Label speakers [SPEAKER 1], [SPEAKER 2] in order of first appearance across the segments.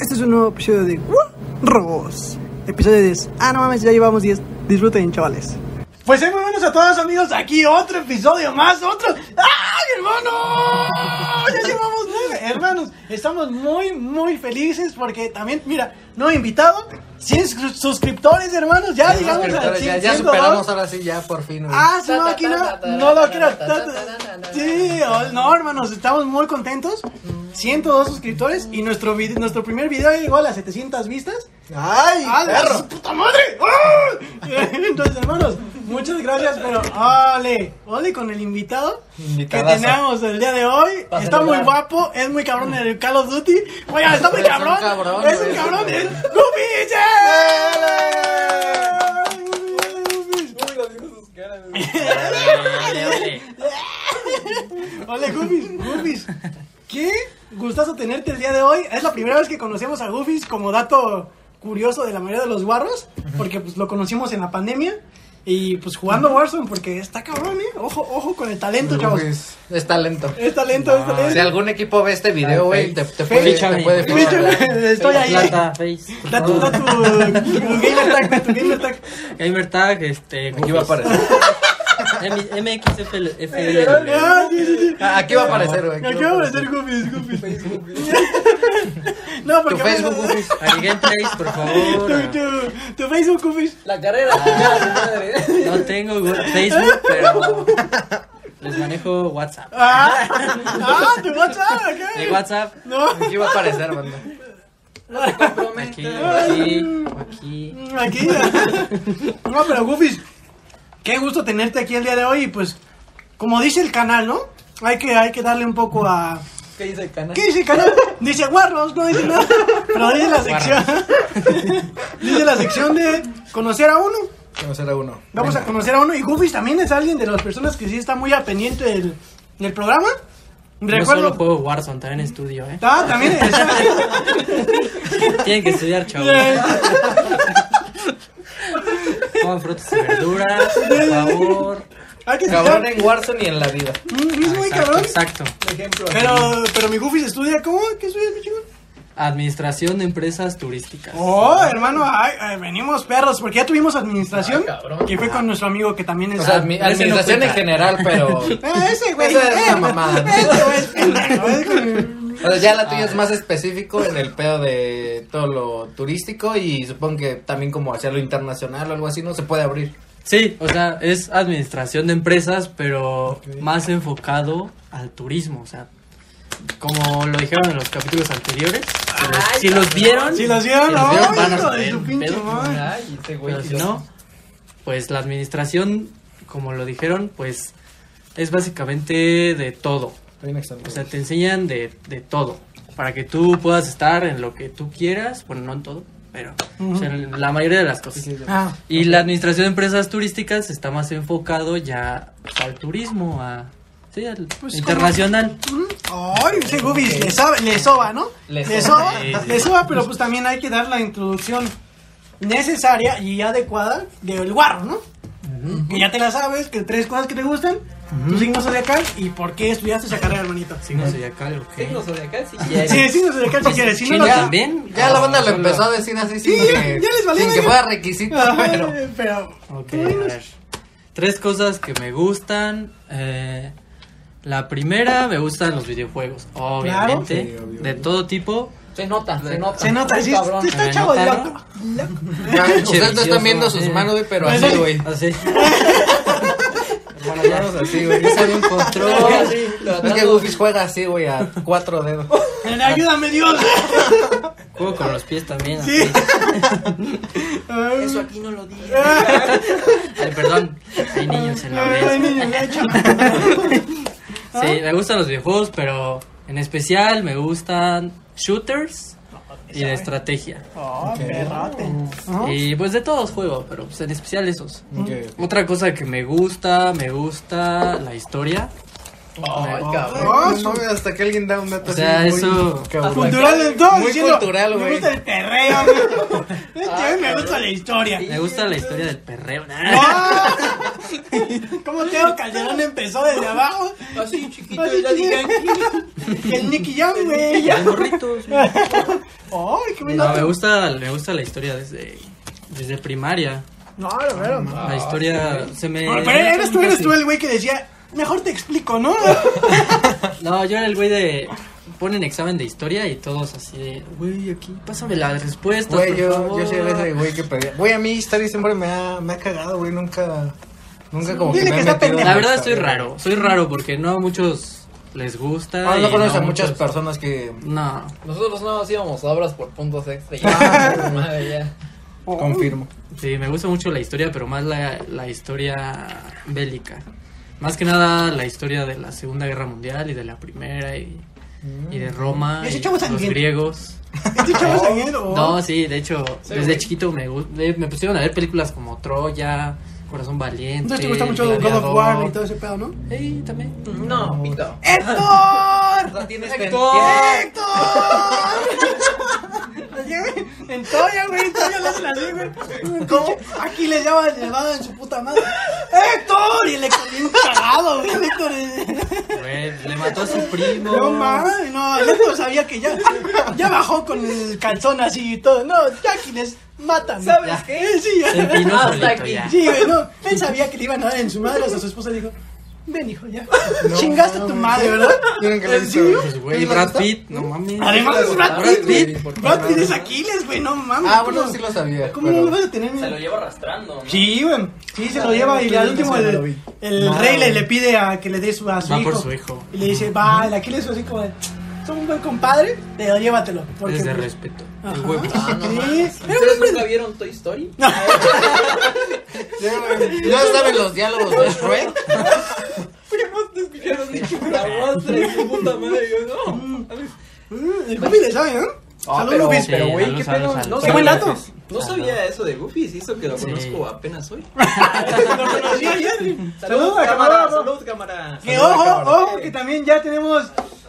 [SPEAKER 1] Este es un nuevo episodio de ¡Uh! Robos. Episodio 10. Ah, no mames, ya llevamos 10. Disfruten, chavales.
[SPEAKER 2] Pues muy buenos a todos amigos, aquí otro episodio más, otro... ¡Ay, hermano! Ya llevamos nueve, hermanos. Estamos muy, muy felices porque también, mira, no invitado, 100 sus- suscriptores, hermanos, ya llegamos a
[SPEAKER 3] Ya,
[SPEAKER 2] 100,
[SPEAKER 3] ya
[SPEAKER 2] 102.
[SPEAKER 3] superamos ahora sí, ya por fin. güey.
[SPEAKER 2] Ah, su máquina, no lo creo. Sí, oh, no, hermanos, estamos muy contentos.
[SPEAKER 3] Mm.
[SPEAKER 2] 102 suscriptores y nuestro, vide- nuestro primer video ya llegó a las 700 vistas.
[SPEAKER 3] ¡Ay,
[SPEAKER 2] ¡Ah, de
[SPEAKER 3] perro!
[SPEAKER 2] su puta madre! ¡Ah! Entonces, hermanos, muchas gracias, pero ole, ole con el invitado que
[SPEAKER 3] Invitadazo.
[SPEAKER 2] tenemos el día de hoy.
[SPEAKER 3] Para
[SPEAKER 2] está muy
[SPEAKER 3] celebrar.
[SPEAKER 2] guapo, es muy cabrón en el Call of Duty. Oiga, está muy
[SPEAKER 3] Es un
[SPEAKER 2] cabrón.
[SPEAKER 3] cabrón,
[SPEAKER 2] Es un
[SPEAKER 3] güey.
[SPEAKER 2] cabrón, es Gupilche. Ole, Gufis, Gufis. Qué gustazo tenerte el día de hoy. Es la primera vez que conocemos a Gufis como dato curioso de la mayoría de los guarros, porque pues lo conocimos en la pandemia y pues jugando Warzone porque está cabrón, eh. Ojo, ojo con el talento, chavos.
[SPEAKER 3] Pues, Es talento.
[SPEAKER 2] Es talento, es
[SPEAKER 3] Si
[SPEAKER 2] talento.
[SPEAKER 3] algún equipo ve este video, güey, te, te
[SPEAKER 2] Face.
[SPEAKER 3] puede,
[SPEAKER 2] Fíchame.
[SPEAKER 3] te puede
[SPEAKER 2] Fíchame.
[SPEAKER 3] fichar.
[SPEAKER 2] Estoy ahí.
[SPEAKER 4] Plata, Face.
[SPEAKER 2] Da tu, da tu, tu gamer tag, da tu gamer tag.
[SPEAKER 4] Gamer Tag, este.
[SPEAKER 3] Aquí va a aparecer.
[SPEAKER 4] MXFL.
[SPEAKER 2] Ah, sí, sí, sí.
[SPEAKER 3] Ah, Aquí va a aparecer, güey.
[SPEAKER 2] Me
[SPEAKER 3] aquí va
[SPEAKER 2] acabo de
[SPEAKER 3] a
[SPEAKER 2] hacer
[SPEAKER 3] aparecer.
[SPEAKER 2] Gufis, Gufis. No,
[SPEAKER 3] Tu
[SPEAKER 2] porque
[SPEAKER 3] Facebook, Ufis.
[SPEAKER 4] Ari Gameplays, por
[SPEAKER 2] Tu,
[SPEAKER 4] favor. Ah,
[SPEAKER 2] tu- tu Facebook, Gufis.
[SPEAKER 5] La carrera.
[SPEAKER 4] No tengo gu- Facebook, pero. Les manejo WhatsApp.
[SPEAKER 2] Ah, ah, tu WhatsApp, ok.
[SPEAKER 4] De WhatsApp.
[SPEAKER 2] No.
[SPEAKER 3] Aquí va a aparecer, banda.
[SPEAKER 4] Aquí, aquí, aquí.
[SPEAKER 2] Aquí. No, pero Gufis, qué gusto tenerte aquí el día de hoy. Y pues, como dice el canal, ¿no? Hay que, hay que darle un poco a.
[SPEAKER 5] ¿Qué dice el canal?
[SPEAKER 2] ¿Qué dice el canal? Dice guarros, no dice nada. Pero dice la sección. dice la sección de conocer a uno.
[SPEAKER 3] Conocer a uno.
[SPEAKER 2] Vamos a conocer a uno. Y Gufis también es alguien de las personas que sí está muy a pendiente del, del programa.
[SPEAKER 4] No
[SPEAKER 2] Recuerdo.
[SPEAKER 4] solo juego Warzone, también estudio, ¿eh?
[SPEAKER 2] Ah, también.
[SPEAKER 4] Tienen que estudiar, chavos. Coman frutas y verduras, por favor.
[SPEAKER 2] Hay que
[SPEAKER 3] Cabrón
[SPEAKER 2] estudiar.
[SPEAKER 3] en Warzone y en la vida.
[SPEAKER 2] Mm, Es muy
[SPEAKER 4] Exacto,
[SPEAKER 2] cabrón.
[SPEAKER 4] exacto.
[SPEAKER 5] Ejemplo.
[SPEAKER 2] Pero, pero mi Goofy se estudia, ¿cómo? ¿Qué estudias, mi chico?
[SPEAKER 4] Administración de empresas turísticas.
[SPEAKER 2] Oh, hermano, ay, ay, venimos perros, porque ya tuvimos administración, que fue con nuestro amigo que también es...
[SPEAKER 3] O sea, admi-
[SPEAKER 4] ese no
[SPEAKER 3] administración en
[SPEAKER 4] cuenta.
[SPEAKER 3] general, pero. O
[SPEAKER 2] Ah, ese güey,
[SPEAKER 3] Esa es
[SPEAKER 2] eh,
[SPEAKER 3] una mamada, ¿no?
[SPEAKER 2] ese güey es pendejo, es con-
[SPEAKER 3] sea, ya la tuya es más específico en el pedo de todo lo turístico y supongo que también como hacia lo internacional o algo así, ¿no? Se puede abrir.
[SPEAKER 4] Sí, o sea, es administración de empresas, pero más enfocado al turismo, o sea, como lo dijeron en los capítulos anteriores, si los, si los vieron,
[SPEAKER 2] Si los vieron,
[SPEAKER 4] si los
[SPEAKER 2] no,
[SPEAKER 4] vieron, van a
[SPEAKER 2] hijo de
[SPEAKER 4] saber
[SPEAKER 2] su
[SPEAKER 4] el
[SPEAKER 2] pinche
[SPEAKER 4] pedo.
[SPEAKER 2] madre.
[SPEAKER 5] Ay, ese güey.
[SPEAKER 4] pero si no, pues la administración, como lo dijeron, pues es básicamente de todo, o sea, te enseñan de, de todo, para que tú puedas estar en lo que tú quieras, bueno, no en todo, pero o sea, en la mayoría de las cosas.
[SPEAKER 2] Ah,
[SPEAKER 4] Y la administración de empresas turísticas está más enfocado ya al turismo, a sí, al
[SPEAKER 2] Pues,
[SPEAKER 4] internacional.
[SPEAKER 2] Mm. Ay, ese Goofy le, sabe- le soba, ¿no?
[SPEAKER 3] Le
[SPEAKER 2] Le
[SPEAKER 3] soba.
[SPEAKER 2] soba, le soba, pero pues también hay que dar la introducción necesaria y adecuada del guarro, ¿no? Que ya te la sabes, que tres cosas que te gustan, tu signo zodiacal y por qué estudiaste esa carrera, hermanito. Sí,
[SPEAKER 4] Signo zodiacal, ok.
[SPEAKER 5] Signos zodiacal, sí.
[SPEAKER 2] signo zodiacal si quieres, si no,
[SPEAKER 4] Chino
[SPEAKER 2] no-
[SPEAKER 4] también.
[SPEAKER 3] Ya la banda lo
[SPEAKER 4] Solo-
[SPEAKER 3] empezó a decir así sin,
[SPEAKER 2] Sí, ya
[SPEAKER 3] que,
[SPEAKER 2] les valió,
[SPEAKER 3] sin que
[SPEAKER 2] ya.
[SPEAKER 3] fuera requisito,
[SPEAKER 2] Ajá,
[SPEAKER 3] pero
[SPEAKER 2] pero...
[SPEAKER 4] Ok, a ver. Tres cosas que me gustan. eh, la primera, me gustan los videojuegos, obviamente,
[SPEAKER 3] Sí, obvio,
[SPEAKER 4] de todo tipo.
[SPEAKER 5] Se nota, se nota.
[SPEAKER 2] Se nota, sí,
[SPEAKER 5] Cabrón.
[SPEAKER 2] está
[SPEAKER 4] Me
[SPEAKER 2] chavo
[SPEAKER 4] nota,
[SPEAKER 2] loco.
[SPEAKER 3] ya, ustedes no
[SPEAKER 4] vicioso,
[SPEAKER 3] están viendo sus
[SPEAKER 4] eh.
[SPEAKER 3] manos, güey, pero
[SPEAKER 2] Pues,
[SPEAKER 3] así,
[SPEAKER 2] eh.
[SPEAKER 3] güey.
[SPEAKER 4] Así.
[SPEAKER 3] Bueno, ya no es así, güey.
[SPEAKER 4] Esa de un control.
[SPEAKER 3] Es que Goofy juega así, güey, a cuatro dedos.
[SPEAKER 2] Ayúdame, Dios.
[SPEAKER 4] Juego con los pies también.
[SPEAKER 2] Sí.
[SPEAKER 4] así.
[SPEAKER 5] Eso aquí no lo dije.
[SPEAKER 4] Ay, perdón. Hay niños en la mesa.
[SPEAKER 2] Ay, niño, ya, chavo.
[SPEAKER 4] Sí, me gustan los videojuegos, pero en especial me gustan shooters y de estrategia.
[SPEAKER 2] Oh, perrote. Ajá.
[SPEAKER 4] Y pues de todos juego, pero pues en especial esos. Otra cosa que me gusta, me gusta la historia.
[SPEAKER 3] Ay,
[SPEAKER 4] Me-
[SPEAKER 3] cabrón.
[SPEAKER 2] Oh,
[SPEAKER 3] No, güey, hasta que alguien da un dato
[SPEAKER 4] Ah, O sea,
[SPEAKER 3] así muy
[SPEAKER 4] eso-
[SPEAKER 3] cabrón.
[SPEAKER 2] Cultural entonces.
[SPEAKER 3] Muy
[SPEAKER 2] diciendo,
[SPEAKER 3] cultural,
[SPEAKER 2] Me
[SPEAKER 3] güey.
[SPEAKER 2] gusta el perreo. güey. Este, me gusta la historia.
[SPEAKER 4] me gusta la historia del perreo.
[SPEAKER 2] ¡No! ¿Cómo Teo Calderón empezó desde abajo?
[SPEAKER 5] Así chiquito,
[SPEAKER 2] Así
[SPEAKER 5] ya dije
[SPEAKER 2] chiquito.
[SPEAKER 5] aquí.
[SPEAKER 2] Y el Nicky Jam, güey.
[SPEAKER 4] Los burritos.
[SPEAKER 2] ¡Ay, qué buen
[SPEAKER 4] No, me
[SPEAKER 2] dato!
[SPEAKER 4] gusta, me gusta la historia desde, desde primaria.
[SPEAKER 2] No, la verdad.
[SPEAKER 4] la historia se me.
[SPEAKER 2] Bueno, pero eres tú, eres tú el güey que decía, mejor te explico, ¿no? Este
[SPEAKER 4] No, yo era el güey de. Ponen examen de historia y todos así de. Güey, aquí, pásame las respuestas.
[SPEAKER 3] Güey,
[SPEAKER 4] por
[SPEAKER 3] yo,
[SPEAKER 4] favor".
[SPEAKER 3] yo soy ese güey que pedía. Güey, a mí historia siempre me ha, me ha cagado, güey. Nunca. Nunca como
[SPEAKER 2] Dile
[SPEAKER 3] que me
[SPEAKER 2] que
[SPEAKER 3] he
[SPEAKER 2] está
[SPEAKER 3] metido en
[SPEAKER 4] La verdad,
[SPEAKER 3] esta,
[SPEAKER 4] estoy
[SPEAKER 3] güey.
[SPEAKER 4] raro. Soy raro porque no a muchos les gusta.
[SPEAKER 3] Ah,
[SPEAKER 4] y
[SPEAKER 3] no conoces a
[SPEAKER 4] no
[SPEAKER 3] muchas
[SPEAKER 4] muchos-
[SPEAKER 3] personas que.
[SPEAKER 4] No.
[SPEAKER 5] Nosotros no nos íbamos a obras por puntos extra.
[SPEAKER 3] Ah,
[SPEAKER 5] Ya, madre, ya.
[SPEAKER 3] Oh. Confirmo.
[SPEAKER 4] Sí, me gusta mucho la historia, pero más la, la historia bélica. Más que nada la historia de la Segunda Guerra Mundial y de la Primera y,
[SPEAKER 3] Mm.
[SPEAKER 4] y de Roma
[SPEAKER 2] Y ese
[SPEAKER 4] y
[SPEAKER 2] chavo
[SPEAKER 4] los
[SPEAKER 2] sangriento.
[SPEAKER 4] griegos.
[SPEAKER 2] Este chavo es también, oh.
[SPEAKER 4] No, sí, de hecho,
[SPEAKER 5] Sí,
[SPEAKER 4] desde
[SPEAKER 5] güey.
[SPEAKER 4] chiquito me, gu- eh, me pusieron a ver películas como Troya, Corazón Valiente.
[SPEAKER 2] Entonces te gusta mucho God of
[SPEAKER 4] Gladiador.
[SPEAKER 2] War y todo ese pedo, ¿no?
[SPEAKER 4] Sí, también.
[SPEAKER 5] No, pito.
[SPEAKER 2] ¡Héctor!
[SPEAKER 5] No tienes
[SPEAKER 2] Así, Pues güey, En Troya, güey, en Troya le hacen así, güey. ¿Cómo? Aquí le llaman llevado en su puta madre. ¡Héctor! Y le bien cagado, güey. el Héctor
[SPEAKER 5] eh.
[SPEAKER 2] es-
[SPEAKER 4] Güey, le mató a su primo.
[SPEAKER 2] No mames, no, el Héctor sabía que ya, ya bajó con el calzón así y todo. No, ya aquí les matan.
[SPEAKER 5] ¿Sabes
[SPEAKER 2] Ya.
[SPEAKER 5] qué?
[SPEAKER 2] Sí, ya.
[SPEAKER 4] Se empinó
[SPEAKER 5] Hasta
[SPEAKER 4] solito
[SPEAKER 5] aquí.
[SPEAKER 4] ya.
[SPEAKER 2] Sí, güey, no. Él sabía que le iban a dar en su madre hasta su esposa le dijo, ven hijo, ya. Chingaste a tu madre, ¿verdad?
[SPEAKER 3] Miren que le
[SPEAKER 2] ¿En serio?
[SPEAKER 3] hizo-
[SPEAKER 4] Pues, güey, Brad Pitt, no mames.
[SPEAKER 2] Además es Brad
[SPEAKER 5] Brad
[SPEAKER 2] Pitt,
[SPEAKER 5] Pitt,
[SPEAKER 2] güey.
[SPEAKER 5] por
[SPEAKER 2] Brad
[SPEAKER 5] favor.
[SPEAKER 2] Pitt es Aquiles, güey, no mames.
[SPEAKER 3] Ah,
[SPEAKER 2] ¿cómo-
[SPEAKER 3] bueno, sí lo sabía.
[SPEAKER 2] ¿Cómo
[SPEAKER 3] pero- Ah,
[SPEAKER 2] no lo vas a tener?
[SPEAKER 5] Se lo
[SPEAKER 2] miedo?
[SPEAKER 5] lleva arrastrando, ¿no?
[SPEAKER 2] Sí, güey. Sí, se lo lleva y al último el, el rey le, le pide a que le dé su, a su
[SPEAKER 4] Va
[SPEAKER 2] hijo.
[SPEAKER 4] por su hijo.
[SPEAKER 2] Y le dice, va, el Aquiles así como, de, somos un buen compadre, pero llévatelo. Porque, pues,
[SPEAKER 4] Es de respeto.
[SPEAKER 2] Ajá.
[SPEAKER 4] El huevo.
[SPEAKER 5] Ah, no
[SPEAKER 2] Sí.
[SPEAKER 5] mames.
[SPEAKER 2] Era
[SPEAKER 5] ¿Ustedes nunca vieron Toy Story?
[SPEAKER 3] Ya, güey, ya saben los diálogos de Shrek.
[SPEAKER 5] Fuimos, te escucharon de chupamastre, su puta madre. Yo, no.
[SPEAKER 2] Mm, el Goofy le sabe, ¿no?
[SPEAKER 3] Ah,
[SPEAKER 4] Mm,
[SPEAKER 2] Saludos,
[SPEAKER 3] pero-
[SPEAKER 2] Goofy.
[SPEAKER 4] Sí,
[SPEAKER 5] Pero, güey,
[SPEAKER 4] salud,
[SPEAKER 5] ¿qué
[SPEAKER 4] salud,
[SPEAKER 5] pedo?
[SPEAKER 4] salud.
[SPEAKER 5] No,
[SPEAKER 2] ¡Qué buen
[SPEAKER 5] güey,
[SPEAKER 2] dato!
[SPEAKER 5] No sabía eso de Goofy, se hizo que lo
[SPEAKER 4] Sí.
[SPEAKER 5] conozco apenas hoy.
[SPEAKER 2] Lo conocí ayer.
[SPEAKER 5] Salud,
[SPEAKER 2] a
[SPEAKER 5] cámara,
[SPEAKER 2] Camargo.
[SPEAKER 5] salud, cámara. Eh,
[SPEAKER 2] Que ojo, ojo, que también ya tenemos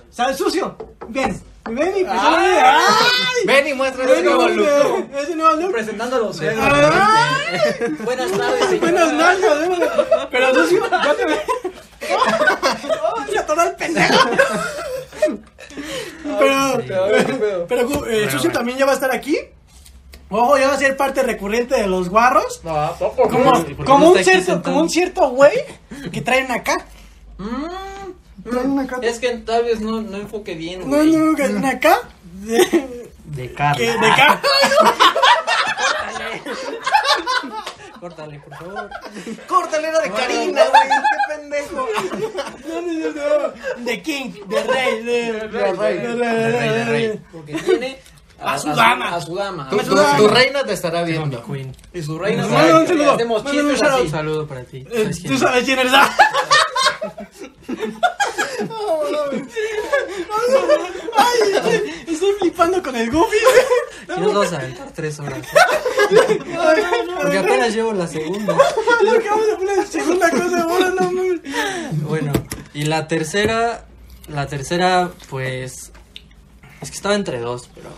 [SPEAKER 2] sal sucio. Bien, ven y ¡Ay!
[SPEAKER 3] Ven y muestra
[SPEAKER 2] Ven
[SPEAKER 3] ese
[SPEAKER 2] y
[SPEAKER 3] Ah, nuevo
[SPEAKER 2] ven,
[SPEAKER 3] look.
[SPEAKER 2] eh, Ese nuevo look. Ah,
[SPEAKER 5] Presentándolo a ustedes.
[SPEAKER 2] ¡Ay!
[SPEAKER 5] Buenas tardes, señora.
[SPEAKER 2] Buenas nalgas, eh. Pero sucio, ya te ve. Se atoró ¡Oh, el pendejo. Pero,
[SPEAKER 5] Ay, qué pedo.
[SPEAKER 2] pero eh, sucio
[SPEAKER 4] bueno.
[SPEAKER 2] también ya va a estar aquí. Ojo, ya va a ser parte recurrente de los guarros.
[SPEAKER 5] Ah, poco.
[SPEAKER 2] Como,
[SPEAKER 4] ¿Por qué no
[SPEAKER 2] como, un
[SPEAKER 4] está aquí
[SPEAKER 2] cierto,
[SPEAKER 4] sentado?
[SPEAKER 2] como un cierto güey que traen acá.
[SPEAKER 5] Mm,
[SPEAKER 2] Traen acá.
[SPEAKER 5] Es que tal vez no, no enfoque bien,
[SPEAKER 2] No,
[SPEAKER 5] güey.
[SPEAKER 2] no, que traen Pues, acá.
[SPEAKER 4] De
[SPEAKER 2] Que
[SPEAKER 4] Carla.
[SPEAKER 2] de acá.
[SPEAKER 4] Córtale, por favor.
[SPEAKER 3] Córtale era de Karina, güey. Qué pendejo.
[SPEAKER 2] No, no, no, no. De King, de Rey, de,
[SPEAKER 3] rey,
[SPEAKER 2] rey, de rey, de
[SPEAKER 4] rey, de rey.
[SPEAKER 5] Porque tiene
[SPEAKER 2] A su dama.
[SPEAKER 5] A su dama.
[SPEAKER 3] Tu, tu- tu reina te estará viendo.
[SPEAKER 4] Queen.
[SPEAKER 5] Y su reina.
[SPEAKER 2] Mándale
[SPEAKER 5] sabe
[SPEAKER 2] un
[SPEAKER 5] que le
[SPEAKER 2] saludo.
[SPEAKER 5] Hacemos
[SPEAKER 2] Mándale un
[SPEAKER 5] chistes
[SPEAKER 2] shout
[SPEAKER 4] Un
[SPEAKER 5] así.
[SPEAKER 4] saludo para ti.
[SPEAKER 2] Eh,
[SPEAKER 4] ¿Sabes quién
[SPEAKER 2] Tú
[SPEAKER 4] es?
[SPEAKER 2] sabes quién eres. ah. Ay, estoy flipando con el Goofy.
[SPEAKER 4] Sí nos vamos a aventar tres horas. Porque apenas llevo la segunda.
[SPEAKER 2] Es lo que vamos a poner en segunda cosa ahora, no mames.
[SPEAKER 4] Bueno, y la tercera, la tercera, pues, es que estaba entre dos, pero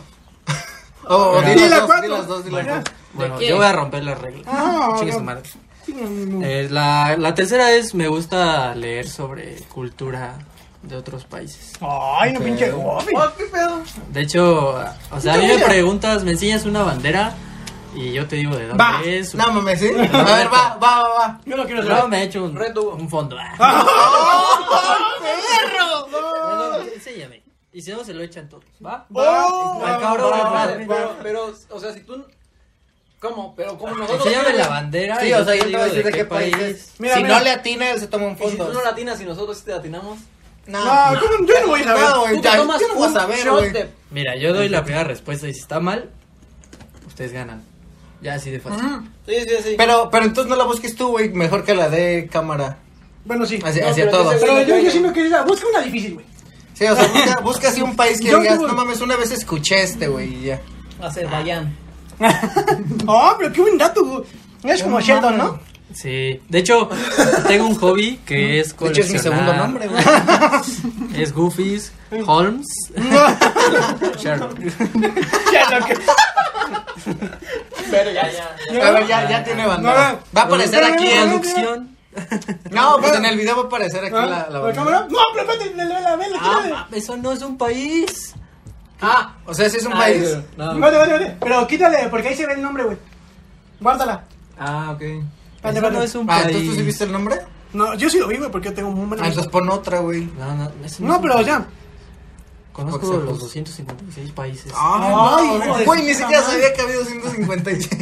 [SPEAKER 3] Oh,
[SPEAKER 4] Mira.
[SPEAKER 3] di
[SPEAKER 2] Dile
[SPEAKER 3] las
[SPEAKER 2] la
[SPEAKER 3] dos,
[SPEAKER 2] cuatro.
[SPEAKER 3] di las dos, di las
[SPEAKER 2] Mira.
[SPEAKER 3] dos.
[SPEAKER 4] bueno,
[SPEAKER 5] qué?
[SPEAKER 4] yo voy a romper las reglas.
[SPEAKER 2] Ah,
[SPEAKER 4] Chingue su
[SPEAKER 2] no.
[SPEAKER 4] madre.
[SPEAKER 2] No, no, no.
[SPEAKER 4] Eh, la, la tercera es, me gusta leer sobre cultura de otros países.
[SPEAKER 2] Ay, no pinche Goofy.
[SPEAKER 5] Oh, qué pedo.
[SPEAKER 4] De hecho, o sea, a mí me preguntas, me enseñas una bandera y yo te digo de dónde
[SPEAKER 2] Va,
[SPEAKER 4] es.
[SPEAKER 3] No mames, ¿sí? A ver, va, va, va, va.
[SPEAKER 2] Yo no quiero saber.
[SPEAKER 4] Luego me he hecho un,
[SPEAKER 5] Reto.
[SPEAKER 4] un fondo. Ah.
[SPEAKER 2] Ah.
[SPEAKER 4] No, no, enséñame. Y si no, se lo echan todos, ¿va?
[SPEAKER 2] Oh,
[SPEAKER 5] Ay,
[SPEAKER 2] va,
[SPEAKER 5] cabrón,
[SPEAKER 2] va,
[SPEAKER 5] madre.
[SPEAKER 2] va,
[SPEAKER 5] Pero,
[SPEAKER 2] va.
[SPEAKER 5] pero, o sea, si tú. ¿Cómo? Pero, ¿cómo nosotros?
[SPEAKER 4] Ah, Enséñame la bandera.
[SPEAKER 3] Sí,
[SPEAKER 4] y
[SPEAKER 3] o sea, yo te voy a
[SPEAKER 4] te digo
[SPEAKER 3] decir de qué país es.
[SPEAKER 2] Mira,
[SPEAKER 3] Si
[SPEAKER 2] mira.
[SPEAKER 3] no le atina, él se toma un
[SPEAKER 5] Y si tú
[SPEAKER 3] fondo.
[SPEAKER 5] no latinas y nosotros sí te latinamos,
[SPEAKER 2] No, ¿cómo? yo no voy a saber.
[SPEAKER 3] No,
[SPEAKER 5] tú
[SPEAKER 3] güey,
[SPEAKER 5] te
[SPEAKER 3] ya-
[SPEAKER 5] tomas
[SPEAKER 3] yo no voy a
[SPEAKER 5] un
[SPEAKER 3] saber,
[SPEAKER 5] shot
[SPEAKER 3] güey.
[SPEAKER 5] de.
[SPEAKER 4] Mira, yo doy la primera respuesta y si está mal, ustedes ganan. Ya así de fácil.
[SPEAKER 5] Mm, Sí, sí, sí.
[SPEAKER 3] Pero, pero entonces no la busques tú, güey. Mejor que la de cámara.
[SPEAKER 2] Bueno, sí.
[SPEAKER 3] Hacia,
[SPEAKER 5] No,
[SPEAKER 3] hacia
[SPEAKER 5] pero que
[SPEAKER 3] todos.
[SPEAKER 5] ese
[SPEAKER 2] Pero
[SPEAKER 5] güey-
[SPEAKER 2] yo, yo sí no quería. Busca una difícil, güey.
[SPEAKER 3] Sí, o sea, busca, busca así un país que
[SPEAKER 2] Yo
[SPEAKER 3] digas,
[SPEAKER 2] tengo-
[SPEAKER 3] no mames, una vez escuché este, güey, y ya.
[SPEAKER 5] Azerbaiyán.
[SPEAKER 2] No, Ah, pero qué buen dato, güey. Es como Sheldon, ¿no?
[SPEAKER 4] Sí. De hecho, tengo un hobby que es
[SPEAKER 3] De hecho, es mi
[SPEAKER 4] coleccionar.
[SPEAKER 3] segundo nombre, güey.
[SPEAKER 4] Es Goofy's, Holmes, Sherlock.
[SPEAKER 2] Sheldon, que-
[SPEAKER 5] Pero ya, ya.
[SPEAKER 3] A ver, ya, ya tiene bandera.
[SPEAKER 2] No,
[SPEAKER 3] va a aparecer
[SPEAKER 2] no, no,
[SPEAKER 3] aquí
[SPEAKER 2] no,
[SPEAKER 3] en...
[SPEAKER 2] no,
[SPEAKER 4] Inducción.
[SPEAKER 3] No, pues en el video va a aparecer aquí
[SPEAKER 2] ¿Ah?
[SPEAKER 3] la, la
[SPEAKER 2] ¿La
[SPEAKER 3] bandera.
[SPEAKER 2] cámara? No, pero espérate, la, la, la, la, la, la,
[SPEAKER 4] Ah, eso no es un país.
[SPEAKER 3] Ah, o sea, si es un
[SPEAKER 5] Ay,
[SPEAKER 3] país.
[SPEAKER 5] güey, no.
[SPEAKER 2] Vale, vale, vale. Pero quítale, porque ahí se ve el nombre, güey. Guárdala.
[SPEAKER 5] Ah, ok.
[SPEAKER 2] Vale,
[SPEAKER 4] Eso
[SPEAKER 2] vale.
[SPEAKER 4] no es un
[SPEAKER 3] Ah,
[SPEAKER 4] país.
[SPEAKER 3] ¿entonces tú sí viste el nombre?
[SPEAKER 2] No, yo sí lo vi, güey, porque yo tengo muy
[SPEAKER 3] Ah,
[SPEAKER 2] buena
[SPEAKER 3] entonces pon otra, güey.
[SPEAKER 4] No, no, eso no es
[SPEAKER 2] No,
[SPEAKER 4] un
[SPEAKER 2] pero
[SPEAKER 4] país.
[SPEAKER 2] ya.
[SPEAKER 4] Conozco
[SPEAKER 3] Porque se Ah.
[SPEAKER 4] los
[SPEAKER 3] los-
[SPEAKER 4] 256 países.
[SPEAKER 2] Ay,
[SPEAKER 3] no,
[SPEAKER 2] hijo de
[SPEAKER 3] güey,
[SPEAKER 2] su
[SPEAKER 3] ni siquiera
[SPEAKER 2] madre.
[SPEAKER 3] sabía que había 256.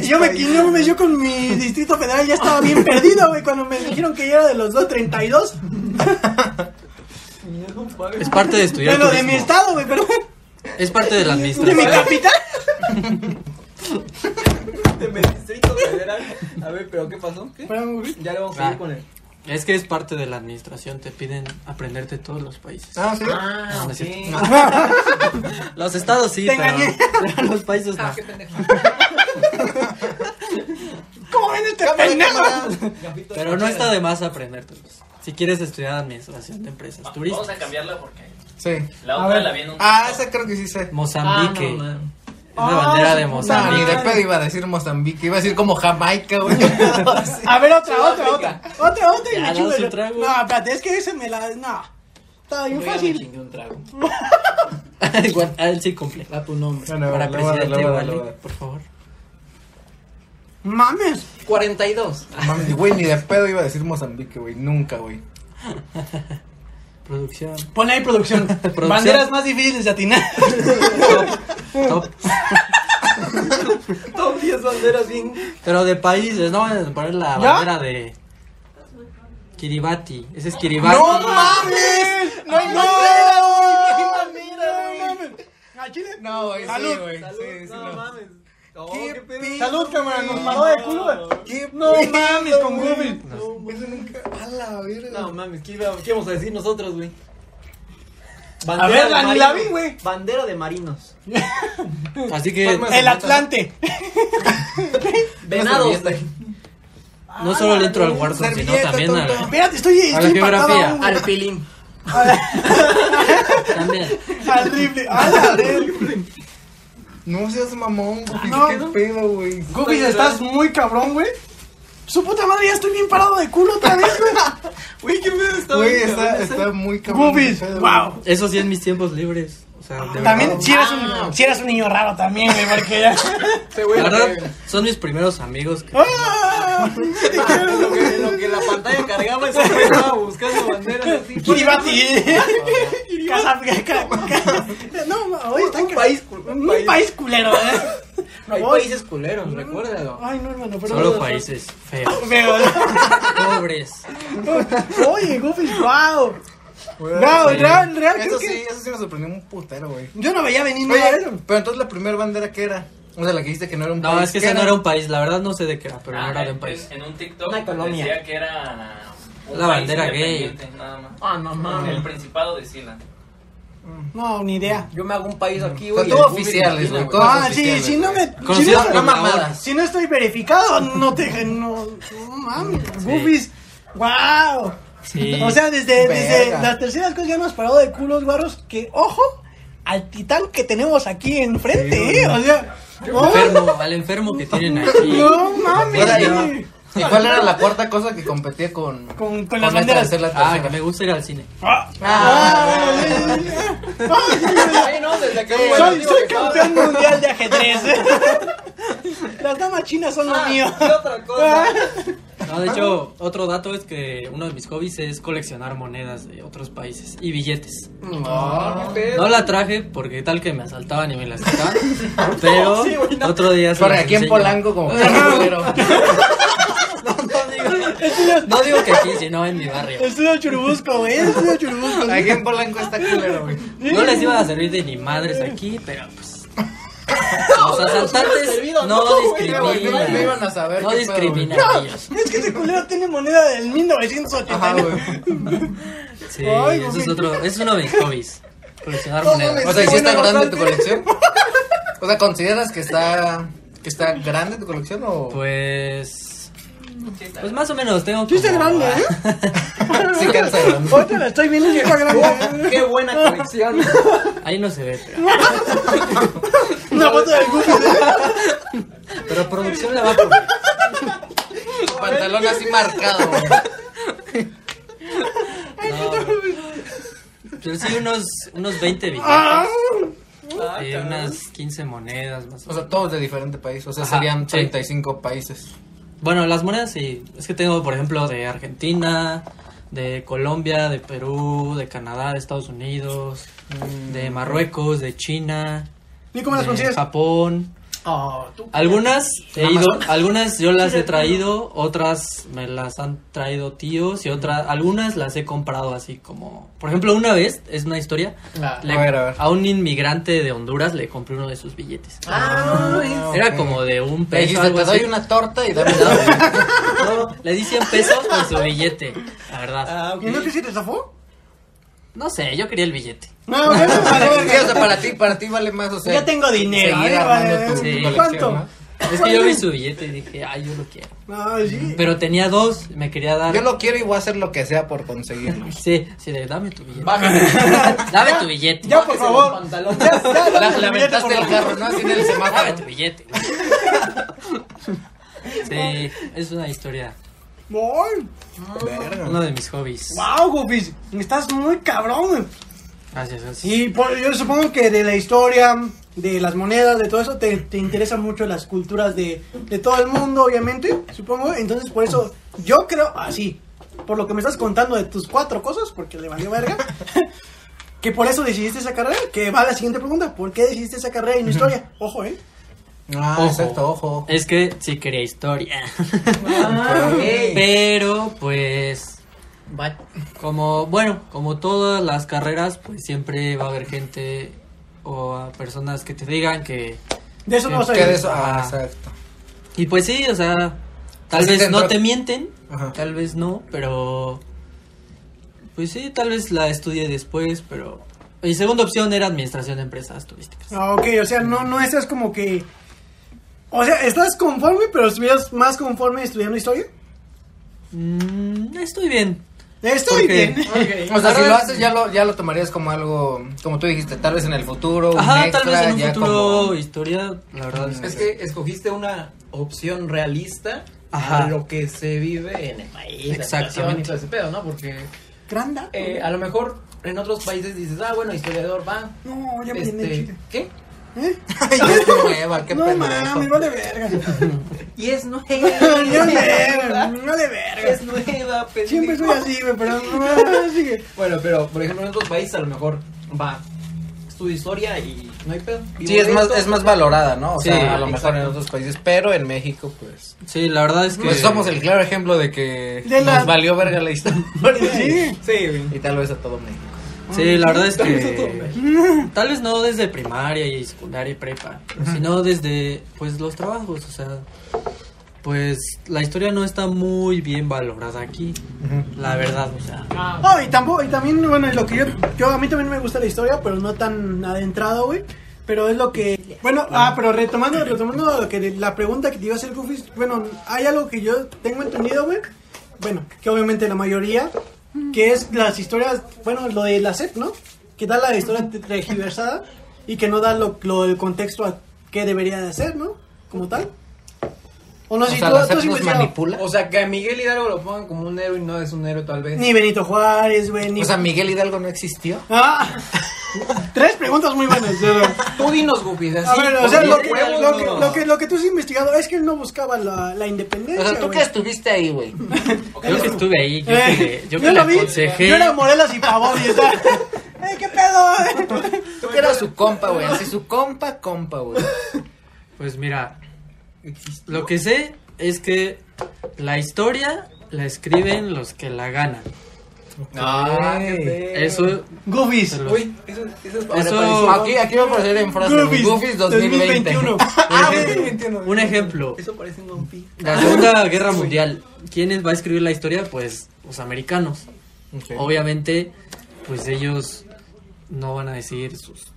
[SPEAKER 2] Y Yo me
[SPEAKER 3] países.
[SPEAKER 2] no, mames, yo con mi distrito federal ya estaba bien perdido, güey, cuando me dijeron que yo era de los 232.
[SPEAKER 5] Mierda, un país.
[SPEAKER 4] Es parte de estudiar
[SPEAKER 2] Bueno, de mi
[SPEAKER 4] turismo.
[SPEAKER 2] estado, güey, perdón.
[SPEAKER 4] Es parte de la
[SPEAKER 2] De mi
[SPEAKER 4] administración.
[SPEAKER 2] capital.
[SPEAKER 5] de mi distrito federal. A ver, pero ¿qué pasó? ¿Qué?
[SPEAKER 2] Perdón, güey.
[SPEAKER 5] Ya le vamos a
[SPEAKER 4] Ah.
[SPEAKER 5] seguir con él.
[SPEAKER 4] Es que es parte de la administración. Te piden aprenderte todos los países.
[SPEAKER 3] Ah, sí.
[SPEAKER 4] No, no es
[SPEAKER 5] ok.
[SPEAKER 4] cierto. Los estados sí,
[SPEAKER 2] Te
[SPEAKER 4] pero,
[SPEAKER 2] engañé.
[SPEAKER 4] pero los países no.
[SPEAKER 5] Ah, qué pendejo.
[SPEAKER 2] ¿Cómo ven este
[SPEAKER 3] Cámara,
[SPEAKER 2] pendejo?
[SPEAKER 3] cámara.
[SPEAKER 5] Gafito
[SPEAKER 4] Pero no está de más aprendértelos. Si quieres estudiar administración de
[SPEAKER 5] Ah,
[SPEAKER 4] empresas,
[SPEAKER 6] Vamos
[SPEAKER 4] turismo,
[SPEAKER 6] a cambiarla porque
[SPEAKER 3] Sí.
[SPEAKER 6] la
[SPEAKER 2] A
[SPEAKER 6] otra
[SPEAKER 2] ver.
[SPEAKER 6] la vi en un.
[SPEAKER 3] Ah, esa creo que sí sé.
[SPEAKER 4] Mozambique,
[SPEAKER 5] Ah, no, man.
[SPEAKER 4] una
[SPEAKER 2] Ah,
[SPEAKER 4] bandera de
[SPEAKER 2] su puta
[SPEAKER 3] No, ni de
[SPEAKER 4] Mozambique.
[SPEAKER 2] madre.
[SPEAKER 3] pedo iba a decir Mozambique, iba a decir como Jamaica, güey.
[SPEAKER 2] A ver, otra, otra, otra.
[SPEAKER 5] Sudáfrica.
[SPEAKER 2] Otra, otra y
[SPEAKER 4] Ya,
[SPEAKER 2] me
[SPEAKER 4] dame
[SPEAKER 2] chingo
[SPEAKER 4] su
[SPEAKER 2] yo.
[SPEAKER 4] trago.
[SPEAKER 2] No, espérate, es que ese me la. No. Estaba bien
[SPEAKER 6] Yo ya me
[SPEAKER 2] fácil.
[SPEAKER 6] chingué un trago.
[SPEAKER 4] Igual, a él sí cumple.
[SPEAKER 5] A tu nombre.
[SPEAKER 3] Ah, pues, Bueno,
[SPEAKER 4] Para
[SPEAKER 3] lo voy a dar,
[SPEAKER 4] presidente
[SPEAKER 3] lo voy a dar,
[SPEAKER 4] igual,
[SPEAKER 3] lo voy a dar.
[SPEAKER 4] por favor.
[SPEAKER 2] Mames.
[SPEAKER 5] 42.
[SPEAKER 3] Mami, güey, ni de pedo iba a decir Mozambique, güey. Nunca, güey.
[SPEAKER 4] Producción.
[SPEAKER 2] Pon ahí producción.
[SPEAKER 4] Producción.
[SPEAKER 2] Banderas más difíciles de atinar.
[SPEAKER 4] Top.
[SPEAKER 5] Top 10 banderas bien.
[SPEAKER 4] Pero de países, no van a poner la
[SPEAKER 2] ¿Ya?
[SPEAKER 4] bandera de Kiribati. Ese es Kiribati.
[SPEAKER 3] ¡No mames!
[SPEAKER 2] ¡No, no! ¿A Chile?
[SPEAKER 3] No, güey, sí,
[SPEAKER 2] Salud.
[SPEAKER 3] güey.
[SPEAKER 5] Salud,
[SPEAKER 3] Sí, sí,
[SPEAKER 5] no
[SPEAKER 3] no.
[SPEAKER 5] mames. No,
[SPEAKER 3] Qué
[SPEAKER 5] qué pedo.
[SPEAKER 3] pi-
[SPEAKER 2] Salud, cámara, nos paró de culo. güey.
[SPEAKER 3] ¿Qué
[SPEAKER 2] No
[SPEAKER 3] pedo,
[SPEAKER 2] mames, con
[SPEAKER 3] güey?
[SPEAKER 2] Google.
[SPEAKER 3] No, Eso nunca. A la verga.
[SPEAKER 5] No mames, ¿qué, iba- qué íbamos a decir nosotros, güey?
[SPEAKER 2] A ver,
[SPEAKER 5] de
[SPEAKER 2] la- ni la
[SPEAKER 5] marinos.
[SPEAKER 2] vi, güey.
[SPEAKER 5] Bandera de marinos.
[SPEAKER 4] Así que
[SPEAKER 3] Palmas.
[SPEAKER 2] El Atlante.
[SPEAKER 5] Venados, güey.
[SPEAKER 4] no solo le entro al Warzone, sino
[SPEAKER 3] Servilleta,
[SPEAKER 4] también
[SPEAKER 3] tonto.
[SPEAKER 4] al.
[SPEAKER 2] Espérate, estoy,
[SPEAKER 4] A
[SPEAKER 2] estoy
[SPEAKER 4] la
[SPEAKER 2] empatado
[SPEAKER 4] geografía,
[SPEAKER 2] aún, güey.
[SPEAKER 5] Al pilín.
[SPEAKER 4] También.
[SPEAKER 2] Al rifle. A la verga.
[SPEAKER 3] No seas mamón, güey.
[SPEAKER 2] Ah, no.
[SPEAKER 3] ¿Qué pedo, güey?
[SPEAKER 2] Google, estás muy cabrón, güey. Su puta madre, ya estoy bien parado de culo otra vez, güey.
[SPEAKER 5] Güey, qué pedo está.
[SPEAKER 3] Güey,
[SPEAKER 5] bien,
[SPEAKER 3] está,
[SPEAKER 5] cabrón.
[SPEAKER 3] está muy cabrón.
[SPEAKER 2] Google,
[SPEAKER 3] ese pedo,
[SPEAKER 2] wow.
[SPEAKER 4] Eso sí en mis tiempos libres. O sea, de
[SPEAKER 2] También,
[SPEAKER 4] verdad.
[SPEAKER 2] si eras, un,
[SPEAKER 4] Ah.
[SPEAKER 2] si eras un niño raro también, güey, porque ya...
[SPEAKER 5] Este güey,
[SPEAKER 4] La
[SPEAKER 5] lo que-
[SPEAKER 4] verdad, son mis primeros amigos. que-
[SPEAKER 2] ¡Ah!
[SPEAKER 5] lo que- Lo que la pantalla cargaba, ese güey estaba buscando banderas así.
[SPEAKER 2] Kiribati. Casa- ca- ca- No, ma, hoy está
[SPEAKER 5] Un país, Mm. cul-
[SPEAKER 2] Un país, culero, ¿eh?
[SPEAKER 5] Hay
[SPEAKER 2] Hoy-
[SPEAKER 5] países culeros, recuérdalo.
[SPEAKER 2] Ay, no, hermano, pero.
[SPEAKER 4] Solo países feos,
[SPEAKER 2] Pero-
[SPEAKER 4] pobres.
[SPEAKER 2] Oye, Goofy, wow.
[SPEAKER 3] güey.
[SPEAKER 2] Wow,
[SPEAKER 4] sí.
[SPEAKER 2] real, real. creo
[SPEAKER 3] Eso
[SPEAKER 2] que-
[SPEAKER 3] sí, eso sí me sorprendió un putero, güey.
[SPEAKER 2] Yo no veía venir nada de
[SPEAKER 3] Oye,
[SPEAKER 2] eso.
[SPEAKER 3] pero entonces la primera bandera que era. O sea, la que dijiste que no era un
[SPEAKER 4] No,
[SPEAKER 3] país.
[SPEAKER 4] es que
[SPEAKER 3] ¿qué
[SPEAKER 4] ese no era un país. La verdad, no sé de qué era, pero
[SPEAKER 6] Ah,
[SPEAKER 4] no era de
[SPEAKER 6] en,
[SPEAKER 4] un país.
[SPEAKER 6] en un TikTok
[SPEAKER 5] Una colonia.
[SPEAKER 6] decía que era un
[SPEAKER 4] La
[SPEAKER 6] país
[SPEAKER 4] bandera gay.
[SPEAKER 6] independiente, Nada más.
[SPEAKER 5] Ah, no
[SPEAKER 6] En el
[SPEAKER 5] mames.
[SPEAKER 6] Principado de Sila.
[SPEAKER 2] No, ni idea.
[SPEAKER 5] Yo me hago un país aquí,
[SPEAKER 3] O sea,
[SPEAKER 5] güey.
[SPEAKER 3] tuvo
[SPEAKER 5] el Google
[SPEAKER 3] oficiales,
[SPEAKER 5] Argentina,
[SPEAKER 3] güey.
[SPEAKER 5] güey.
[SPEAKER 3] Cosas
[SPEAKER 2] Ah, sí,
[SPEAKER 3] oficiales,
[SPEAKER 2] si no
[SPEAKER 3] güey.
[SPEAKER 2] me. Si
[SPEAKER 4] Conocidos
[SPEAKER 2] no,
[SPEAKER 4] como
[SPEAKER 3] mamadas.
[SPEAKER 4] ahora.
[SPEAKER 2] si no estoy verificado, no te. No, no mames, Goofy. Wow.
[SPEAKER 4] Sí.
[SPEAKER 2] O sea, desde, desde
[SPEAKER 3] Verga.
[SPEAKER 2] las terceras cosas ya nos paró de culos guarros que, ojo, al titán que tenemos aquí enfrente, ¿eh? O sea, oh,
[SPEAKER 4] enfermo, al enfermo que tienen aquí.
[SPEAKER 2] no
[SPEAKER 3] Ahora
[SPEAKER 2] mames.
[SPEAKER 3] yo. ¿Y cuál era la cuarta cosa que competía con,
[SPEAKER 2] Con- con las
[SPEAKER 3] esta de
[SPEAKER 2] banderas.
[SPEAKER 3] ser la
[SPEAKER 4] Ah,
[SPEAKER 3] tercera?
[SPEAKER 4] que me gusta ir al cine.
[SPEAKER 2] Ah,
[SPEAKER 3] Ah,
[SPEAKER 2] ah, ah, ah, ah,
[SPEAKER 5] Ay, no, desde que
[SPEAKER 2] ah, Soy, soy campeón mundial de ajedrez. Las damas chinas son
[SPEAKER 3] Ah.
[SPEAKER 2] lo mío.
[SPEAKER 5] ¿Qué Ah, otra cosa?
[SPEAKER 4] No, de hecho, otro dato es que uno de mis hobbies es coleccionar monedas de otros países y billetes.
[SPEAKER 5] Ah, qué
[SPEAKER 3] Eh.
[SPEAKER 5] pedo.
[SPEAKER 4] No la traje porque tal que me asaltaban y me las quitaban. Pero
[SPEAKER 5] Sí, güey, no.
[SPEAKER 4] otro día se
[SPEAKER 3] Sorry,
[SPEAKER 4] las
[SPEAKER 3] aquí en
[SPEAKER 4] enseño.
[SPEAKER 3] Polanco como
[SPEAKER 4] No digo, no digo que aquí, sino en mi barrio.
[SPEAKER 2] Estudio churubusco, güey. Estudio churubusco.
[SPEAKER 3] Aquí en Polanco está culero, güey.
[SPEAKER 4] No les iba a servir de ni madres aquí, pero pues. Los asaltantes
[SPEAKER 5] servido,
[SPEAKER 4] no,
[SPEAKER 5] no, güey,
[SPEAKER 3] No, güey, no, no
[SPEAKER 4] discriminan.
[SPEAKER 3] iban a saber
[SPEAKER 4] No
[SPEAKER 3] qué pedo, güey.
[SPEAKER 4] discriminan ellos.
[SPEAKER 2] Es que ese culero tiene moneda del
[SPEAKER 3] Ajá,
[SPEAKER 2] 1989.
[SPEAKER 3] güey.
[SPEAKER 4] Sí,
[SPEAKER 2] Ay,
[SPEAKER 4] eso es
[SPEAKER 2] güey.
[SPEAKER 4] otro, es uno de mis hobbies. Coleccionar
[SPEAKER 3] No,
[SPEAKER 4] monedas.
[SPEAKER 3] O sea, ¿y si está grande tu colección? O sea, ¿consideras que está que está grande tu colección o
[SPEAKER 4] Pues. Pues más o menos, tengo
[SPEAKER 2] Sí está
[SPEAKER 4] como-
[SPEAKER 2] grande, ¿eh?
[SPEAKER 3] sí que Oh. está grande?
[SPEAKER 2] Ahorita la estoy viendo y está grande.
[SPEAKER 5] Qué buena colección.
[SPEAKER 4] Ahí no se ve, pero.
[SPEAKER 2] Una foto del Goofy.
[SPEAKER 4] Pero producción la va a poner.
[SPEAKER 3] Pantalón así marcado, güey.
[SPEAKER 4] No, pero sí, unos, unos 20 billetes.
[SPEAKER 2] Ah,
[SPEAKER 5] Ah,
[SPEAKER 4] Eh, de unas 15 monedas más o
[SPEAKER 3] O
[SPEAKER 4] menos.
[SPEAKER 3] sea, todos de diferente país. O sea,
[SPEAKER 4] Ajá,
[SPEAKER 3] serían
[SPEAKER 4] sí.
[SPEAKER 3] 35 países.
[SPEAKER 4] Bueno, las monedas sí. Es que tengo, por ejemplo, de Argentina, de Colombia, de Perú, de Canadá, de Estados Unidos, de Marruecos, de China,
[SPEAKER 2] Mm. ¿Y cómo las
[SPEAKER 4] de
[SPEAKER 2] consigues?
[SPEAKER 4] Japón.
[SPEAKER 5] Ah,
[SPEAKER 2] Oh, tú.
[SPEAKER 4] Algunas he
[SPEAKER 3] Amazon.
[SPEAKER 4] ido, algunas yo las he traído, otras me las han traído tíos y otras, algunas las he comprado así como, por ejemplo, una vez es una historia, le-
[SPEAKER 3] Ah. a ver, a ver.
[SPEAKER 4] un inmigrante de Honduras le compré uno de sus billetes.
[SPEAKER 3] Ah,
[SPEAKER 4] Era
[SPEAKER 3] ok.
[SPEAKER 4] como de un
[SPEAKER 3] Le
[SPEAKER 4] peso.
[SPEAKER 3] dijiste,
[SPEAKER 4] algo
[SPEAKER 3] te doy
[SPEAKER 4] así".
[SPEAKER 3] una torta y dame nada.
[SPEAKER 4] No, le di 100 pesos por su billete, la verdad.
[SPEAKER 5] Ah, ok.
[SPEAKER 2] ¿Y no que si te zafó?
[SPEAKER 4] No sé, yo quería el billete.
[SPEAKER 2] No, bueno, vale, vale.
[SPEAKER 3] Sí, o sea, para ti, para ti vale más, o sea.
[SPEAKER 2] Ya tengo dinero,
[SPEAKER 3] seguir
[SPEAKER 2] eh,
[SPEAKER 3] armando
[SPEAKER 2] vale,
[SPEAKER 3] tu- tu
[SPEAKER 4] sí.
[SPEAKER 3] colección,
[SPEAKER 2] ¿Cuánto?
[SPEAKER 3] ¿no?
[SPEAKER 4] Es que yo vi su billete y dije, ay, yo lo quiero.
[SPEAKER 2] Ay, sí.
[SPEAKER 4] Pero tenía dos, me quería dar.
[SPEAKER 3] Yo lo quiero y voy a hacer lo que sea por conseguirlo.
[SPEAKER 4] Sí, sí, de, dame tu billete.
[SPEAKER 5] Bájale.
[SPEAKER 4] Dame tu billete.
[SPEAKER 2] Ya, por favor.
[SPEAKER 5] Pantalón.
[SPEAKER 2] Ya, dame
[SPEAKER 3] La,
[SPEAKER 2] tu
[SPEAKER 3] la
[SPEAKER 2] billete, por
[SPEAKER 3] aventaste el
[SPEAKER 2] favor.
[SPEAKER 3] carro, ¿no? Así en el
[SPEAKER 4] Dame
[SPEAKER 3] semáforo.
[SPEAKER 4] tu billete. güey. Sí, es una historia.
[SPEAKER 2] Voy.
[SPEAKER 4] Uno de mis hobbies.
[SPEAKER 2] Wow, Gopis, estás muy cabrón. güey.
[SPEAKER 4] Gracias, gracias.
[SPEAKER 2] Y por- yo supongo que de la historia, de las monedas, de todo eso, te, te interesan mucho las culturas de, de todo el mundo, obviamente, supongo. Entonces, por eso, yo creo, así, por lo que me estás contando de tus cuatro cosas, porque le valió verga, que por eso decidiste esa carrera, que va a la siguiente pregunta, ¿por qué decidiste esa carrera en historia? Ojo, ¿eh?
[SPEAKER 3] Ah,
[SPEAKER 4] Ojo.
[SPEAKER 3] exacto, ojo.
[SPEAKER 4] Es que sí quería historia.
[SPEAKER 5] Ey.
[SPEAKER 4] Pero pues
[SPEAKER 5] Va-
[SPEAKER 4] Como, bueno, como todas las carreras, pues siempre va a haber gente o a personas que te digan que...
[SPEAKER 2] De eso no
[SPEAKER 4] Sí,
[SPEAKER 2] soy.
[SPEAKER 3] ¿Qué de eso? Ah,
[SPEAKER 4] Ah.
[SPEAKER 3] exacto.
[SPEAKER 4] Y pues sí, o sea, tal
[SPEAKER 3] Así te
[SPEAKER 4] vez no
[SPEAKER 3] entró-
[SPEAKER 4] te mienten,
[SPEAKER 3] Ajá.
[SPEAKER 4] tal vez no, pero... Pues sí, tal vez la estudie después, pero... Mi segunda opción era administración de empresas turísticas.
[SPEAKER 2] Ah, ok, o sea, no, no estás como que... O sea, ¿estás conforme, pero estuvieras más conforme estudiando historia?
[SPEAKER 4] Mm, estoy bien.
[SPEAKER 2] Estoy
[SPEAKER 4] ¿Por qué?
[SPEAKER 2] bien.
[SPEAKER 3] O sea, si lo haces, ya lo, ya lo tomarías como algo, como tú dijiste, tal vez en el futuro. un
[SPEAKER 4] Ajá,
[SPEAKER 3] extra,
[SPEAKER 4] tal vez en un
[SPEAKER 3] ya
[SPEAKER 4] futuro
[SPEAKER 3] como- Mm.
[SPEAKER 4] historia, la verdad es que...
[SPEAKER 5] Es que escogiste una opción realista
[SPEAKER 4] Ajá.
[SPEAKER 5] a lo que se vive en el país. la
[SPEAKER 4] Exactamente.
[SPEAKER 5] situación y todo ese pedo, ¿no? Porque
[SPEAKER 2] Gran dato.
[SPEAKER 5] eh, a lo mejor en otros países dices, ah, bueno, historiador, va.
[SPEAKER 2] No, ya me
[SPEAKER 5] Este,
[SPEAKER 2] este...
[SPEAKER 5] ¿Qué?
[SPEAKER 2] ¿Eh?
[SPEAKER 3] Ay, ya es nueva, qué
[SPEAKER 2] no
[SPEAKER 3] pendejo.
[SPEAKER 2] mames, vale verga.
[SPEAKER 5] Y es nueva.
[SPEAKER 2] No le verga, no le verga.
[SPEAKER 5] es nueva, pendejo.
[SPEAKER 2] Siempre soy así, güey, pero no, sigue.
[SPEAKER 5] Bueno, pero por ejemplo en otros países a lo mejor va. Estudio historia y no hay pedo. vivo
[SPEAKER 3] Sí, es
[SPEAKER 5] de
[SPEAKER 3] más,
[SPEAKER 5] esto.
[SPEAKER 3] es más valorada, ¿no? O
[SPEAKER 4] Sí,
[SPEAKER 3] sea, a lo
[SPEAKER 5] exacto.
[SPEAKER 3] mejor en otros países, pero en México, pues.
[SPEAKER 4] Sí, la verdad es que...
[SPEAKER 3] Pues somos el claro ejemplo de que
[SPEAKER 2] De la-
[SPEAKER 3] nos valió verga la historia.
[SPEAKER 2] Sí.
[SPEAKER 5] Sí, güey.
[SPEAKER 3] Y tal vez a todo México.
[SPEAKER 4] Sí, la verdad es
[SPEAKER 5] todo
[SPEAKER 4] que... Tal vez no desde primaria y secundaria y prepa, sino desde pues los trabajos, o sea, pues la historia no está muy bien valorada aquí, la verdad, o sea.
[SPEAKER 2] Oh, y tampoco, y también, bueno, es lo que yo, yo, a mí también me gusta la historia, pero no tan adentrado, güey. Pero es lo que, bueno, ah, pero retomando, retomando lo que, la pregunta que te iba a hacer, Goofy, bueno, hay algo que yo tengo entendido, güey, bueno, que obviamente la mayoría, que es las historias, bueno, lo de la SEP, ¿no? Que da la historia regiversada y que no da lo, lo- el contexto a qué debería de hacer, ¿no? Como tal. O no,
[SPEAKER 3] O
[SPEAKER 2] si
[SPEAKER 3] sea,
[SPEAKER 2] tú,
[SPEAKER 3] la
[SPEAKER 2] tú has
[SPEAKER 3] SEP nos
[SPEAKER 2] investigado.
[SPEAKER 3] manipula.
[SPEAKER 5] O sea, que a Miguel Hidalgo lo pongan como un héroe y no es un héroe tal vez.
[SPEAKER 2] Ni Benito Juárez, güey, ni...
[SPEAKER 3] O sea, Miguel Hidalgo no existió.
[SPEAKER 2] Ah, tres preguntas muy buenas. yo.
[SPEAKER 5] Tú dinos, Gupi.
[SPEAKER 2] A
[SPEAKER 5] así,
[SPEAKER 2] ver, o
[SPEAKER 5] por
[SPEAKER 2] sea, lo
[SPEAKER 5] Miguel
[SPEAKER 2] que,
[SPEAKER 5] Hidalgo
[SPEAKER 2] lo, que,
[SPEAKER 5] no.
[SPEAKER 2] lo, que, lo que tú has investigado es que él no buscaba la, la independencia.
[SPEAKER 3] O sea, tú
[SPEAKER 2] güey.
[SPEAKER 3] que estuviste ahí, güey.
[SPEAKER 4] Yo que estuve ahí, yo
[SPEAKER 2] Eh,
[SPEAKER 4] que le, yo que
[SPEAKER 2] yo
[SPEAKER 4] le
[SPEAKER 2] lo vi.
[SPEAKER 4] aconsejé.
[SPEAKER 2] Yo era Morelas y Pavón y está. ¡Eh, qué pedo! eh?
[SPEAKER 3] Tú que eras su compa, güey. Así su compa, compa, güey.
[SPEAKER 4] Pues mira, lo que sé es que la historia la escriben los que la ganan.
[SPEAKER 5] Ah, qué feo.
[SPEAKER 2] Eh,
[SPEAKER 4] Eso
[SPEAKER 2] Goofies.
[SPEAKER 4] se los-
[SPEAKER 5] Uy, eso, eso es
[SPEAKER 4] Eso-
[SPEAKER 5] aparición.
[SPEAKER 3] Aquí, aquí va a aparecer en frase. güey,
[SPEAKER 2] Goofies,
[SPEAKER 3] Goofies 2020.
[SPEAKER 2] 2021.
[SPEAKER 4] por ejemplo, un ejemplo,
[SPEAKER 5] Eso parece un One Piece.
[SPEAKER 3] Ah.
[SPEAKER 4] la Segunda Guerra Mundial, ¿quiénes va a escribir la historia? Pues los americanos.
[SPEAKER 3] Ok.
[SPEAKER 4] Obviamente, pues ellos no van a decir sus. sus-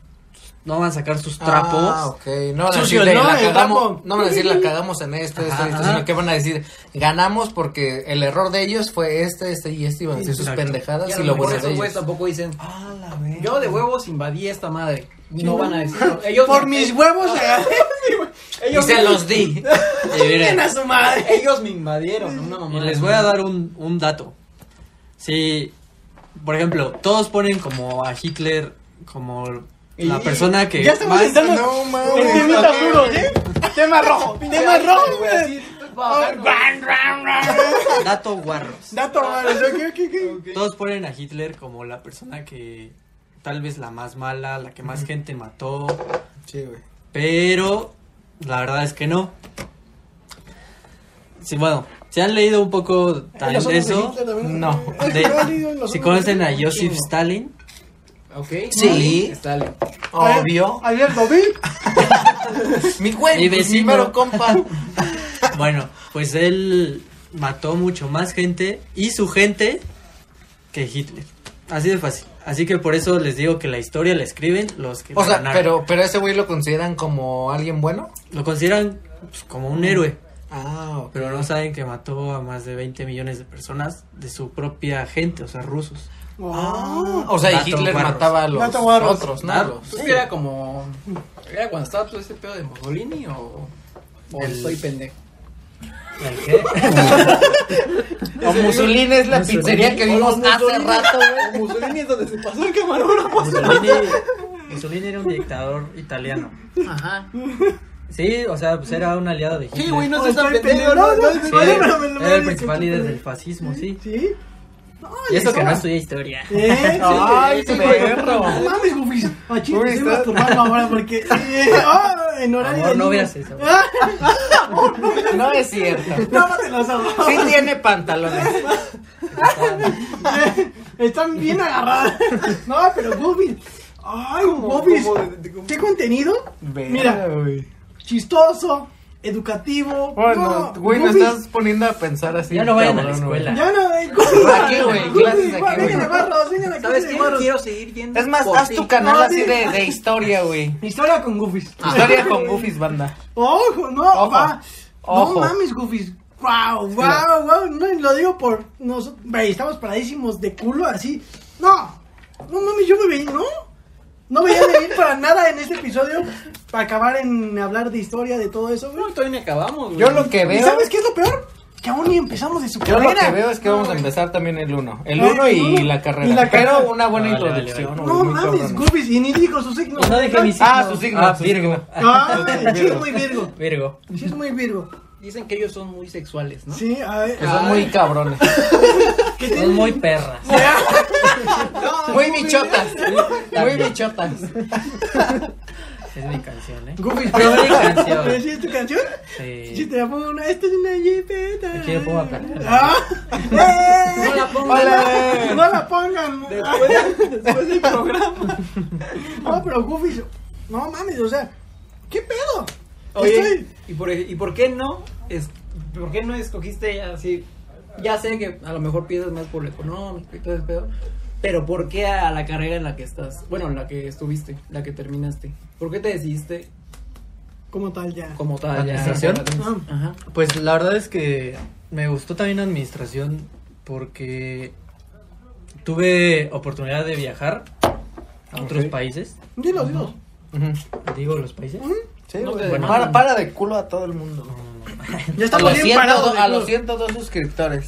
[SPEAKER 4] no van a sacar sus trapos.
[SPEAKER 3] Ah, ok. No van a
[SPEAKER 2] Sucio,
[SPEAKER 3] decirle,
[SPEAKER 2] ¿no?
[SPEAKER 3] la
[SPEAKER 2] El
[SPEAKER 3] cagamos.
[SPEAKER 2] trapo.
[SPEAKER 3] No van a decir, la cagamos en esto, esto,
[SPEAKER 4] Ajá,
[SPEAKER 3] esto,
[SPEAKER 4] ajá.
[SPEAKER 3] sino que van a decir, ganamos porque el error de ellos fue este, este y este. Y van a decir sus
[SPEAKER 4] Exacto.
[SPEAKER 5] Y
[SPEAKER 3] pendejadas
[SPEAKER 5] a
[SPEAKER 3] y
[SPEAKER 5] lo
[SPEAKER 3] lo
[SPEAKER 5] mejor
[SPEAKER 3] bueno de
[SPEAKER 5] esos güeyes
[SPEAKER 3] ellos.
[SPEAKER 5] tampoco dicen, ah, la verga. Yo de huevos invadí esta madre. No van a decirlo. Ellos
[SPEAKER 2] Por
[SPEAKER 5] me-
[SPEAKER 2] mis huevos. eh.
[SPEAKER 3] Y
[SPEAKER 5] Ellos,
[SPEAKER 3] se
[SPEAKER 5] me-
[SPEAKER 3] los di.
[SPEAKER 4] Y miren,
[SPEAKER 2] a su madre.
[SPEAKER 5] ellos me invadieron. Una
[SPEAKER 4] y
[SPEAKER 5] mamá.
[SPEAKER 4] les voy a dar un, un dato. Si, por ejemplo, todos ponen como a Hitler como la persona que
[SPEAKER 2] Ya estamos
[SPEAKER 4] más-
[SPEAKER 2] entrando
[SPEAKER 3] no mames,
[SPEAKER 2] en temitas
[SPEAKER 3] ok,
[SPEAKER 2] duros, ¿eh? Tema rojo, tema rojo, güey.
[SPEAKER 4] dato guarros.
[SPEAKER 2] Dato malo, ¿qué, qué, qué?
[SPEAKER 4] Todos ponen a Hitler como la persona que tal vez la más mala, la que más gente mató,
[SPEAKER 3] Sí, güey.
[SPEAKER 4] pero la verdad es que no. Sí, bueno, si han leído un poco también de eso,
[SPEAKER 3] No.
[SPEAKER 4] de- si conocen a Joseph Stalin,
[SPEAKER 5] Ok.
[SPEAKER 3] Sí.
[SPEAKER 5] Está bien.
[SPEAKER 3] Obvio.
[SPEAKER 2] Ayer lo vi.
[SPEAKER 3] Mi güey, mi
[SPEAKER 4] Mi vecino.
[SPEAKER 3] primero compa.
[SPEAKER 4] Bueno, pues él mató mucho más gente y su gente que Hitler. Así de fácil. Así que por eso les digo que la historia la escriben los que
[SPEAKER 3] O sea,
[SPEAKER 4] ganaron.
[SPEAKER 3] pero, pero ese güey lo consideran como alguien bueno.
[SPEAKER 4] Lo consideran pues, como un héroe,
[SPEAKER 3] Ah, ok.
[SPEAKER 4] pero no saben que mató a más de 20 millones de personas de su propia gente, o sea, rusos.
[SPEAKER 3] Ah, o sea,
[SPEAKER 4] Dato
[SPEAKER 3] y Hitler
[SPEAKER 4] guarros.
[SPEAKER 3] mataba a los
[SPEAKER 2] Dato guarros.
[SPEAKER 3] otros, ¿no?
[SPEAKER 4] Dato.
[SPEAKER 3] Los-
[SPEAKER 5] Pues que era como. ¿Era cuando estaba todo este pedo de Mussolini o.? O
[SPEAKER 4] El-
[SPEAKER 5] estoy pendejo.
[SPEAKER 3] O Mussolini es la pizzería que vimos hace rato, güey.
[SPEAKER 5] güey. Mussolini es donde se pasó el camarógrafo.
[SPEAKER 4] Mussolini, Mussolini era un dictador italiano.
[SPEAKER 5] Ajá.
[SPEAKER 4] Sí, o sea, pues era un aliado de Hitler.
[SPEAKER 5] Sí, güey, no
[SPEAKER 2] Estoy
[SPEAKER 5] seas tan
[SPEAKER 2] pendejo,
[SPEAKER 5] pendejo,
[SPEAKER 2] no,
[SPEAKER 5] ¿no? No,
[SPEAKER 2] no,
[SPEAKER 4] Sí,
[SPEAKER 2] Vale,
[SPEAKER 4] era
[SPEAKER 2] pero me lo voy a
[SPEAKER 4] el
[SPEAKER 2] decir.
[SPEAKER 4] principal líder del fascismo, sí.
[SPEAKER 2] ¿Sí?
[SPEAKER 4] Y eso que no
[SPEAKER 2] ahora.
[SPEAKER 4] estudié historia.
[SPEAKER 2] ¿Eh?
[SPEAKER 3] Ay,
[SPEAKER 2] sí,
[SPEAKER 3] perro.
[SPEAKER 2] No mames, Gufis. Machín, me
[SPEAKER 3] Uy,
[SPEAKER 2] estoy
[SPEAKER 3] está-
[SPEAKER 2] masturbando ahora porque. eh, ah, en horario.
[SPEAKER 4] Amor,
[SPEAKER 2] de
[SPEAKER 4] no
[SPEAKER 2] niños.
[SPEAKER 4] veas eso.
[SPEAKER 3] Ah, No es cierto.
[SPEAKER 2] Lávate los ojos.
[SPEAKER 3] Sí tiene pantalones.
[SPEAKER 2] Están bien agarradas. No, pero Gufis. Ay, Gufis. ¿Qué contenido? Mira,
[SPEAKER 3] güey.
[SPEAKER 2] chistoso, educativo.
[SPEAKER 3] Bueno,
[SPEAKER 2] No,
[SPEAKER 3] güey, me
[SPEAKER 2] Gufis.
[SPEAKER 3] estás poniendo a pensar así.
[SPEAKER 4] Ya no vayan a la
[SPEAKER 3] cabrón, güey.
[SPEAKER 4] escuela.
[SPEAKER 2] Ya no, eh, Gufis.
[SPEAKER 3] ¿Para qué, güey? Clases de qué,
[SPEAKER 2] Vengan
[SPEAKER 3] güey.
[SPEAKER 2] a barros, vengan a
[SPEAKER 5] ¿Sabes
[SPEAKER 2] clases de
[SPEAKER 5] qué?
[SPEAKER 2] barros.
[SPEAKER 5] Quiero seguir yendo.
[SPEAKER 3] Es más,
[SPEAKER 5] por
[SPEAKER 3] haz
[SPEAKER 5] ti.
[SPEAKER 3] tu canal
[SPEAKER 2] No,
[SPEAKER 3] así
[SPEAKER 2] sí. Ah.
[SPEAKER 3] de, de historia, güey.
[SPEAKER 2] Historia con Gufis.
[SPEAKER 3] Historia con Goofies, banda.
[SPEAKER 2] Ojo, no,
[SPEAKER 3] Ojo.
[SPEAKER 2] va.
[SPEAKER 3] Ojo.
[SPEAKER 2] No mames, Goofies. Wow, wow, wow. No, y lo digo por nosotros. Estamos paradísimos de culo así. No, no mames, yo me veía, ¿no? No veía venir para nada en este episodio. Para acabar en hablar de historia, de todo eso,
[SPEAKER 5] No,
[SPEAKER 2] güey.
[SPEAKER 5] todavía ni acabamos, güey.
[SPEAKER 3] Yo lo que
[SPEAKER 2] ¿Y
[SPEAKER 3] veo.
[SPEAKER 2] sabes qué es lo peor? Que aún ni empezamos de su
[SPEAKER 3] Yo
[SPEAKER 2] carrera.
[SPEAKER 3] lo que veo es que vamos a
[SPEAKER 2] No,
[SPEAKER 3] empezar también el 1. El
[SPEAKER 2] No,
[SPEAKER 3] 1 y
[SPEAKER 2] no.
[SPEAKER 3] la carrera.
[SPEAKER 2] Y la carrera.
[SPEAKER 3] Pero una buena
[SPEAKER 4] Vale, vale,
[SPEAKER 3] introducción.
[SPEAKER 4] vale.
[SPEAKER 3] güey,
[SPEAKER 2] No
[SPEAKER 3] muy
[SPEAKER 2] mames,
[SPEAKER 3] cabrón.
[SPEAKER 2] Goofies. Y ni dijo su signo.
[SPEAKER 4] Y no dije mi signo.
[SPEAKER 3] Ah, su signo,
[SPEAKER 4] Ah,
[SPEAKER 3] su
[SPEAKER 4] Virgo.
[SPEAKER 3] signo.
[SPEAKER 2] Ah, sí es muy Virgo.
[SPEAKER 4] Virgo.
[SPEAKER 2] Sí es muy Virgo.
[SPEAKER 5] Dicen que ellos son muy sexuales, ¿no?
[SPEAKER 2] Sí, a ver.
[SPEAKER 3] Que son muy cabrones.
[SPEAKER 2] ¿Qué
[SPEAKER 4] Son muy perras.
[SPEAKER 3] Muy bichotas. Muy bichotas.
[SPEAKER 4] Es mi canción, ¿eh?
[SPEAKER 2] Goofies,
[SPEAKER 4] Pero no hay canción.
[SPEAKER 2] ¿Pero sí es tu canción? Si
[SPEAKER 4] Sí.
[SPEAKER 2] te la pongo una, esta es una jipeta.
[SPEAKER 4] Aquí yo pongo a cantar.
[SPEAKER 2] Ah, ¡eh!
[SPEAKER 5] No la pongan.
[SPEAKER 2] Hola, No la pongan.
[SPEAKER 5] Después, después del programa.
[SPEAKER 2] No, pero Goofy, no mames, o sea, ¿qué pedo?
[SPEAKER 5] Oye,
[SPEAKER 2] Estoy-
[SPEAKER 5] ¿y, por, ¿y por qué no? Es, ¿Por qué no escogiste así? Ya sé que a lo mejor piensas más por lo económico y todo ese pedo. Pero ¿por qué a la carrera en la que estás? Bueno, en la que estuviste, la que terminaste. ¿Por qué te decidiste
[SPEAKER 2] Como tal ya.
[SPEAKER 5] como tal? ya?
[SPEAKER 4] ¿Administración?
[SPEAKER 5] Ajá.
[SPEAKER 4] Pues la verdad es que me gustó también administración porque tuve oportunidad de viajar a otros
[SPEAKER 3] Ok.
[SPEAKER 4] países.
[SPEAKER 2] Dilo, dilo.
[SPEAKER 3] Ujú.
[SPEAKER 4] Digo los países.
[SPEAKER 3] Sí,
[SPEAKER 5] No
[SPEAKER 3] güey.
[SPEAKER 5] te
[SPEAKER 3] Bueno, para,
[SPEAKER 5] demandan.
[SPEAKER 3] para de culo a todo el mundo.
[SPEAKER 2] Ya
[SPEAKER 3] A
[SPEAKER 2] estamos
[SPEAKER 3] los,
[SPEAKER 2] bien
[SPEAKER 3] 100,
[SPEAKER 2] parados. de
[SPEAKER 3] a los
[SPEAKER 2] culo.
[SPEAKER 3] 102 suscriptores.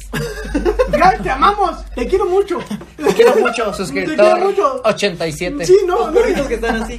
[SPEAKER 2] Gracias, te amamos. Te quiero mucho.
[SPEAKER 3] Te quiero mucho,
[SPEAKER 2] Te
[SPEAKER 3] suscriptor.
[SPEAKER 2] quiero mucho.
[SPEAKER 3] 87.
[SPEAKER 2] Sí, no,
[SPEAKER 5] Los
[SPEAKER 2] no.
[SPEAKER 5] gorritos que están así.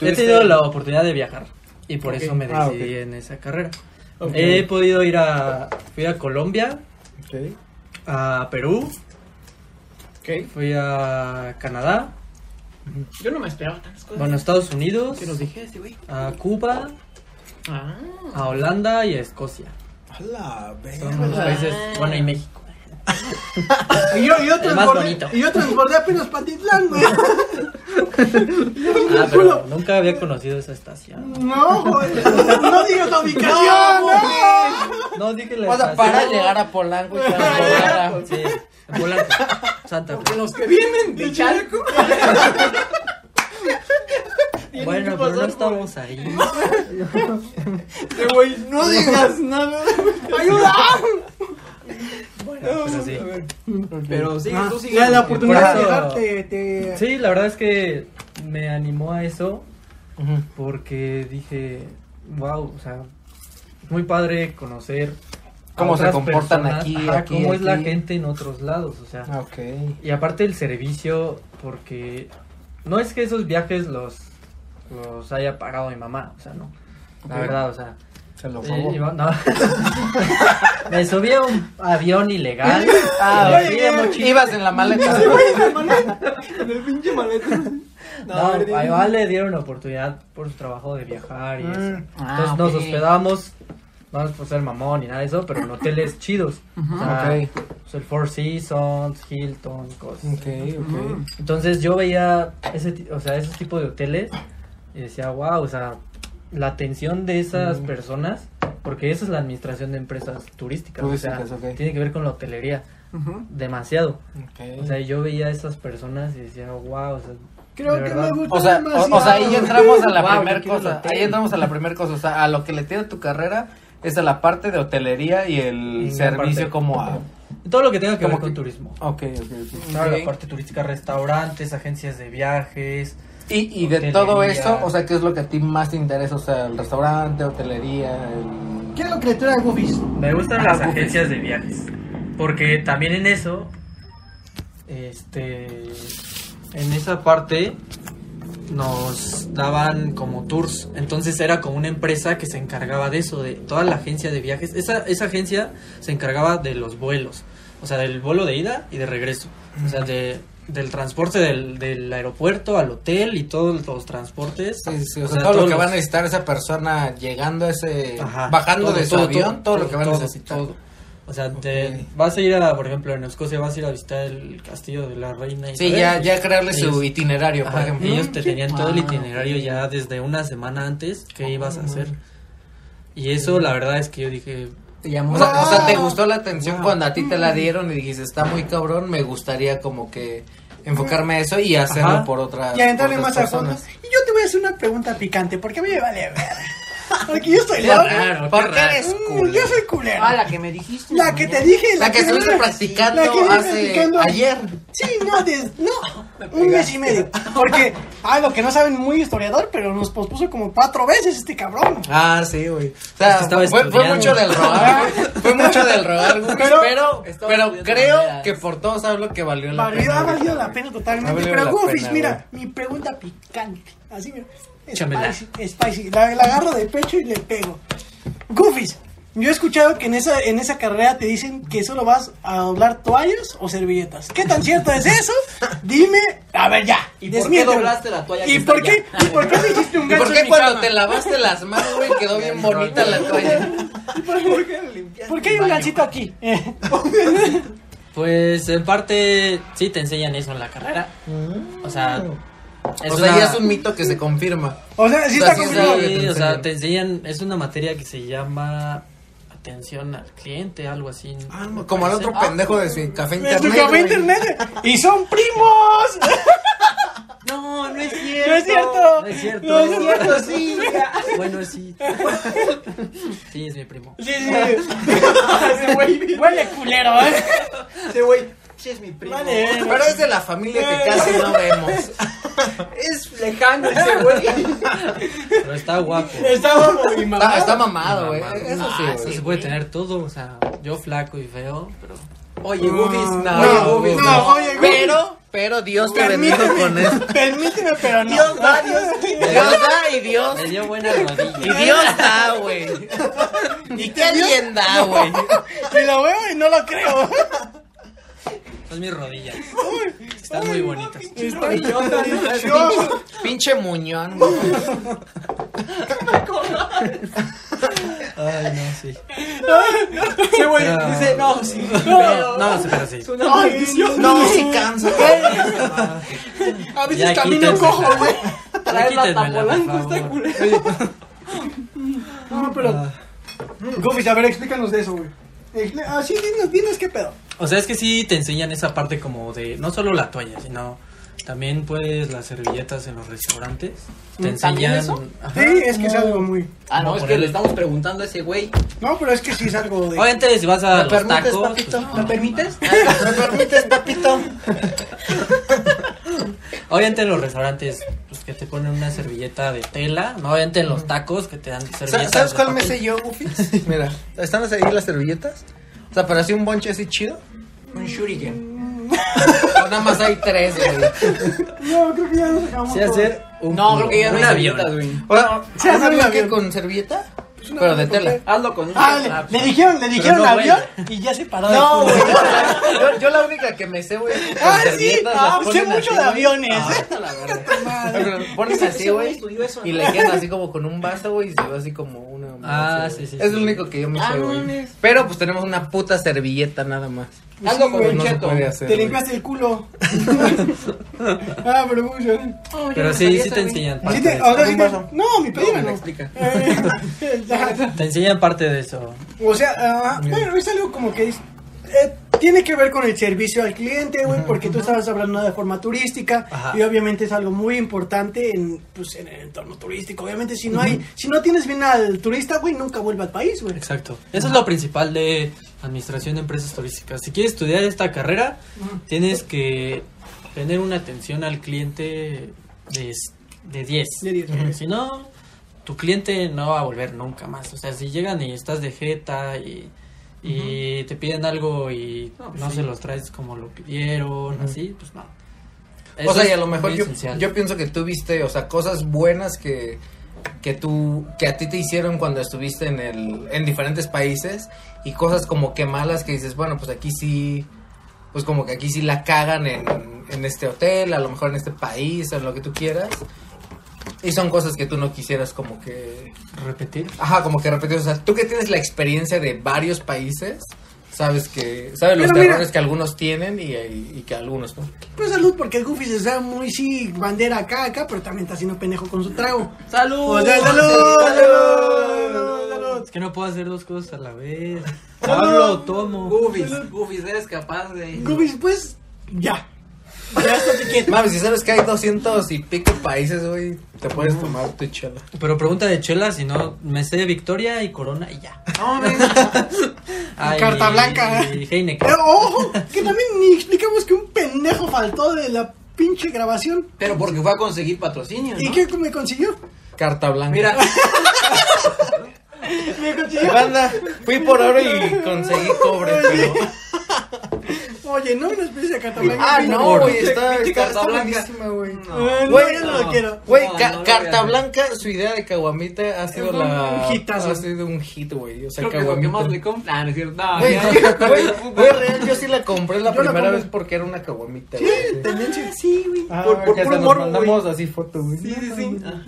[SPEAKER 4] he tenido la oportunidad de viajar y por eso me decidí
[SPEAKER 3] Ah,
[SPEAKER 4] en esa carrera.
[SPEAKER 5] Ok.
[SPEAKER 4] He podido ir a, fui a Colombia, a Perú,
[SPEAKER 5] Ok.
[SPEAKER 4] fui a Canadá,
[SPEAKER 5] Yo no me esperaba tantas cosas.
[SPEAKER 4] bueno, a Estados Unidos,
[SPEAKER 5] que nos dije este güey.
[SPEAKER 4] a Cuba,
[SPEAKER 5] Ah.
[SPEAKER 4] a Holanda y a Escocia.
[SPEAKER 3] A la
[SPEAKER 4] Son los
[SPEAKER 3] verga.
[SPEAKER 4] países, bueno, y México.
[SPEAKER 2] Y yo, y yo
[SPEAKER 4] El más
[SPEAKER 2] transbordé,
[SPEAKER 4] bonito.
[SPEAKER 2] y yo transbordé apenas Patitlán, güey.
[SPEAKER 4] Ah, pero nunca había conocido esa estación.
[SPEAKER 2] No, güey. No digas la ubicación, no.
[SPEAKER 4] No, dije la
[SPEAKER 3] O sea,
[SPEAKER 4] estación.
[SPEAKER 3] para llegar a Polanco y te vas a llegar
[SPEAKER 2] pues.
[SPEAKER 3] a-
[SPEAKER 4] Sí, en Polanco, Santa Fe.
[SPEAKER 5] Los que
[SPEAKER 2] Vienen de Chalco.
[SPEAKER 4] Bueno, pero no estamos ahí.
[SPEAKER 2] Este Güey, no digas nada. ¡Ayuda!
[SPEAKER 4] Pero sí.
[SPEAKER 5] Pero sí,
[SPEAKER 2] Ah,
[SPEAKER 5] tú sigue.
[SPEAKER 2] la, la oportunidad
[SPEAKER 4] Por
[SPEAKER 2] de
[SPEAKER 4] eso-
[SPEAKER 2] llegar te, te-
[SPEAKER 4] Sí, la verdad es que me animó a eso porque dije, wow, o sea, es muy padre conocer a
[SPEAKER 3] Cómo se
[SPEAKER 4] otras
[SPEAKER 3] comportan aquí, aquí,
[SPEAKER 4] cómo es la
[SPEAKER 3] aquí.
[SPEAKER 4] gente en otros lados, o sea,
[SPEAKER 3] Ok.
[SPEAKER 4] y aparte el servicio porque no es que esos viajes los los haya pagado mi mamá, o sea, no. La
[SPEAKER 3] Ok.
[SPEAKER 4] verdad, o sea,
[SPEAKER 3] Se lo
[SPEAKER 4] eh, iba- no. me subí a un avión ilegal.
[SPEAKER 3] Ah,
[SPEAKER 4] me fui de
[SPEAKER 3] ok.
[SPEAKER 4] mochila.
[SPEAKER 3] Ibas en la maleta.
[SPEAKER 5] En el pinche maleta.
[SPEAKER 4] No,
[SPEAKER 5] hombre.
[SPEAKER 4] a Iván le dieron la oportunidad por su trabajo de viajar y eso.
[SPEAKER 3] Mm.
[SPEAKER 4] Entonces
[SPEAKER 5] Ah,
[SPEAKER 4] nos
[SPEAKER 5] ok.
[SPEAKER 4] hospedamos, no es por ser mamón ni nada de eso, pero en hoteles chidos. O sea,
[SPEAKER 3] Ok.
[SPEAKER 4] pues, el Four Seasons, Hilton, cosas.
[SPEAKER 3] Ok, ok.
[SPEAKER 4] Entonces yo veía ese, ti- o sea, ese tipo de hoteles y decía, wow, o sea, la atención de esas
[SPEAKER 3] Mm.
[SPEAKER 4] personas, porque esa es la administración de empresas turísticas. o sea,
[SPEAKER 3] Turísticas, ok.
[SPEAKER 4] tiene que ver con la hotelería, demasiado. O sea,
[SPEAKER 3] Ok.
[SPEAKER 4] yo veía a esas personas y decía, wow, o sea,
[SPEAKER 2] Creo
[SPEAKER 4] de
[SPEAKER 2] que
[SPEAKER 4] verdad.
[SPEAKER 2] me gusta
[SPEAKER 3] O sea, o, o sea, ahí ya entramos a la
[SPEAKER 4] Guau,
[SPEAKER 3] primera
[SPEAKER 4] yo quiero el
[SPEAKER 3] cosa.
[SPEAKER 4] hotel.
[SPEAKER 3] Ahí entramos a la primera cosa. O sea, a lo que le tiene tu carrera es a la parte de hotelería y el
[SPEAKER 4] Y la
[SPEAKER 3] servicio
[SPEAKER 4] parte-
[SPEAKER 3] como a.
[SPEAKER 4] todo lo que tenga que
[SPEAKER 3] Como
[SPEAKER 4] ver con
[SPEAKER 3] que-
[SPEAKER 4] turismo.
[SPEAKER 3] Ok, ok.
[SPEAKER 4] Claro, la parte turística, restaurantes, agencias de viajes.
[SPEAKER 3] Y, y de
[SPEAKER 4] Hotelería.
[SPEAKER 3] todo eso, o sea, ¿qué es lo que a ti más te interesa? O sea, el restaurante, hotelería, el...
[SPEAKER 2] ¿Qué es lo que le trae a Goofies?
[SPEAKER 4] Me gustan las
[SPEAKER 3] Ah, ok.
[SPEAKER 4] agencias de viajes. Porque también en eso, este, en esa parte nos daban como tours. Entonces era como una empresa que se encargaba de eso, de toda la agencia de viajes. Esa, esa agencia se encargaba de los vuelos. O sea, del vuelo de ida y de regreso. O sea, de, del transporte del, del aeropuerto al hotel y todos los transportes.
[SPEAKER 3] Sí, sí, o, sea, todo lo
[SPEAKER 4] todos
[SPEAKER 3] que va a
[SPEAKER 4] los-
[SPEAKER 3] necesitar esa persona llegando a ese...
[SPEAKER 4] Ajá,
[SPEAKER 3] bajando
[SPEAKER 4] todo,
[SPEAKER 3] de su
[SPEAKER 4] todo,
[SPEAKER 3] avión, todo, lo que va a
[SPEAKER 4] todo,
[SPEAKER 3] necesitar.
[SPEAKER 4] todo. O sea,
[SPEAKER 3] Ok.
[SPEAKER 4] te, vas a ir a, por ejemplo, en Escocia vas a ir a visitar el castillo de la reina.
[SPEAKER 3] Sí,
[SPEAKER 4] Isabel.
[SPEAKER 3] ya, ya crearle su
[SPEAKER 4] Ellos-
[SPEAKER 3] itinerario, por
[SPEAKER 4] Ajá,
[SPEAKER 3] ejemplo.
[SPEAKER 4] Ellos te tenían todo el
[SPEAKER 3] Ah,
[SPEAKER 4] itinerario
[SPEAKER 3] ok.
[SPEAKER 4] ya desde una semana antes que ibas a hacer. Y eso, la verdad es que yo dije,
[SPEAKER 5] Te llamó
[SPEAKER 3] O sea, o sea,
[SPEAKER 5] la-
[SPEAKER 3] ¿te ¡Ah! gustó la atención cuando a ti te la dieron y dijiste, está muy cabrón, me gustaría como que enfocarme a eso y hacerlo
[SPEAKER 4] Ajá.
[SPEAKER 3] por otras
[SPEAKER 2] Y adentrarle
[SPEAKER 3] por
[SPEAKER 2] más
[SPEAKER 3] otras
[SPEAKER 2] a fondo.
[SPEAKER 3] personas?
[SPEAKER 2] Y yo te voy a hacer una pregunta picante, porque a mí me vale ver. Porque yo soy
[SPEAKER 3] Qué
[SPEAKER 2] loco.
[SPEAKER 3] raro, qué Mm,
[SPEAKER 2] porque
[SPEAKER 3] raro.
[SPEAKER 2] eres culero. Yo soy culero.
[SPEAKER 5] Ah, la que me dijiste.
[SPEAKER 2] La que te dije.
[SPEAKER 3] La que estuviste practicando
[SPEAKER 2] la que estuve
[SPEAKER 3] hace
[SPEAKER 2] practicando.
[SPEAKER 3] ayer.
[SPEAKER 2] Sí, no, des- no, un mes y medio. Porque, algo que no saben muy historiador, pero nos pospuso como cuatro veces este cabrón.
[SPEAKER 3] Ah, sí, güey. O sea,
[SPEAKER 4] Es que estaba
[SPEAKER 3] fue, fue
[SPEAKER 4] estudiando.
[SPEAKER 3] mucho del rogar, güey. Fue mucho del rogar, güey.
[SPEAKER 2] Pero-
[SPEAKER 3] Pero, pero,
[SPEAKER 5] Estaba estudiando
[SPEAKER 3] creo
[SPEAKER 5] maneras.
[SPEAKER 3] que por todos hablo que valió la
[SPEAKER 2] Valió-
[SPEAKER 3] pena.
[SPEAKER 2] ha
[SPEAKER 3] güey.
[SPEAKER 2] valido la pena
[SPEAKER 3] Ha
[SPEAKER 2] totalmente.
[SPEAKER 3] valido
[SPEAKER 2] Pero
[SPEAKER 3] la
[SPEAKER 2] Goofies,
[SPEAKER 3] pena,
[SPEAKER 2] mira, mi pregunta picante. Así, mira.
[SPEAKER 4] Échamela.
[SPEAKER 2] Spicy, spicy. La, la agarro de pecho y le pego. Goofies, yo he escuchado que en esa, en esa carrera te dicen que solo vas a doblar toallas o servilletas. ¿Qué tan cierto es eso? Dime, a ver ya.
[SPEAKER 5] ¿Y por qué
[SPEAKER 2] desmiénteme.
[SPEAKER 5] doblaste la toalla que
[SPEAKER 2] ¿Y
[SPEAKER 5] está
[SPEAKER 2] por qué? ¿Y
[SPEAKER 5] allá?
[SPEAKER 2] por qué dijiste un
[SPEAKER 3] ¿Y
[SPEAKER 2] gancho
[SPEAKER 3] por
[SPEAKER 2] en
[SPEAKER 3] qué
[SPEAKER 2] mi
[SPEAKER 3] cuando
[SPEAKER 2] cama?
[SPEAKER 3] te lavaste las manos, güey, quedó bien bonita la toalla?
[SPEAKER 5] ¿Por qué le limpiaste
[SPEAKER 2] ¿Por qué hay
[SPEAKER 5] el
[SPEAKER 2] un
[SPEAKER 5] baño?
[SPEAKER 2] gancito aquí? Eh,
[SPEAKER 4] pues en parte sí te enseñan eso en la carrera. O sea, es
[SPEAKER 3] o sea,
[SPEAKER 4] una-
[SPEAKER 3] ya es un mito que se confirma.
[SPEAKER 2] O sea, sí
[SPEAKER 3] O sea,
[SPEAKER 2] está
[SPEAKER 3] sí
[SPEAKER 4] Sí,
[SPEAKER 3] es algo
[SPEAKER 2] confirmado.
[SPEAKER 3] que te
[SPEAKER 4] o sea,
[SPEAKER 3] enseñan.
[SPEAKER 4] te enseñan, es una materia que se llama atención al cliente, algo así.
[SPEAKER 3] Como al otro
[SPEAKER 4] Ah,
[SPEAKER 3] pendejo de su café
[SPEAKER 2] En
[SPEAKER 3] internet.
[SPEAKER 2] tu café
[SPEAKER 3] güey.
[SPEAKER 2] internet. Y son primos.
[SPEAKER 5] No, no es cierto.
[SPEAKER 2] No es cierto.
[SPEAKER 4] No es cierto.
[SPEAKER 2] No es cierto, sí.
[SPEAKER 4] Ah, Bueno, sí. Sí, es mi primo.
[SPEAKER 2] Sí, sí. Huele culero, ¿eh?
[SPEAKER 5] Ese güey, sí es mi primo.
[SPEAKER 2] Vale, eh.
[SPEAKER 3] Pero es de la familia que casi no vemos.
[SPEAKER 5] Es lejano ese güey.
[SPEAKER 4] Pero está guapo.
[SPEAKER 2] Estaba por mi
[SPEAKER 3] Está,
[SPEAKER 2] mamá.
[SPEAKER 3] está mamado, güey.
[SPEAKER 4] Mamado.
[SPEAKER 3] Eso sí,
[SPEAKER 4] Ah,
[SPEAKER 3] güey.
[SPEAKER 4] se puede tener todo. O sea, yo flaco y feo, pero.
[SPEAKER 5] Oye, Bubis,
[SPEAKER 2] No,
[SPEAKER 5] Ah, no, oye, Bubis,
[SPEAKER 2] no,
[SPEAKER 5] no.
[SPEAKER 2] oye, Goofies.
[SPEAKER 3] Pero, pero Dios te bendijo con
[SPEAKER 2] Permíteme,
[SPEAKER 3] eso.
[SPEAKER 2] permíteme, pero no.
[SPEAKER 5] Dios da, Dios quita.
[SPEAKER 3] Dios da y Dios.
[SPEAKER 4] Me dio buena rodilla.
[SPEAKER 3] Y Dios da, güey. ¿Y qué bien da, güey?
[SPEAKER 2] Y lo veo y no lo creo.
[SPEAKER 4] Son mis rodillas. Están muy bonitas.
[SPEAKER 2] Está
[SPEAKER 5] idiota,
[SPEAKER 2] idiota.
[SPEAKER 3] Pinche muñón, güey.
[SPEAKER 7] Ay, no, sí.
[SPEAKER 5] Sí, güey.
[SPEAKER 7] No.
[SPEAKER 5] Dice, no, sí.
[SPEAKER 4] Pero- no, sí, pero sí.
[SPEAKER 5] Es una maldición.
[SPEAKER 3] No, se cansa.
[SPEAKER 2] A veces
[SPEAKER 4] Ya
[SPEAKER 2] camino
[SPEAKER 4] quítense.
[SPEAKER 2] cojo, güey.
[SPEAKER 5] Traer la
[SPEAKER 4] Quítenmela, por
[SPEAKER 5] tapolanco
[SPEAKER 4] favor.
[SPEAKER 5] está culero.
[SPEAKER 2] No, pero. Gofis, a ver, explícanos de eso, güey. Expli- Ah, sí, dinos, dinos qué pedo.
[SPEAKER 4] O sea, es que sí te enseñan esa parte como de no solo la toalla, sino también pues las servilletas en los restaurantes. Te
[SPEAKER 5] Mm, ¿también
[SPEAKER 4] enseñan.
[SPEAKER 5] eso?
[SPEAKER 4] Ajá,
[SPEAKER 2] Sí, es que es
[SPEAKER 4] como-
[SPEAKER 2] algo muy.
[SPEAKER 5] Ah, no,
[SPEAKER 4] Como
[SPEAKER 5] es
[SPEAKER 4] por
[SPEAKER 5] que
[SPEAKER 4] el-
[SPEAKER 5] le estamos preguntando a ese güey.
[SPEAKER 2] No, pero es que sí es algo de.
[SPEAKER 4] Obviamente si vas a
[SPEAKER 3] ¿Me
[SPEAKER 4] los
[SPEAKER 3] permites,
[SPEAKER 4] tacos.
[SPEAKER 3] papito?
[SPEAKER 4] pues,
[SPEAKER 2] ¿Me permites?
[SPEAKER 3] ¿Me permites, papito?
[SPEAKER 4] obviamente en los restaurantes pues que te ponen una servilleta de tela, ¿no? obviamente en los tacos que te dan servilletas.
[SPEAKER 3] ¿Sabes
[SPEAKER 4] de
[SPEAKER 3] cuál me
[SPEAKER 4] papel.
[SPEAKER 3] sé yo, Goofy? Mira, están ahí las servilletas. O sea, pero así un bonche así chido.
[SPEAKER 5] Un shuriken.
[SPEAKER 3] O nada más hay tres, güey.
[SPEAKER 2] No, creo que ya nos acabamos.
[SPEAKER 7] Sí,
[SPEAKER 2] todo.
[SPEAKER 7] hacer un.
[SPEAKER 5] No, creo que ya no hay
[SPEAKER 4] Un avión.
[SPEAKER 5] servilletas, güey.
[SPEAKER 3] Ahora,
[SPEAKER 2] Sí, hacer
[SPEAKER 3] ¿un
[SPEAKER 2] un
[SPEAKER 3] avión
[SPEAKER 2] avión.
[SPEAKER 3] que con servilleta? Pero de tela.
[SPEAKER 5] Hazlo con un
[SPEAKER 2] Ah, le, le dijeron, le dijeron
[SPEAKER 4] no, güey.
[SPEAKER 2] avión y ya se paró. de
[SPEAKER 3] No,
[SPEAKER 2] culo.
[SPEAKER 3] güey. Yo, yo- yo la única que me sé, güey. es que con
[SPEAKER 2] Ah, sí,
[SPEAKER 3] servilletas las
[SPEAKER 2] no, sé
[SPEAKER 3] ponen
[SPEAKER 2] mucho
[SPEAKER 3] así,
[SPEAKER 2] de
[SPEAKER 3] güey.
[SPEAKER 2] aviones.
[SPEAKER 3] Ah,
[SPEAKER 2] ¿eh?
[SPEAKER 3] vete a la verga. Lo Ponen así, güey.
[SPEAKER 5] estudió eso,
[SPEAKER 3] Y
[SPEAKER 5] ¿no?
[SPEAKER 3] le quedan así como con un vaso, güey, y se ve así como una.
[SPEAKER 4] Ah,
[SPEAKER 3] así,
[SPEAKER 4] sí,
[SPEAKER 3] güey.
[SPEAKER 4] sí,
[SPEAKER 3] Es
[SPEAKER 4] sí.
[SPEAKER 3] lo único que yo me
[SPEAKER 5] Ah,
[SPEAKER 3] sé,
[SPEAKER 5] no
[SPEAKER 3] güey.
[SPEAKER 5] mames.
[SPEAKER 3] Pero pues tenemos una puta servilleta nada más.
[SPEAKER 5] Hazlo con
[SPEAKER 3] Pues
[SPEAKER 5] un
[SPEAKER 3] no se
[SPEAKER 5] cheto.
[SPEAKER 3] puede hacer.
[SPEAKER 2] Te
[SPEAKER 3] güey.
[SPEAKER 2] limpiaste el culo. ah, pero mucho.
[SPEAKER 5] Oh, yo
[SPEAKER 4] Pero
[SPEAKER 5] no
[SPEAKER 4] sí,
[SPEAKER 5] sabía
[SPEAKER 4] sí
[SPEAKER 5] esa,
[SPEAKER 4] te
[SPEAKER 5] güey.
[SPEAKER 4] enseñan parte.
[SPEAKER 2] ¿Sí te,
[SPEAKER 4] de
[SPEAKER 2] o
[SPEAKER 4] eso.
[SPEAKER 2] sea, sí
[SPEAKER 5] Un
[SPEAKER 2] te-
[SPEAKER 5] vaso.
[SPEAKER 2] no, mi
[SPEAKER 5] No,
[SPEAKER 2] pedido
[SPEAKER 5] me
[SPEAKER 2] no.
[SPEAKER 5] lo explica.
[SPEAKER 2] Eh, ya.
[SPEAKER 4] Te enseñan parte de eso.
[SPEAKER 2] O sea, ah, bueno, es algo como que es- eh, tiene que ver con el servicio al cliente, güey, porque tú estabas hablando de forma turística
[SPEAKER 4] Ajá.
[SPEAKER 2] y obviamente es algo muy importante en, pues, en el entorno turístico. Obviamente si no hay, si no tienes bien al turista, güey, nunca vuelve al país, güey.
[SPEAKER 4] Exacto. Eso es lo principal de administración de empresas turísticas. Si quieres estudiar esta carrera, tienes que tener una atención al cliente de, s- de 10.
[SPEAKER 2] De 10,
[SPEAKER 4] Ujú.
[SPEAKER 2] ok.
[SPEAKER 4] Si no, tu cliente no va a volver nunca más. O sea, si llegan y estás de jeta y, y te piden algo y
[SPEAKER 5] No,
[SPEAKER 4] no,
[SPEAKER 5] pues sí.
[SPEAKER 4] se los traes como lo pidieron, así, pues no.
[SPEAKER 3] O
[SPEAKER 4] Eso
[SPEAKER 3] sea, y a
[SPEAKER 4] es
[SPEAKER 3] lo mejor
[SPEAKER 4] muy
[SPEAKER 3] yo,
[SPEAKER 4] esencial.
[SPEAKER 3] yo pienso que tú viste, o sea, cosas buenas que, que tú, que a ti te hicieron cuando estuviste en el, en diferentes países y cosas como que malas que dices, bueno, pues aquí sí, pues como que aquí sí la cagan en, en este hotel, a lo mejor en este país, en lo que tú quieras. Y son cosas que tú no quisieras como que,
[SPEAKER 4] repetir.
[SPEAKER 3] ajá, como que repetir, o sea, tú que tienes la experiencia de varios países, sabes que, sabes los
[SPEAKER 2] Pero mira.
[SPEAKER 3] errores que algunos tienen y, y- y que algunos no.
[SPEAKER 2] Pues salud, porque el Goofy se está muy, sí, bandera acá, acá, pero también está haciendo pendejo con su trago.
[SPEAKER 5] ¡Salud!
[SPEAKER 2] O sea, salud, salud, salud.
[SPEAKER 4] Es que no puedo hacer dos cosas a la vez.
[SPEAKER 2] No,
[SPEAKER 4] Hablo,
[SPEAKER 2] no.
[SPEAKER 4] tomo.
[SPEAKER 5] Goofies, Goofies, eres capaz de.
[SPEAKER 2] Goofy, pues, ya. Ya estás aquí.
[SPEAKER 3] Mami, si sabes que hay 200 y pico países, güey, te puedes tomar tu chela.
[SPEAKER 4] Pero pregunta de chela, si no, me sé Victoria y Corona y ya.
[SPEAKER 5] No, mames.
[SPEAKER 4] Ay,
[SPEAKER 2] Carta blanca.
[SPEAKER 4] Y Heineken.
[SPEAKER 2] Pero, Eh, ojo, que también ni explicamos que un pendejo faltó de la pinche grabación.
[SPEAKER 5] Pero porque fue a conseguir patrocinio.
[SPEAKER 2] ¿Y
[SPEAKER 5] ¿no?
[SPEAKER 2] qué me consiguió?
[SPEAKER 3] Carta blanca.
[SPEAKER 5] Mira,
[SPEAKER 2] Me consiguió.
[SPEAKER 3] banda, fui por oro y conseguí cobre, pero.
[SPEAKER 2] Oye, no una especie de cartablanca.
[SPEAKER 3] Ah, no, güey, está,
[SPEAKER 5] Pinche
[SPEAKER 3] está,
[SPEAKER 5] carta
[SPEAKER 3] está
[SPEAKER 5] blanca.
[SPEAKER 3] buenísima, güey.
[SPEAKER 2] Eh, no,
[SPEAKER 3] Güey,
[SPEAKER 2] yo no lo quiero.
[SPEAKER 3] Güey,
[SPEAKER 5] No,
[SPEAKER 3] ca-
[SPEAKER 5] no lo voy
[SPEAKER 3] Carta
[SPEAKER 5] a-
[SPEAKER 3] Blanca, su idea de Caguamita ha sido
[SPEAKER 2] un
[SPEAKER 3] la.
[SPEAKER 2] hitazo.
[SPEAKER 3] Ha sido un hit, güey. O sea,
[SPEAKER 5] creo que lo que más le
[SPEAKER 3] Caguamita.
[SPEAKER 5] compra. Ah, no es cierto. No,
[SPEAKER 3] Güey,
[SPEAKER 5] ya.
[SPEAKER 3] güey, güey, real, yo sí la compré la
[SPEAKER 2] Yo la
[SPEAKER 3] primera
[SPEAKER 2] compré.
[SPEAKER 3] vez porque era una Caguamita,
[SPEAKER 2] Sí,
[SPEAKER 3] güey.
[SPEAKER 2] también sí. Sí, güey.
[SPEAKER 7] Ah,
[SPEAKER 2] por por
[SPEAKER 7] que hasta
[SPEAKER 2] puro
[SPEAKER 7] nos
[SPEAKER 2] morbo,
[SPEAKER 7] mandamos
[SPEAKER 2] güey.
[SPEAKER 7] así foto, güey.
[SPEAKER 2] Sí, sí, sí.
[SPEAKER 5] Ajá.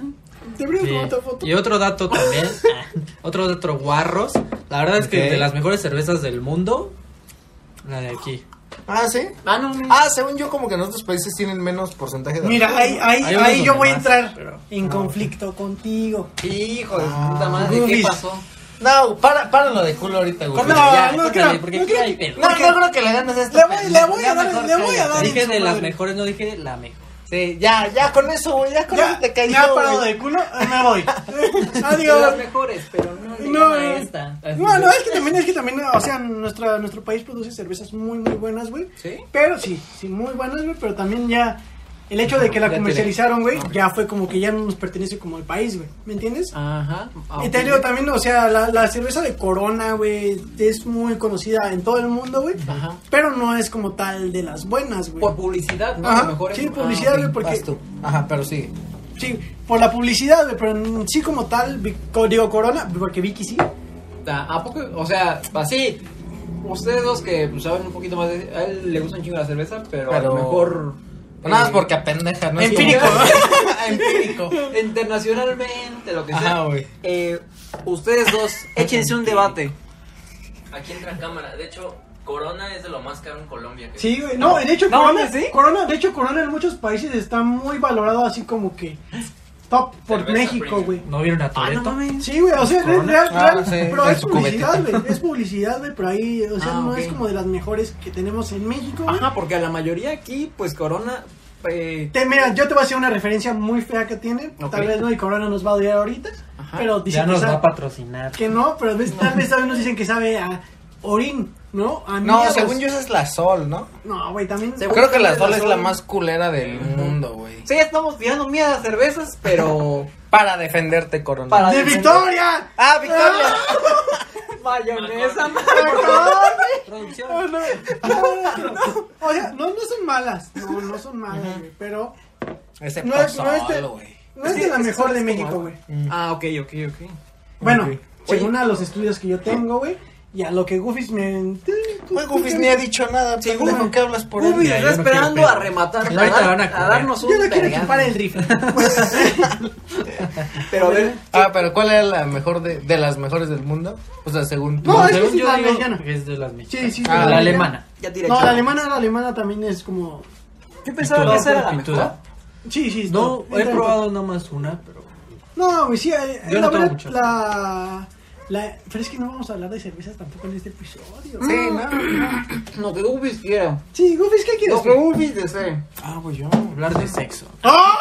[SPEAKER 2] Te abrimos
[SPEAKER 4] Sí.
[SPEAKER 2] con otra foto.
[SPEAKER 4] Y otro dato también, otro dato guarros. La verdad es que
[SPEAKER 7] Ok.
[SPEAKER 4] de las mejores cervezas del mundo, la de aquí.
[SPEAKER 3] Ah, sí.
[SPEAKER 5] Ah, no, mames.
[SPEAKER 3] Ah, según yo, como que en otros países tienen menos porcentaje de
[SPEAKER 2] Mira, ahí, ahí,
[SPEAKER 4] Hay
[SPEAKER 2] ahí,
[SPEAKER 4] unos donde
[SPEAKER 2] yo voy a
[SPEAKER 4] más,
[SPEAKER 2] entrar
[SPEAKER 4] pero- pues,
[SPEAKER 2] en conflicto contigo.
[SPEAKER 5] Hijo de
[SPEAKER 3] Ah,
[SPEAKER 5] puta madre, ¿qué
[SPEAKER 2] Goofies.
[SPEAKER 5] pasó?
[SPEAKER 3] No, para, páralo de culo ahorita,
[SPEAKER 4] pues,
[SPEAKER 3] güey.
[SPEAKER 2] No,
[SPEAKER 3] Ya,
[SPEAKER 2] no
[SPEAKER 4] córtale,
[SPEAKER 2] creo,
[SPEAKER 4] porque
[SPEAKER 2] no
[SPEAKER 4] aquí
[SPEAKER 2] creo
[SPEAKER 4] hay
[SPEAKER 2] que-
[SPEAKER 4] pedo.
[SPEAKER 3] No, no creo que le ganas a este
[SPEAKER 2] Le voy, le
[SPEAKER 3] pendejo.
[SPEAKER 2] voy
[SPEAKER 3] Ya
[SPEAKER 2] a dar,
[SPEAKER 3] mejor
[SPEAKER 2] le voy a dar. en
[SPEAKER 4] Dije
[SPEAKER 2] su
[SPEAKER 4] de las
[SPEAKER 2] madre.
[SPEAKER 4] mejores, no dije la mejor.
[SPEAKER 3] Sí, ya, ya con eso, güey. Ya con eso
[SPEAKER 2] Ya,
[SPEAKER 3] te cayó.
[SPEAKER 2] ya parado
[SPEAKER 3] güey.
[SPEAKER 2] de culo, eh, me voy.
[SPEAKER 3] Ah,
[SPEAKER 5] De las
[SPEAKER 2] Adiós.
[SPEAKER 5] mejores, pero no le
[SPEAKER 2] No,
[SPEAKER 5] gana
[SPEAKER 2] eh.
[SPEAKER 5] esta.
[SPEAKER 2] No, no, es que también, es que también, o sea, nuestra, nuestro país produce cervezas muy, muy buenas, güey.
[SPEAKER 5] ¿Sí?
[SPEAKER 2] Pero sí, sí, muy buenas, güey, pero también ya el hecho de que la
[SPEAKER 5] Ya
[SPEAKER 2] comercializaron, güey, ya fue como que ya no nos pertenece como el país, güey, ¿me entiendes?
[SPEAKER 5] Ah, Ajá. Ah,
[SPEAKER 2] y te digo también, o sea, la, la cerveza de Corona, güey, es muy conocida en todo el mundo, güey,
[SPEAKER 5] Ajá.
[SPEAKER 2] pero no es como tal de las buenas, güey.
[SPEAKER 5] Por publicidad, ¿no? A lo
[SPEAKER 2] Ajá,
[SPEAKER 5] mejor es-
[SPEAKER 2] sí,
[SPEAKER 5] ah,
[SPEAKER 2] publicidad,
[SPEAKER 5] ok.
[SPEAKER 2] güey, porque...
[SPEAKER 3] Vas tú. Ajá, pero sí.
[SPEAKER 2] Sí, por la publicidad, güey, pero en sí como tal, vi- co- digo Corona, porque Vicky sí.
[SPEAKER 5] ¿A a poco? O sea, así. Ustedes dos que pues, saben un poquito más de. A él le gusta un chingo la cerveza, pero, a
[SPEAKER 3] Pero-
[SPEAKER 5] lo
[SPEAKER 3] Pues
[SPEAKER 5] mejor.
[SPEAKER 3] Nada más
[SPEAKER 5] eh,
[SPEAKER 3] porque apendeja, ¿no? Es
[SPEAKER 2] Empírico.
[SPEAKER 3] como- Empírico.
[SPEAKER 5] Internacionalmente, lo que sea.
[SPEAKER 3] Ajá, güey.
[SPEAKER 5] eh, Ustedes dos, échense un debate.
[SPEAKER 6] Aquí entra cámara. De hecho, Corona es de lo más caro en Colombia. que-
[SPEAKER 2] Sí, güey. No, de hecho,
[SPEAKER 5] No,
[SPEAKER 2] Corona,
[SPEAKER 5] hombre, ¿sí?
[SPEAKER 2] Corona, de hecho, Corona en muchos países está muy valorado así como que top por
[SPEAKER 6] Cerveza
[SPEAKER 2] México,
[SPEAKER 6] premium.
[SPEAKER 2] güey.
[SPEAKER 4] ¿No vieron a
[SPEAKER 5] Ah, no
[SPEAKER 4] Toreto?
[SPEAKER 5] mames.
[SPEAKER 2] Sí, güey, o sea,
[SPEAKER 4] Corona.
[SPEAKER 2] real, real,
[SPEAKER 3] Ah,
[SPEAKER 2] real,
[SPEAKER 3] sí,
[SPEAKER 2] pero
[SPEAKER 3] en
[SPEAKER 2] es
[SPEAKER 3] su cubeta.
[SPEAKER 2] publicidad, güey, es publicidad, güey, pero ahí, o sea,
[SPEAKER 5] Ah,
[SPEAKER 2] no
[SPEAKER 5] ok.
[SPEAKER 2] es como de las mejores que tenemos en México, güey.
[SPEAKER 5] Ajá, porque a la mayoría aquí, pues Corona. eh,
[SPEAKER 2] Te, mira, yo te voy a hacer una referencia muy fea que tiene,
[SPEAKER 5] Ok.
[SPEAKER 2] tal vez no, y Corona nos va a odiar ahorita,
[SPEAKER 5] Ajá.
[SPEAKER 2] pero dicen
[SPEAKER 4] Ya
[SPEAKER 2] que,
[SPEAKER 4] nos va
[SPEAKER 2] sabe-
[SPEAKER 4] a patrocinar.
[SPEAKER 2] que no, pero a veces- tal vez también nos dicen que sabe a orín, ¿no? A
[SPEAKER 3] No,
[SPEAKER 2] miedos.
[SPEAKER 3] según yo esa es la Sol, ¿no?
[SPEAKER 2] No, güey, también...
[SPEAKER 5] Según-
[SPEAKER 3] Creo que la
[SPEAKER 5] La
[SPEAKER 3] Sol es
[SPEAKER 5] Sol.
[SPEAKER 3] la más culera del mundo, güey.
[SPEAKER 5] sí, estamos tirando miedo a cervezas, pero.
[SPEAKER 3] Para defenderte, Corona.
[SPEAKER 5] Para-
[SPEAKER 2] ¡De Victoria!
[SPEAKER 5] ¡Ah, Victoria! Mayonesa, Producción.
[SPEAKER 2] No, no, no, no. O sea, no, no son malas. No, no son malas, güey. Pero
[SPEAKER 3] Ese
[SPEAKER 2] no es, no es de,
[SPEAKER 3] pozol, güey.
[SPEAKER 2] no es de la
[SPEAKER 5] Sí, es que
[SPEAKER 2] mejor de
[SPEAKER 5] sabes
[SPEAKER 2] México,
[SPEAKER 5] cómo,
[SPEAKER 2] güey.
[SPEAKER 5] Ah, ok, ok, ok.
[SPEAKER 2] Bueno,
[SPEAKER 3] Oye.
[SPEAKER 2] según a los estudios que yo tengo, güey. Y a lo que Goofies me.
[SPEAKER 3] Güey, Gufis ni ha dicho nada. Sí,
[SPEAKER 5] Gufis.
[SPEAKER 3] ¿Qué hablas por
[SPEAKER 5] Ubi
[SPEAKER 3] él?
[SPEAKER 5] está
[SPEAKER 4] yo no
[SPEAKER 5] esperando
[SPEAKER 4] quiero
[SPEAKER 5] a
[SPEAKER 4] pedo.
[SPEAKER 5] rematar,
[SPEAKER 4] Ahorita
[SPEAKER 5] a, dar-
[SPEAKER 4] la van a
[SPEAKER 5] a
[SPEAKER 4] correr.
[SPEAKER 5] darnos un
[SPEAKER 2] Yo no quiero
[SPEAKER 5] vergazo.
[SPEAKER 2] equipar el rifle.
[SPEAKER 5] Pero a ver,
[SPEAKER 3] Ah, pero ¿cuál era la mejor de, de las mejores del mundo? O sea, según tú.
[SPEAKER 2] No, es que
[SPEAKER 4] Según
[SPEAKER 2] sí,
[SPEAKER 4] yo
[SPEAKER 2] la
[SPEAKER 4] digo
[SPEAKER 2] mexicana.
[SPEAKER 4] que es de las
[SPEAKER 2] Sí,
[SPEAKER 4] mexicanas.
[SPEAKER 2] sí.
[SPEAKER 3] Ah,
[SPEAKER 4] La,
[SPEAKER 2] sí,
[SPEAKER 4] alemana.
[SPEAKER 5] ya tiré.
[SPEAKER 2] No, la alemana, la alemana también es como.
[SPEAKER 5] Yo pensaba que esa era la
[SPEAKER 4] Pintura.
[SPEAKER 5] mejor.
[SPEAKER 2] Sí, sí.
[SPEAKER 4] No,
[SPEAKER 2] está-
[SPEAKER 4] he
[SPEAKER 2] está-
[SPEAKER 4] probado nada más una, pero...
[SPEAKER 2] No, güey, sí. eh,
[SPEAKER 4] Yo
[SPEAKER 2] la
[SPEAKER 4] no tomo
[SPEAKER 2] verdad,
[SPEAKER 4] mucho.
[SPEAKER 2] la. La, pero es que no vamos a hablar de cervezas tampoco en este episodio.
[SPEAKER 3] Sí, ¿no?
[SPEAKER 5] No, que Ubi quiera.
[SPEAKER 2] Sí, Goofies, ¿qué quieres?
[SPEAKER 5] No, que Ubi desee.
[SPEAKER 3] Ah, güey, yo.
[SPEAKER 4] Hablar de sexo. ¡Ah!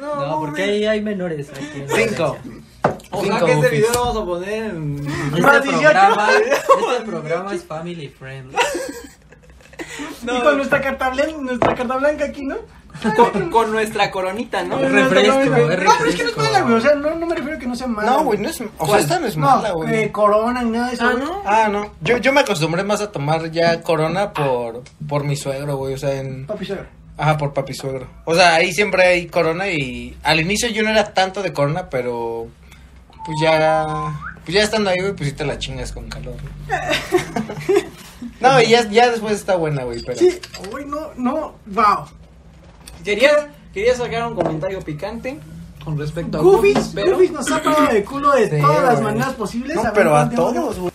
[SPEAKER 5] No,
[SPEAKER 4] No, porque ahí hay menores. aquí en la
[SPEAKER 3] Cinco.
[SPEAKER 4] audiencia.
[SPEAKER 5] O sea
[SPEAKER 3] Cinco
[SPEAKER 5] que este
[SPEAKER 3] Ufis.
[SPEAKER 5] video lo vamos a poner en.
[SPEAKER 2] Más
[SPEAKER 4] Este
[SPEAKER 2] 18.
[SPEAKER 4] programa, este programa es family friendly.
[SPEAKER 2] y con nuestra carta, blanca, nuestra carta blanca aquí, ¿no?
[SPEAKER 5] Con, con nuestra coronita, ¿no?
[SPEAKER 4] Es refresco,
[SPEAKER 2] no, no, no,
[SPEAKER 4] es
[SPEAKER 2] no, pero es que no es
[SPEAKER 4] refresco.
[SPEAKER 2] mala, güey. O sea, no, no me refiero a que no sea mala.
[SPEAKER 3] No, güey, no es. O sea, esta no es mala,
[SPEAKER 2] No,
[SPEAKER 3] güey.
[SPEAKER 2] eh, corona y nada de eso.
[SPEAKER 5] Ah,
[SPEAKER 2] güey.
[SPEAKER 5] ¿no?
[SPEAKER 3] Ah, no. Yo, yo me acostumbré más a tomar ya corona por, por mi suegro, güey. O sea, en.
[SPEAKER 2] Papi suegro.
[SPEAKER 3] Ajá, por papi suegro. O sea, ahí siempre hay corona y. Al inicio yo no era tanto de corona, pero. Pues ya. Pues ya estando ahí, güey, pues sí te la chingas con calor. güey. No, y ya, ya después está buena, güey, pero.
[SPEAKER 2] Sí, güey, no, no, wow.
[SPEAKER 5] Quería, quería sacar un comentario picante con respecto a
[SPEAKER 2] Goofies,
[SPEAKER 5] pero.
[SPEAKER 2] Goofies nos ha tomado de culo de
[SPEAKER 3] Sí,
[SPEAKER 2] todas las
[SPEAKER 3] güey.
[SPEAKER 2] maneras posibles.
[SPEAKER 3] No,
[SPEAKER 2] ver
[SPEAKER 3] pero a
[SPEAKER 2] cuál tema-
[SPEAKER 3] todos, güey.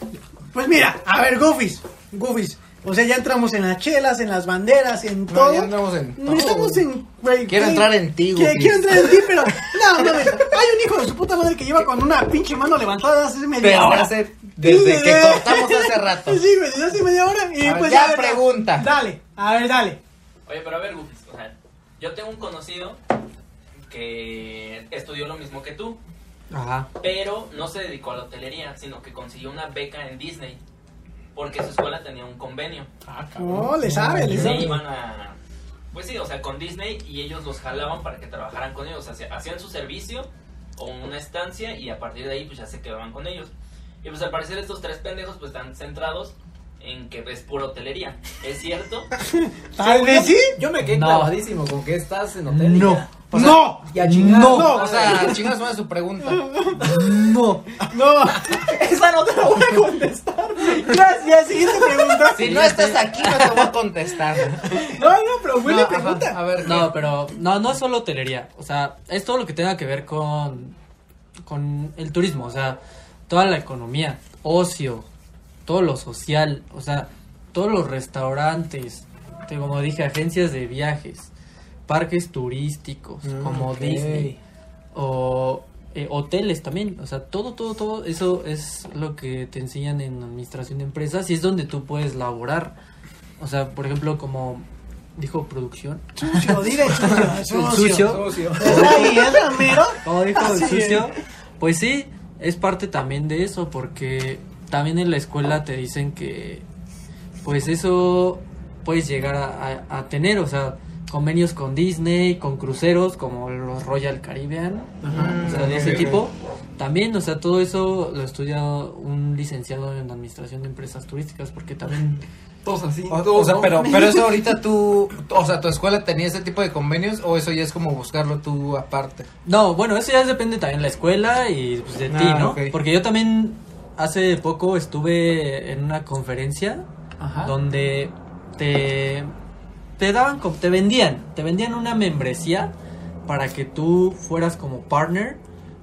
[SPEAKER 2] Pues mira, a ver, Goofies, Goofies. O sea, ya entramos en las chelas, en las banderas, en
[SPEAKER 3] No,
[SPEAKER 2] todo.
[SPEAKER 3] ya andamos en todo,
[SPEAKER 2] Estamos
[SPEAKER 3] güey.
[SPEAKER 2] en, güey,
[SPEAKER 3] Quiero
[SPEAKER 2] ¿qué?
[SPEAKER 3] entrar en ti,
[SPEAKER 2] ¿Qué-
[SPEAKER 3] Goofies.
[SPEAKER 2] Quiero entrar en ti, pero. No, no, ves, hay un hijo de su puta madre que lleva con una pinche mano levantada hace media
[SPEAKER 3] Pero
[SPEAKER 2] hora.
[SPEAKER 3] ahora se- desde
[SPEAKER 2] Sí,
[SPEAKER 3] que
[SPEAKER 2] güey.
[SPEAKER 3] cortamos hace rato.
[SPEAKER 2] Sí, güey, desde hace media hora. Y
[SPEAKER 3] A ver,
[SPEAKER 2] pues
[SPEAKER 3] ya
[SPEAKER 2] a ver,
[SPEAKER 3] pregunta.
[SPEAKER 2] Dale, a ver, dale.
[SPEAKER 6] Oye, pero a ver, Gufis, o sea, yo tengo un conocido que estudió lo mismo que tú,
[SPEAKER 4] Ajá.
[SPEAKER 6] pero no se dedicó a la hotelería, sino que consiguió una beca en Disney, porque su escuela tenía un convenio.
[SPEAKER 2] No, Oh, le sabe, le
[SPEAKER 6] Disney
[SPEAKER 2] sabe.
[SPEAKER 6] iban a... Pues sí, o sea, con Disney y ellos los jalaban para que trabajaran con ellos, o sea, se- hacían su servicio o una estancia y a partir de ahí pues ya se quedaban con ellos. Y pues al parecer estos tres pendejos pues están centrados en que es pura hotelería, ¿es cierto?
[SPEAKER 2] Tal vez sí.
[SPEAKER 5] Yo me quedé
[SPEAKER 4] No.
[SPEAKER 5] clavadísimo con que estás en hotel. y
[SPEAKER 4] No.
[SPEAKER 5] ya.
[SPEAKER 2] No,
[SPEAKER 5] Y a chingar.
[SPEAKER 4] No,
[SPEAKER 5] madre.
[SPEAKER 3] O sea, chingas más su pregunta.
[SPEAKER 4] No.
[SPEAKER 2] no.
[SPEAKER 5] esa no te la voy a contestar.
[SPEAKER 2] Gracias, siguiente pregunta.
[SPEAKER 3] Si no estás aquí, no te voy a contestar.
[SPEAKER 2] No, no, pero buena
[SPEAKER 3] No, ajá,
[SPEAKER 2] pregunta.
[SPEAKER 3] a ver,
[SPEAKER 4] No, pero no, no es solo hotelería. O sea, es todo lo que tenga que ver con, con el turismo. O sea, toda la economía, ocio, todo lo social. O sea, todos los restaurantes, te- como dije, agencias de viajes, parques turísticos,
[SPEAKER 3] Mm,
[SPEAKER 4] como
[SPEAKER 3] ok.
[SPEAKER 4] Disney, o eh, hoteles también. O sea, todo, todo, todo. Eso es lo que te enseñan en administración de empresas y es donde tú puedes laborar. O sea, por ejemplo, como dijo producción.
[SPEAKER 2] Sucio, dile sucio.
[SPEAKER 4] El sucio.
[SPEAKER 5] Socio.
[SPEAKER 2] Ahí es la mero.
[SPEAKER 4] Como dijo el
[SPEAKER 2] Así es.
[SPEAKER 4] sucio. Pues sí, es parte también de eso, porque también en la escuela te dicen que, pues eso puedes llegar a, a- a tener, o sea, convenios con Disney, con cruceros como los Royal Caribbean, o sea, de ese tipo. También, o sea, todo eso lo estudia un licenciado en administración de empresas turísticas, porque también
[SPEAKER 5] Todos así.
[SPEAKER 3] O, o
[SPEAKER 5] todos,
[SPEAKER 3] sea,
[SPEAKER 5] ¿no?
[SPEAKER 3] pero, pero eso ahorita tú, o sea, tu escuela tenía ese tipo de convenios o eso ya es como buscarlo tú aparte.
[SPEAKER 4] No, bueno, eso ya depende también de la escuela y pues, de
[SPEAKER 3] Ah,
[SPEAKER 4] ti, ¿no?
[SPEAKER 3] ok.
[SPEAKER 4] Porque yo también hace poco estuve en una conferencia
[SPEAKER 5] Ajá.
[SPEAKER 4] donde te, te daban, co- te vendían, te vendían una membresía para que tú fueras como partner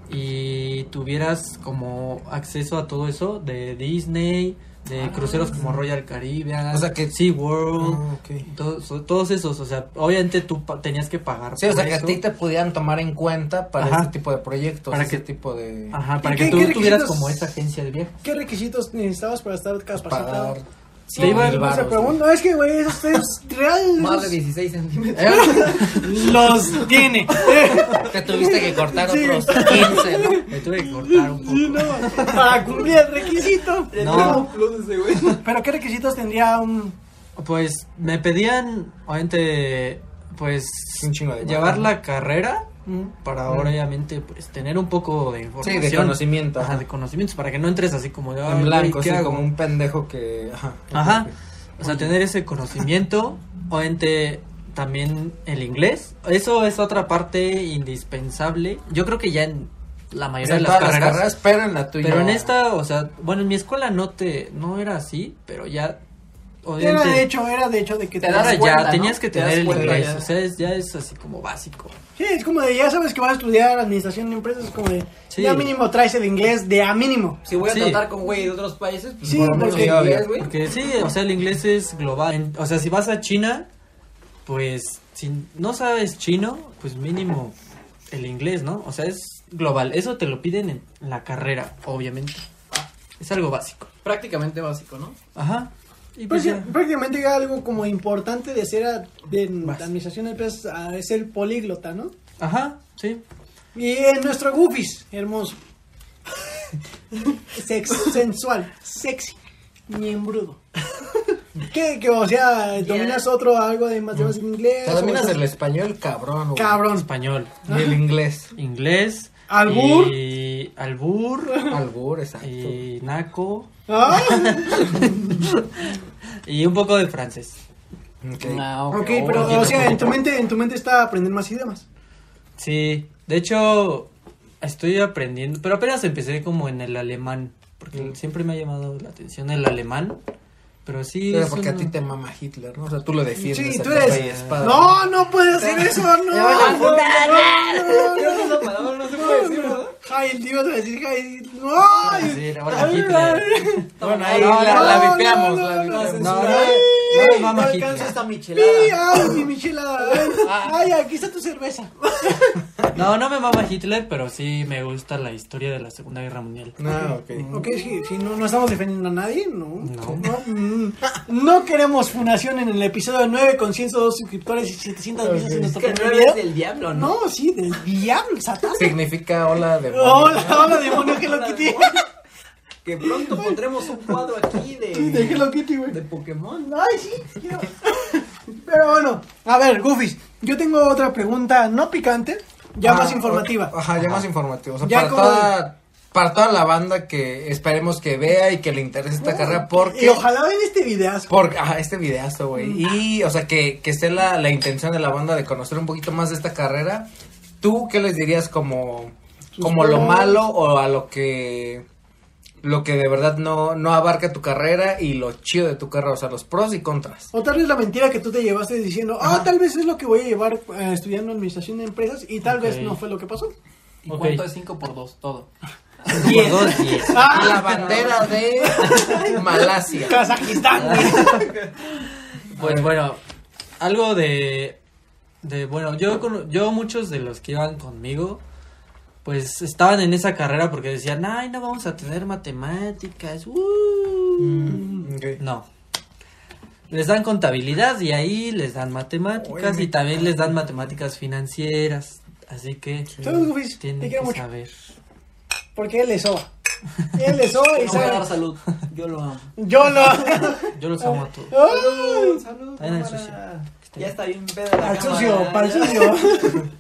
[SPEAKER 4] y tuvieras como acceso a todo eso de Disney, de cruceros como Royal Caribbean,
[SPEAKER 3] Ah, O sea que-
[SPEAKER 4] Sea World,
[SPEAKER 3] Ah, ok.
[SPEAKER 4] todos, todos esos, o sea, obviamente tú pa- tenías que pagar
[SPEAKER 3] Sí, o
[SPEAKER 4] Ah, por
[SPEAKER 3] sea, que a
[SPEAKER 4] eso.
[SPEAKER 3] ti te pudieran tomar en cuenta para
[SPEAKER 4] Ajá.
[SPEAKER 3] este tipo de proyectos,
[SPEAKER 4] Para
[SPEAKER 3] este
[SPEAKER 4] que- Ah,
[SPEAKER 3] tipo de...
[SPEAKER 4] Ajá,
[SPEAKER 2] ¿Y
[SPEAKER 4] para
[SPEAKER 2] qué-
[SPEAKER 4] que tú
[SPEAKER 2] qué requisitos-
[SPEAKER 4] tuvieras como esa agencia de viajes.
[SPEAKER 2] ¿Qué requisitos necesitabas para estar capacitado?
[SPEAKER 3] Pagar...
[SPEAKER 4] Te
[SPEAKER 2] No,
[SPEAKER 4] iba-
[SPEAKER 2] no se
[SPEAKER 3] varos,
[SPEAKER 2] pregunta. No, es que, güey, eso es real.
[SPEAKER 5] Más de
[SPEAKER 2] eso
[SPEAKER 5] 16 centímetros.
[SPEAKER 2] Los tiene.
[SPEAKER 3] Te tuviste que cortar
[SPEAKER 2] Sí.
[SPEAKER 3] otros 15, ¿no?
[SPEAKER 4] Me tuve que cortar un
[SPEAKER 2] Sí,
[SPEAKER 4] poco.
[SPEAKER 2] no, para cumplir el requisito.
[SPEAKER 4] No.
[SPEAKER 2] Pero ¿qué requisitos tendría un...
[SPEAKER 4] Pues me pedían, obviamente, pues
[SPEAKER 3] Un chingo de
[SPEAKER 4] llevar
[SPEAKER 3] barro.
[SPEAKER 4] la carrera para obviamente pues tener un poco de
[SPEAKER 3] Sí,
[SPEAKER 4] información.
[SPEAKER 3] de conocimiento.
[SPEAKER 4] Ajá,
[SPEAKER 3] ajá.
[SPEAKER 4] de conocimientos, para que no entres así como de... "Ay,
[SPEAKER 3] en blanco,
[SPEAKER 4] güey, ¿qué
[SPEAKER 3] así
[SPEAKER 4] hago?".
[SPEAKER 3] como un pendejo que... Ajá.
[SPEAKER 4] Ajá. O sea, tener ese conocimiento, obviamente también el inglés. Eso es otra parte indispensable. Yo creo que ya en la
[SPEAKER 3] O
[SPEAKER 4] mayoría
[SPEAKER 3] sea, en
[SPEAKER 4] de las
[SPEAKER 3] todas las
[SPEAKER 4] carreras,
[SPEAKER 3] carreras, pero en la tuya...
[SPEAKER 4] Pero en esta, o sea, bueno, en mi escuela no te no era así, pero ya
[SPEAKER 2] Era
[SPEAKER 4] obviamente
[SPEAKER 2] de hecho, era de hecho de que te
[SPEAKER 4] Ahora
[SPEAKER 5] das
[SPEAKER 4] ya
[SPEAKER 5] cuenta, ¿no?
[SPEAKER 4] tenías que
[SPEAKER 5] Te das
[SPEAKER 4] tener el
[SPEAKER 5] cuenta
[SPEAKER 4] inglés,
[SPEAKER 5] ya.
[SPEAKER 4] o sea, es- ya es así como básico.
[SPEAKER 2] Sí, es como de ya sabes que vas a estudiar administración de empresas, es como de
[SPEAKER 4] Sí.
[SPEAKER 2] ya mínimo traes el inglés, de a mínimo.
[SPEAKER 5] Si voy a
[SPEAKER 4] Sí.
[SPEAKER 5] tratar con güey de otros países, pues
[SPEAKER 2] Sí,
[SPEAKER 5] por lo menos
[SPEAKER 2] porque-
[SPEAKER 5] en inglés, güey.
[SPEAKER 4] Porque sí, o sea, el inglés es global. En- O sea, si vas a China, pues si no sabes chino, pues mínimo el inglés, ¿no? O sea, es global. Eso te lo piden en la carrera, obviamente. Es algo básico.
[SPEAKER 5] Prácticamente básico, ¿no?
[SPEAKER 4] Ajá. Y
[SPEAKER 2] Pues
[SPEAKER 4] pues
[SPEAKER 2] sí,
[SPEAKER 4] ya.
[SPEAKER 2] prácticamente ya algo como importante de ser a- de
[SPEAKER 4] Vas.
[SPEAKER 2] administración de empresas a- es ser políglota, ¿no?
[SPEAKER 4] Ajá, sí.
[SPEAKER 2] Y en nuestro Goofies, hermoso. Sex, sensual, sexy, miembrudo. ¿Qué? Que, o sea, dominas otro algo de matemáticas en
[SPEAKER 3] O
[SPEAKER 2] inglés.
[SPEAKER 3] sea, dominas
[SPEAKER 2] o-
[SPEAKER 3] el español, cabrón, güey.
[SPEAKER 2] Cabrón.
[SPEAKER 4] Español,
[SPEAKER 3] Y el inglés.
[SPEAKER 4] inglés,
[SPEAKER 2] Albur.
[SPEAKER 4] y albur
[SPEAKER 3] Albur, exacto.
[SPEAKER 4] y naco
[SPEAKER 2] Ah,
[SPEAKER 4] y un poco de francés.
[SPEAKER 3] Ok.
[SPEAKER 5] No,
[SPEAKER 2] Ah, ok, pero o sea, en tu mente, en tu mente está aprender más idiomas.
[SPEAKER 4] Sí, de hecho estoy aprendiendo, pero apenas empecé como en el alemán, porque
[SPEAKER 3] Mm.
[SPEAKER 4] siempre me ha llamado la atención el alemán, pero sí...
[SPEAKER 3] Pero
[SPEAKER 4] es
[SPEAKER 3] porque a
[SPEAKER 4] una-
[SPEAKER 3] ti te mama Hitler, ¿no? O sea, tú lo defiendes.
[SPEAKER 2] Sí,
[SPEAKER 3] a
[SPEAKER 2] tú
[SPEAKER 3] capa
[SPEAKER 2] eres-
[SPEAKER 3] y espada.
[SPEAKER 2] No, no puedes hacer eso, no. no, no, no, no.
[SPEAKER 5] Creo que esa palabra no se puede decir, ¿verdad?
[SPEAKER 2] Ay, el tío te va a decir, ay, no.
[SPEAKER 4] Ah, sí, ahora Hitler.
[SPEAKER 3] Bueno, ahí
[SPEAKER 4] No,
[SPEAKER 3] la,
[SPEAKER 4] no,
[SPEAKER 3] la
[SPEAKER 2] no,
[SPEAKER 3] vipeamos,
[SPEAKER 2] no,
[SPEAKER 3] la
[SPEAKER 2] no,
[SPEAKER 3] vipeamos.
[SPEAKER 4] No,
[SPEAKER 2] no,
[SPEAKER 4] no,
[SPEAKER 2] Ay,
[SPEAKER 4] no me mama
[SPEAKER 5] alcanza
[SPEAKER 4] Hitler.
[SPEAKER 5] esta
[SPEAKER 2] Pi,
[SPEAKER 5] michelada.
[SPEAKER 2] ay, mi michelada. ay, Ay, aquí está tu cerveza.
[SPEAKER 4] No, no me mama Hitler, pero sí me gusta la historia de la Segunda Guerra Mundial.
[SPEAKER 3] No, Ah, ok.
[SPEAKER 2] Ok, sí, sí, no, no estamos defendiendo a nadie, no.
[SPEAKER 4] No.
[SPEAKER 2] mm, no queremos funación en el episodio 9 con 102 suscriptores y 700 vistas en nuestro
[SPEAKER 5] Que
[SPEAKER 2] primer
[SPEAKER 5] no eres
[SPEAKER 2] video.
[SPEAKER 5] del diablo, ¿no?
[SPEAKER 2] No, sí, del diablo, Satán.
[SPEAKER 3] Significa hola
[SPEAKER 2] Oh,
[SPEAKER 3] de
[SPEAKER 2] Hola, hola, demonio, que lo quité.
[SPEAKER 5] Que pronto pondremos un cuadro aquí de,
[SPEAKER 2] De Hello Kitty, güey.
[SPEAKER 5] de Pokémon.
[SPEAKER 2] Ay, sí, quiero. Pero bueno, a ver, Goofies, yo tengo otra pregunta no picante, ya
[SPEAKER 3] Ah,
[SPEAKER 2] más informativa.
[SPEAKER 3] o- Ajá, ya más informativa. O sea,
[SPEAKER 2] Ya
[SPEAKER 3] para
[SPEAKER 2] como-
[SPEAKER 3] toda, para toda la banda que esperemos que vea y que le interese esta carrera, porque...
[SPEAKER 2] Mm, Y ojalá Mm. vean este videazo.
[SPEAKER 3] Porque, ajá, este videazo, güey. Y, o sea, que, que esté la, la intención de la banda de conocer un poquito más de esta carrera. ¿Tú qué les dirías como, como lo
[SPEAKER 2] pros.
[SPEAKER 3] malo o a lo que, lo que de verdad no, no abarca tu carrera y lo chido de tu carrera? O sea, los pros y contras.
[SPEAKER 2] O tal vez la mentira que tú te llevaste diciendo, ah, tal vez es lo que voy a llevar eh, estudiando administración de empresas y tal
[SPEAKER 4] Ok.
[SPEAKER 2] vez no fue lo que pasó.
[SPEAKER 5] ¿Y
[SPEAKER 4] Ok.
[SPEAKER 5] cuánto es 5 por 2? Todo.
[SPEAKER 4] Por dos, diez.
[SPEAKER 2] Ah.
[SPEAKER 3] La bandera de Malasia.
[SPEAKER 2] Kazajistán. güey.
[SPEAKER 4] Pues bueno, algo de, de bueno, yo cono- yo muchos de los que iban conmigo, pues estaban en esa carrera porque decían, ay, no vamos a tener matemáticas, uh".
[SPEAKER 3] Mm.
[SPEAKER 4] no. Les dan contabilidad y ahí les dan matemáticas
[SPEAKER 3] Oye,
[SPEAKER 4] y también les dan matemáticas financieras, así que
[SPEAKER 2] ¿Sabes, Gufis? Te
[SPEAKER 4] tienen
[SPEAKER 2] quiero
[SPEAKER 4] que
[SPEAKER 2] mucho.
[SPEAKER 4] saber.
[SPEAKER 2] Porque él es soba. Él es soba y
[SPEAKER 5] No voy a dar
[SPEAKER 2] sabe.
[SPEAKER 5] salud. Yo lo amo.
[SPEAKER 2] Yo Ah, lo.
[SPEAKER 4] Yo los amo a todos.
[SPEAKER 2] Ay,
[SPEAKER 5] Salud.
[SPEAKER 4] Ahí en el
[SPEAKER 5] cámara.
[SPEAKER 4] sucio.
[SPEAKER 5] Ya está bien peda la
[SPEAKER 2] Para el
[SPEAKER 5] cámara,
[SPEAKER 2] sucio,
[SPEAKER 5] ya.
[SPEAKER 2] para el sucio.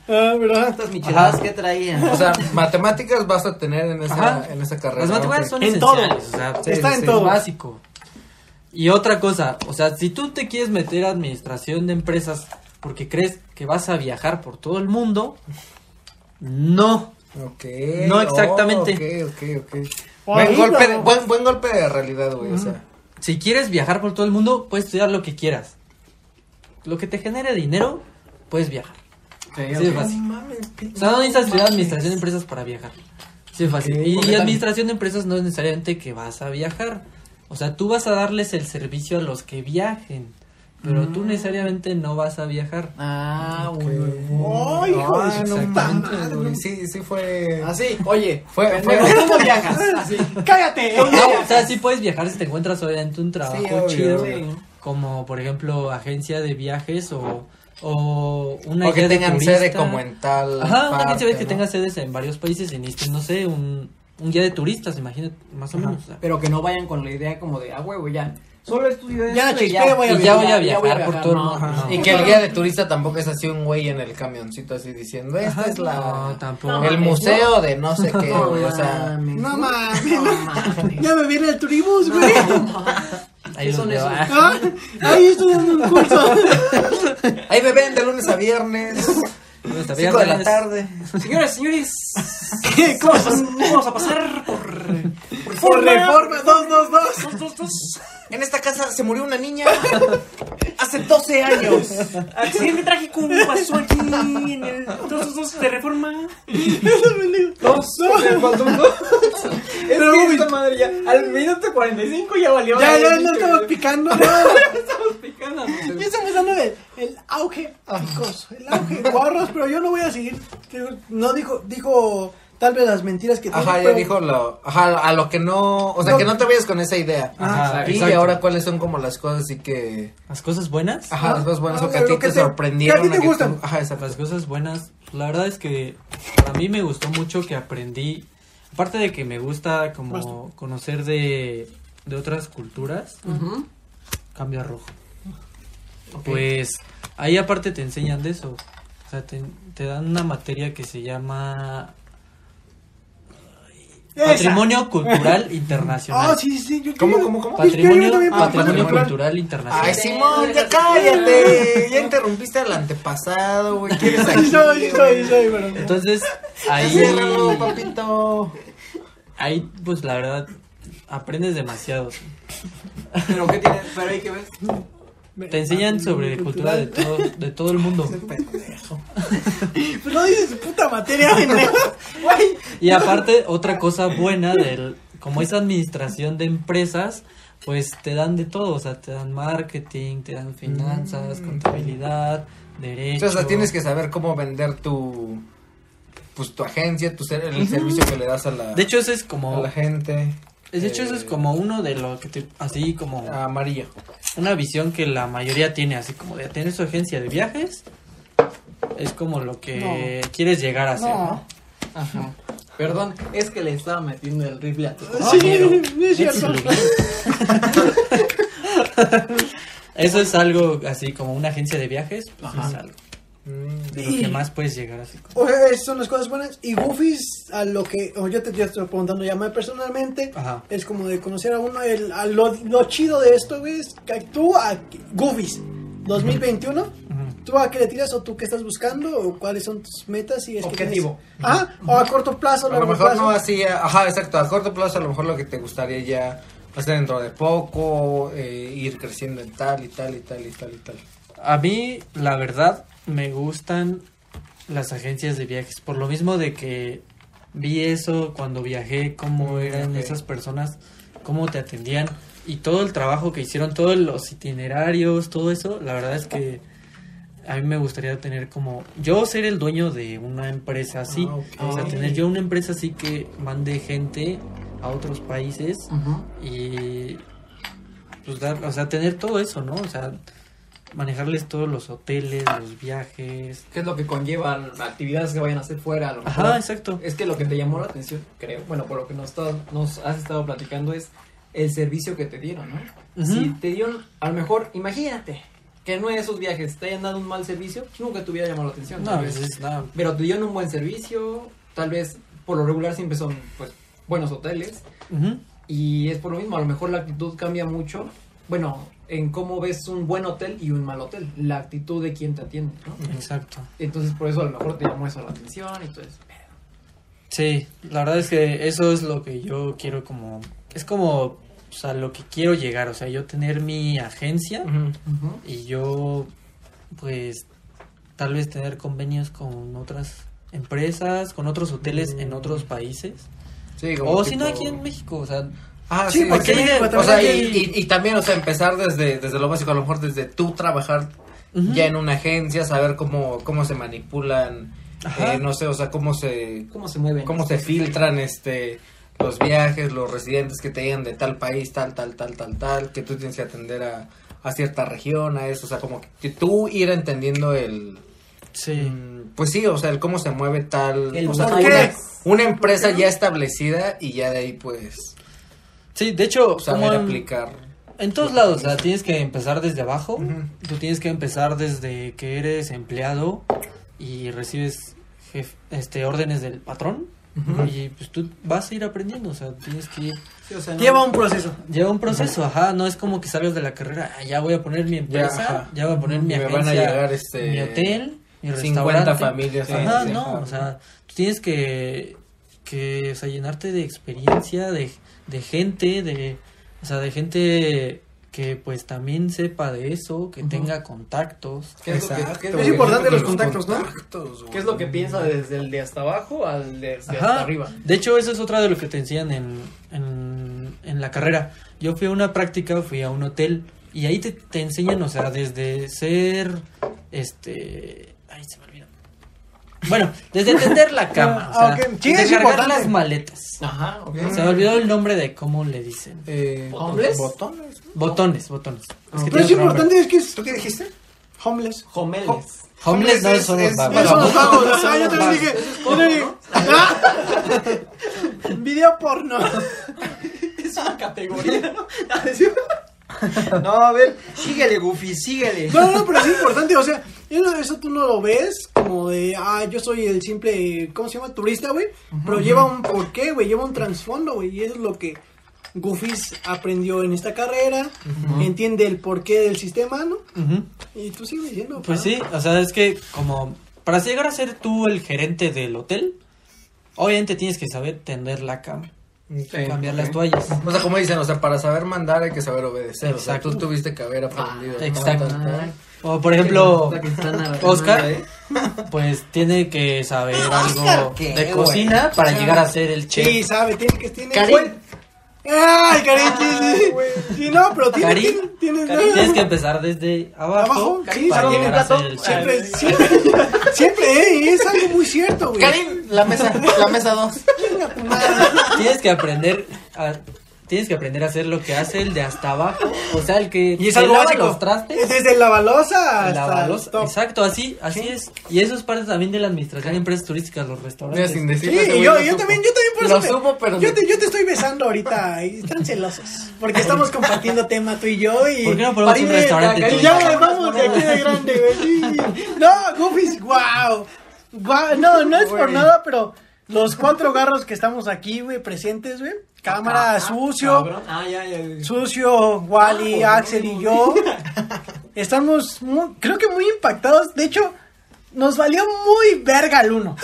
[SPEAKER 2] Ah, ¿verdad?
[SPEAKER 5] Estas micheladas que traían.
[SPEAKER 3] O sea, matemáticas vas a tener en
[SPEAKER 4] Ajá.
[SPEAKER 3] esa, en esa carrera.
[SPEAKER 4] Las matemáticas
[SPEAKER 3] ok.
[SPEAKER 4] son
[SPEAKER 2] En todo.
[SPEAKER 4] esenciales, o sea,
[SPEAKER 3] Sí,
[SPEAKER 2] Está
[SPEAKER 3] sí,
[SPEAKER 2] en
[SPEAKER 3] sí.
[SPEAKER 2] todo.
[SPEAKER 4] básico. Y otra cosa, o sea, si tú te quieres meter a administración de empresas porque crees que vas a viajar por todo el mundo, no.
[SPEAKER 3] Ok.
[SPEAKER 4] No exactamente.
[SPEAKER 3] Oh, ok, ok, ok.
[SPEAKER 2] Ahí
[SPEAKER 3] Buen golpe, de,
[SPEAKER 2] lo-
[SPEAKER 3] buen, buen golpe de realidad, güey. O sea,
[SPEAKER 4] Si quieres viajar por todo el mundo, puedes estudiar lo que quieras. Lo que te genere dinero, puedes viajar. Así de fácil. O sea, no necesitas estudiar administración de empresas para viajar. Así de fácil. Y administración de empresas no es necesariamente que vas a viajar. O sea, tú vas a darles el servicio a los que viajen. Pero tú
[SPEAKER 3] Mm.
[SPEAKER 4] necesariamente no vas a viajar.
[SPEAKER 5] Ah, güey.
[SPEAKER 2] ¡Oh, hijo de
[SPEAKER 3] Ah,
[SPEAKER 2] su
[SPEAKER 3] no
[SPEAKER 2] puta
[SPEAKER 3] mames,
[SPEAKER 2] madre!
[SPEAKER 3] güey. Sí, sí fue.
[SPEAKER 4] Ah,
[SPEAKER 5] Así, Ah, oye,
[SPEAKER 3] Fue- fue-
[SPEAKER 5] pendejo, ¿cómo viajas? Así.
[SPEAKER 2] ¡Cállate!
[SPEAKER 4] No, o sea, sí puedes viajar si te encuentras obviamente un trabajo
[SPEAKER 3] Sí, obvio,
[SPEAKER 4] chido.
[SPEAKER 5] obvio.
[SPEAKER 4] Como por ejemplo agencia de viajes o, o una
[SPEAKER 3] o que
[SPEAKER 4] guía de
[SPEAKER 3] tengan
[SPEAKER 4] turista.
[SPEAKER 3] sede como en tal.
[SPEAKER 4] Ajá, una agencia
[SPEAKER 3] parte,
[SPEAKER 4] de viajes que
[SPEAKER 3] ¿no?
[SPEAKER 4] tenga sedes en varios países y necesiten, no sé, un, un guía de turistas, imagínate, más o menos. o sea.
[SPEAKER 5] Pero que no vayan con la idea como de, ah, huevo, ya. Solo estudio esto
[SPEAKER 2] Ya la
[SPEAKER 5] y
[SPEAKER 2] chispeé, voy a
[SPEAKER 4] Y Pues ya voy a viajar por todo el
[SPEAKER 5] no,
[SPEAKER 4] mundo.
[SPEAKER 5] no.
[SPEAKER 4] no.
[SPEAKER 3] Ah. Y que el guía de turista tampoco es así un güey en el camioncito así diciendo, esta es la...
[SPEAKER 4] No, tampoco.
[SPEAKER 3] el museo de no sé qué, güey, o sea...
[SPEAKER 5] mames.
[SPEAKER 2] No
[SPEAKER 5] No
[SPEAKER 2] mames.
[SPEAKER 5] mames.
[SPEAKER 2] Ya me viene el turibús, güey.
[SPEAKER 4] Ahí
[SPEAKER 5] ¿Qué
[SPEAKER 4] los
[SPEAKER 5] son
[SPEAKER 4] veo,
[SPEAKER 5] esos?
[SPEAKER 4] ah.
[SPEAKER 2] ¿Ah? Ahí estoy dando un curso.
[SPEAKER 3] Ahí me ven de lunes a viernes,
[SPEAKER 4] Bueno, está bien,
[SPEAKER 3] cinco
[SPEAKER 4] pues,
[SPEAKER 3] de la
[SPEAKER 4] viernes.
[SPEAKER 3] tarde.
[SPEAKER 5] Señoras, señores,
[SPEAKER 2] ¿Qué cosas?
[SPEAKER 5] vamos a pasar por...
[SPEAKER 2] Por reforma, dos, dos, dos.
[SPEAKER 5] Dos, dos, dos.
[SPEAKER 3] En esta casa se murió una niña hace 12 años.
[SPEAKER 5] Accidente trágico pasó aquí en el... Dos, dos, dos, de reforma.
[SPEAKER 3] Dos,
[SPEAKER 5] Es que esta madre ya, al minuto 45 ya valió.
[SPEAKER 2] Ya, ya, no
[SPEAKER 5] no
[SPEAKER 2] estamos picando. Ya
[SPEAKER 5] estamos picando.
[SPEAKER 2] estamos dando el, el auge picoso, el auge guarros, pero yo no voy a seguir. No dijo, dijo tal vez las mentiras que
[SPEAKER 3] Ajá, ya
[SPEAKER 2] pero-
[SPEAKER 3] dijo lo... Ajá, a lo que no... Ah, O sea,
[SPEAKER 2] No.
[SPEAKER 3] que no te vayas con esa idea.
[SPEAKER 4] Ajá,
[SPEAKER 3] y
[SPEAKER 4] exacto.
[SPEAKER 3] ahora cuáles son como las cosas así que...
[SPEAKER 4] Las cosas buenas.
[SPEAKER 3] Ajá, las cosas buenas
[SPEAKER 2] Ah,
[SPEAKER 3] o que a
[SPEAKER 2] lo
[SPEAKER 3] ti
[SPEAKER 2] que
[SPEAKER 3] te,
[SPEAKER 2] te-
[SPEAKER 3] sorprendieron.
[SPEAKER 2] que a ti te
[SPEAKER 3] tú-
[SPEAKER 2] gustan.
[SPEAKER 3] Ajá, exacto.
[SPEAKER 4] Las cosas buenas, la verdad es que para mí me gustó mucho que aprendí, aparte de que me gusta como conocer de, de otras culturas, cambio a rojo. Pues ahí aparte te enseñan de eso, o sea, te, te dan una materia que se llama
[SPEAKER 2] Esa.
[SPEAKER 4] Patrimonio Cultural Internacional.
[SPEAKER 2] Ah, sí, sí, yo
[SPEAKER 3] ¿Cómo,
[SPEAKER 2] yo-
[SPEAKER 3] cómo, cómo?
[SPEAKER 4] Patrimonio,
[SPEAKER 2] Yo- yo también-
[SPEAKER 4] Patrimonio
[SPEAKER 2] Patrimonio.
[SPEAKER 4] Cultural Internacional.
[SPEAKER 3] Ay, Simón, ya cállate. Ya interrumpiste al antepasado, güey. ¿Quieres aquí?
[SPEAKER 2] Sí, soy, sí, soy,
[SPEAKER 3] güey?
[SPEAKER 2] sí, soy, pero-
[SPEAKER 4] Entonces, ahí...
[SPEAKER 3] Ciérralo, papito.
[SPEAKER 4] Ahí, pues la verdad, aprendes demasiado.
[SPEAKER 5] Pero qué tiene, pero ahí que ves.
[SPEAKER 4] Te enseñan sobre cultura de todo, de todo el mundo.
[SPEAKER 2] Pues no dices su puta materia, pendejo.
[SPEAKER 5] Güey,
[SPEAKER 4] Y aparte, otra cosa buena del, como es administración de empresas, pues te dan de todo, o sea, te dan marketing, te dan finanzas, contabilidad, derecho.
[SPEAKER 3] O sea, tienes que saber cómo vender tu. Pues tu agencia, tu ser- el servicio que le das a la,
[SPEAKER 4] De hecho, eso es
[SPEAKER 3] a
[SPEAKER 4] como,
[SPEAKER 3] la gente.
[SPEAKER 4] de hecho, eso es
[SPEAKER 3] Eh,
[SPEAKER 4] como uno de lo que te, así como
[SPEAKER 3] Ah, Amarillo.
[SPEAKER 4] una visión que la mayoría tiene, así como de tener su agencia de viajes, es como lo que quieres llegar a ser. ¿no?
[SPEAKER 5] Ajá. Perdón, es que le estaba metiendo el rifle a tu
[SPEAKER 4] Ah,
[SPEAKER 2] Sí, es cierto.
[SPEAKER 4] Eso es algo así como una agencia de viajes, pues,
[SPEAKER 5] Ajá.
[SPEAKER 4] es algo
[SPEAKER 3] Mm.
[SPEAKER 4] de lo que más puedes llegar así. como-
[SPEAKER 2] O sea, esas son las cosas buenas. Y Goofies, a lo que o yo te, yo estoy preguntando ya más personalmente,
[SPEAKER 4] Ajá.
[SPEAKER 2] es como de conocer a uno. El, a lo, lo chido de esto, güey, es que tú, a, Goofies 2021, ¿tú a qué le tiras o tú qué estás buscando o cuáles son tus metas? Y es
[SPEAKER 5] Objetivo.
[SPEAKER 2] Que tienes- Ajá, o a corto plazo,
[SPEAKER 3] A lo
[SPEAKER 2] largo
[SPEAKER 3] mejor
[SPEAKER 2] plazo.
[SPEAKER 3] no así, ajá, exacto, a corto plazo a lo mejor lo que te gustaría ya hacer dentro de poco, eh, ir creciendo en tal y tal y tal y tal y tal.
[SPEAKER 4] A mí, la verdad, me gustan las agencias de viajes, por lo mismo de que vi eso cuando viajé, cómo eran
[SPEAKER 3] Mm, ok.
[SPEAKER 4] esas personas, cómo te atendían y todo el trabajo que hicieron, todos los itinerarios, todo eso, la verdad es que a mí me gustaría tener como yo ser el dueño de una empresa así,
[SPEAKER 3] Ah, ok.
[SPEAKER 4] o sea, tener yo una empresa así que mande gente a otros países y pues dar, o sea, tener todo eso, ¿no? O sea, manejarles todos los hoteles, los viajes.
[SPEAKER 5] ¿Qué es lo que conllevan actividades que vayan a hacer fuera? A lo mejor?
[SPEAKER 4] Ajá, exacto.
[SPEAKER 5] Es que lo que te llamó la atención, creo, bueno, por lo que nos, está- nos has estado platicando es el servicio que te dieron, ¿no?
[SPEAKER 4] Ujú.
[SPEAKER 5] Si te dieron, a lo mejor, imagínate que no en esos viajes te hayan dado un mal servicio, nunca te hubiera llamado la atención.
[SPEAKER 4] No,
[SPEAKER 5] tal
[SPEAKER 4] pues
[SPEAKER 5] vez.
[SPEAKER 4] es nada.
[SPEAKER 5] Pero te dieron un buen servicio, tal vez por lo regular siempre son, pues, buenos hoteles.
[SPEAKER 4] Ujú.
[SPEAKER 5] Y es por lo mismo, a lo mejor la actitud cambia mucho. Bueno, en cómo ves un buen hotel y un mal hotel, la actitud de quien te atiende, ¿no?
[SPEAKER 4] Exacto.
[SPEAKER 5] Entonces, por eso a lo mejor te llamó eso la atención y todo eso.
[SPEAKER 4] Sí, la verdad es que eso es lo que yo quiero como... Es como, o sea, lo que quiero llegar, o sea, yo tener mi agencia
[SPEAKER 5] Ujú.
[SPEAKER 4] y yo, pues, tal vez tener convenios con otras empresas, con otros hoteles en otros países.
[SPEAKER 3] Sí, como
[SPEAKER 4] O si
[SPEAKER 3] tipo-
[SPEAKER 4] no aquí en México, o sea,
[SPEAKER 3] Ah,
[SPEAKER 2] Sí,
[SPEAKER 3] sí,
[SPEAKER 2] porque
[SPEAKER 3] sí.
[SPEAKER 2] hay de-
[SPEAKER 3] o sea, y,
[SPEAKER 2] hay-
[SPEAKER 3] y- y también, o sea, empezar desde, desde lo básico, a lo mejor desde tú trabajar
[SPEAKER 4] Ujú.
[SPEAKER 3] ya en una agencia, saber cómo, cómo se manipulan,
[SPEAKER 4] Ajá.
[SPEAKER 3] eh, no sé, o sea, cómo se,
[SPEAKER 5] ¿Cómo se mueven?
[SPEAKER 3] cómo se filtran este los viajes, los residentes que te llegan de tal país, tal, tal, tal, tal, tal, que tú tienes que atender a, a cierta región, a eso, o sea, como que tú ir entendiendo el...
[SPEAKER 4] sí.
[SPEAKER 3] mm, Pues sí, o sea, el cómo se mueve tal...
[SPEAKER 5] El
[SPEAKER 3] o sea,
[SPEAKER 5] ¿por
[SPEAKER 3] una,
[SPEAKER 5] qué?
[SPEAKER 3] una empresa ya establecida y ya de ahí pues
[SPEAKER 4] Sí, de hecho, como
[SPEAKER 3] saber
[SPEAKER 4] en-
[SPEAKER 3] aplicar.
[SPEAKER 4] En todos lados, o sea, tienes que empezar desde abajo. Tú tienes que empezar desde que eres empleado y recibes jef- este órdenes del patrón. Y pues tú vas a ir aprendiendo, o sea, tienes que ir.
[SPEAKER 5] Sí, o sea, no-
[SPEAKER 2] Lleva un proceso.
[SPEAKER 4] Lleva un proceso, ajá, no es como que salgas de la carrera, "Ah, ya voy a poner mi empresa, ya,
[SPEAKER 3] ajá.
[SPEAKER 4] voy a poner mi
[SPEAKER 3] Me
[SPEAKER 4] agencia,
[SPEAKER 3] van a llegar, este,
[SPEAKER 4] mi hotel, mi
[SPEAKER 3] 50
[SPEAKER 4] restaurante.
[SPEAKER 3] familias.
[SPEAKER 4] Ajá,
[SPEAKER 3] Sí, sí,
[SPEAKER 4] no,
[SPEAKER 3] ajá.
[SPEAKER 4] o sea, tú tienes que, que o sea, llenarte de experiencia, de, de gente, de, o sea, de gente que pues también sepa de eso, que tenga contactos.
[SPEAKER 5] ¿Qué es lo que- qué es lo
[SPEAKER 2] Es
[SPEAKER 5] que-
[SPEAKER 2] importante los contactos, ¿no?
[SPEAKER 5] ¿Qué es lo que piensa desde el de hasta abajo al de hasta,
[SPEAKER 4] Ajá.
[SPEAKER 5] arriba?
[SPEAKER 4] De hecho, eso es otra de lo que te enseñan en, en, en la carrera. Yo fui a una práctica, fui a un hotel y ahí te, te enseñan, o sea, desde ser, este, ay, se me olvidó. Bueno, desde tender la cama, o
[SPEAKER 2] Ah,
[SPEAKER 4] sea,
[SPEAKER 2] ok. Sí,
[SPEAKER 4] desde
[SPEAKER 2] es
[SPEAKER 4] cargar
[SPEAKER 2] importante.
[SPEAKER 4] las maletas.
[SPEAKER 5] Ajá, ok.
[SPEAKER 4] Se me olvidó el nombre de cómo le dicen.
[SPEAKER 5] ¿Hombres?
[SPEAKER 3] Eh, ¿Botones?
[SPEAKER 4] Botones, botones. Es que
[SPEAKER 2] Pero es
[SPEAKER 4] tiene otro nombre.
[SPEAKER 2] importante, es que es
[SPEAKER 3] ¿Tú qué dijiste?
[SPEAKER 2] homeless.
[SPEAKER 5] Jomeles.
[SPEAKER 4] Homeless no son los
[SPEAKER 2] Eso
[SPEAKER 4] vagos.
[SPEAKER 2] son los vagos. Ah, yo también dije. Yo también dije. ¡Ah! Video porno.
[SPEAKER 5] Es una categoría, ¿no? no, a ver, síguele, Goofy, síguele.
[SPEAKER 2] No, no, pero es importante, o sea, eso, eso tú no lo ves como de, ah, yo soy el simple, ¿cómo se llama? Turista, güey. Pero lleva un porqué, güey, lleva un trasfondo, güey. Y eso es lo que Goofies aprendió en esta carrera, entiende el porqué del sistema, ¿no?
[SPEAKER 4] Ujú.
[SPEAKER 2] Y tú sigues yendo.
[SPEAKER 4] Pues
[SPEAKER 2] pa.
[SPEAKER 4] sí, o sea, es que como para llegar a ser tú el gerente del hotel, obviamente tienes que saber tender la cama, cambiar las toallas.
[SPEAKER 3] O sea, como dicen, o sea, para saber mandar hay que saber obedecer.
[SPEAKER 4] Exacto.
[SPEAKER 3] O sea, tú tuviste que haber
[SPEAKER 5] Ah,
[SPEAKER 3] aprendido.
[SPEAKER 4] Exacto.
[SPEAKER 3] tal,
[SPEAKER 2] Ah,
[SPEAKER 3] tal, tal.
[SPEAKER 4] O por ejemplo,
[SPEAKER 5] Que están a la
[SPEAKER 4] Oscar,
[SPEAKER 5] demanda, ¿eh?
[SPEAKER 4] pues tiene que saber algo
[SPEAKER 3] ¿qué,
[SPEAKER 4] de
[SPEAKER 3] güey?
[SPEAKER 4] cocina para llegar a ser el
[SPEAKER 2] Sí,
[SPEAKER 4] chef.
[SPEAKER 2] sabe, tiene que tiene
[SPEAKER 4] Karim.
[SPEAKER 2] güey. Ay, Karim, sí, sí. sí, no, pero tiene
[SPEAKER 4] Karim.
[SPEAKER 2] tiene- tiene-
[SPEAKER 4] Tienes que empezar desde
[SPEAKER 2] abajo,
[SPEAKER 4] abajo
[SPEAKER 2] sí,
[SPEAKER 4] para
[SPEAKER 2] sabe,
[SPEAKER 4] llegar a ser el chef.
[SPEAKER 2] siempre siempre siempre eh, es algo muy cierto, güey.
[SPEAKER 3] Karim, la mesa, la mesa 2.
[SPEAKER 2] Chinga tu madre.
[SPEAKER 4] Tienes que aprender a Tienes que aprender a hacer lo que hace el de hasta abajo, o sea, el que
[SPEAKER 2] Y es
[SPEAKER 4] te
[SPEAKER 2] algo
[SPEAKER 4] lava
[SPEAKER 2] básico.
[SPEAKER 4] los trastes.
[SPEAKER 2] Desde la balosa hasta
[SPEAKER 4] La balosa.
[SPEAKER 2] el top.
[SPEAKER 4] Exacto, así, así es. Y eso es parte también de la administración de empresas turísticas, los
[SPEAKER 3] Mira,
[SPEAKER 4] restaurantes.
[SPEAKER 3] sin
[SPEAKER 2] Sí,
[SPEAKER 3] decirlo. ese
[SPEAKER 2] yo,
[SPEAKER 3] güey
[SPEAKER 2] yo
[SPEAKER 3] lo
[SPEAKER 2] también,
[SPEAKER 3] supo.
[SPEAKER 2] yo también por
[SPEAKER 3] Lo
[SPEAKER 2] eso. me-
[SPEAKER 3] supo, pero.
[SPEAKER 2] Yo te, yo te estoy besando ahorita y están celosos. Porque estamos compartiendo tema tú y yo y.
[SPEAKER 4] ¿Por qué no ponemos un
[SPEAKER 5] Parime,
[SPEAKER 4] restaurante
[SPEAKER 5] la
[SPEAKER 2] Y
[SPEAKER 5] ponemos-
[SPEAKER 2] ya
[SPEAKER 4] turístico?
[SPEAKER 5] Caribe.
[SPEAKER 2] vamos de aquí de grande, güey. Sí. No, Goofies, wow. No, no es por nada, pero los cuatro garros que estamos aquí, güey, presentes, güey. Cámara, sucio.
[SPEAKER 5] Cabrón. Ah, ya, ya. ya.
[SPEAKER 2] Sucio, Wally,
[SPEAKER 5] Ah,
[SPEAKER 2] Axel y
[SPEAKER 5] no.
[SPEAKER 2] yo estamos, muy- creo que muy impactados. De hecho, nos valió muy verga el uno.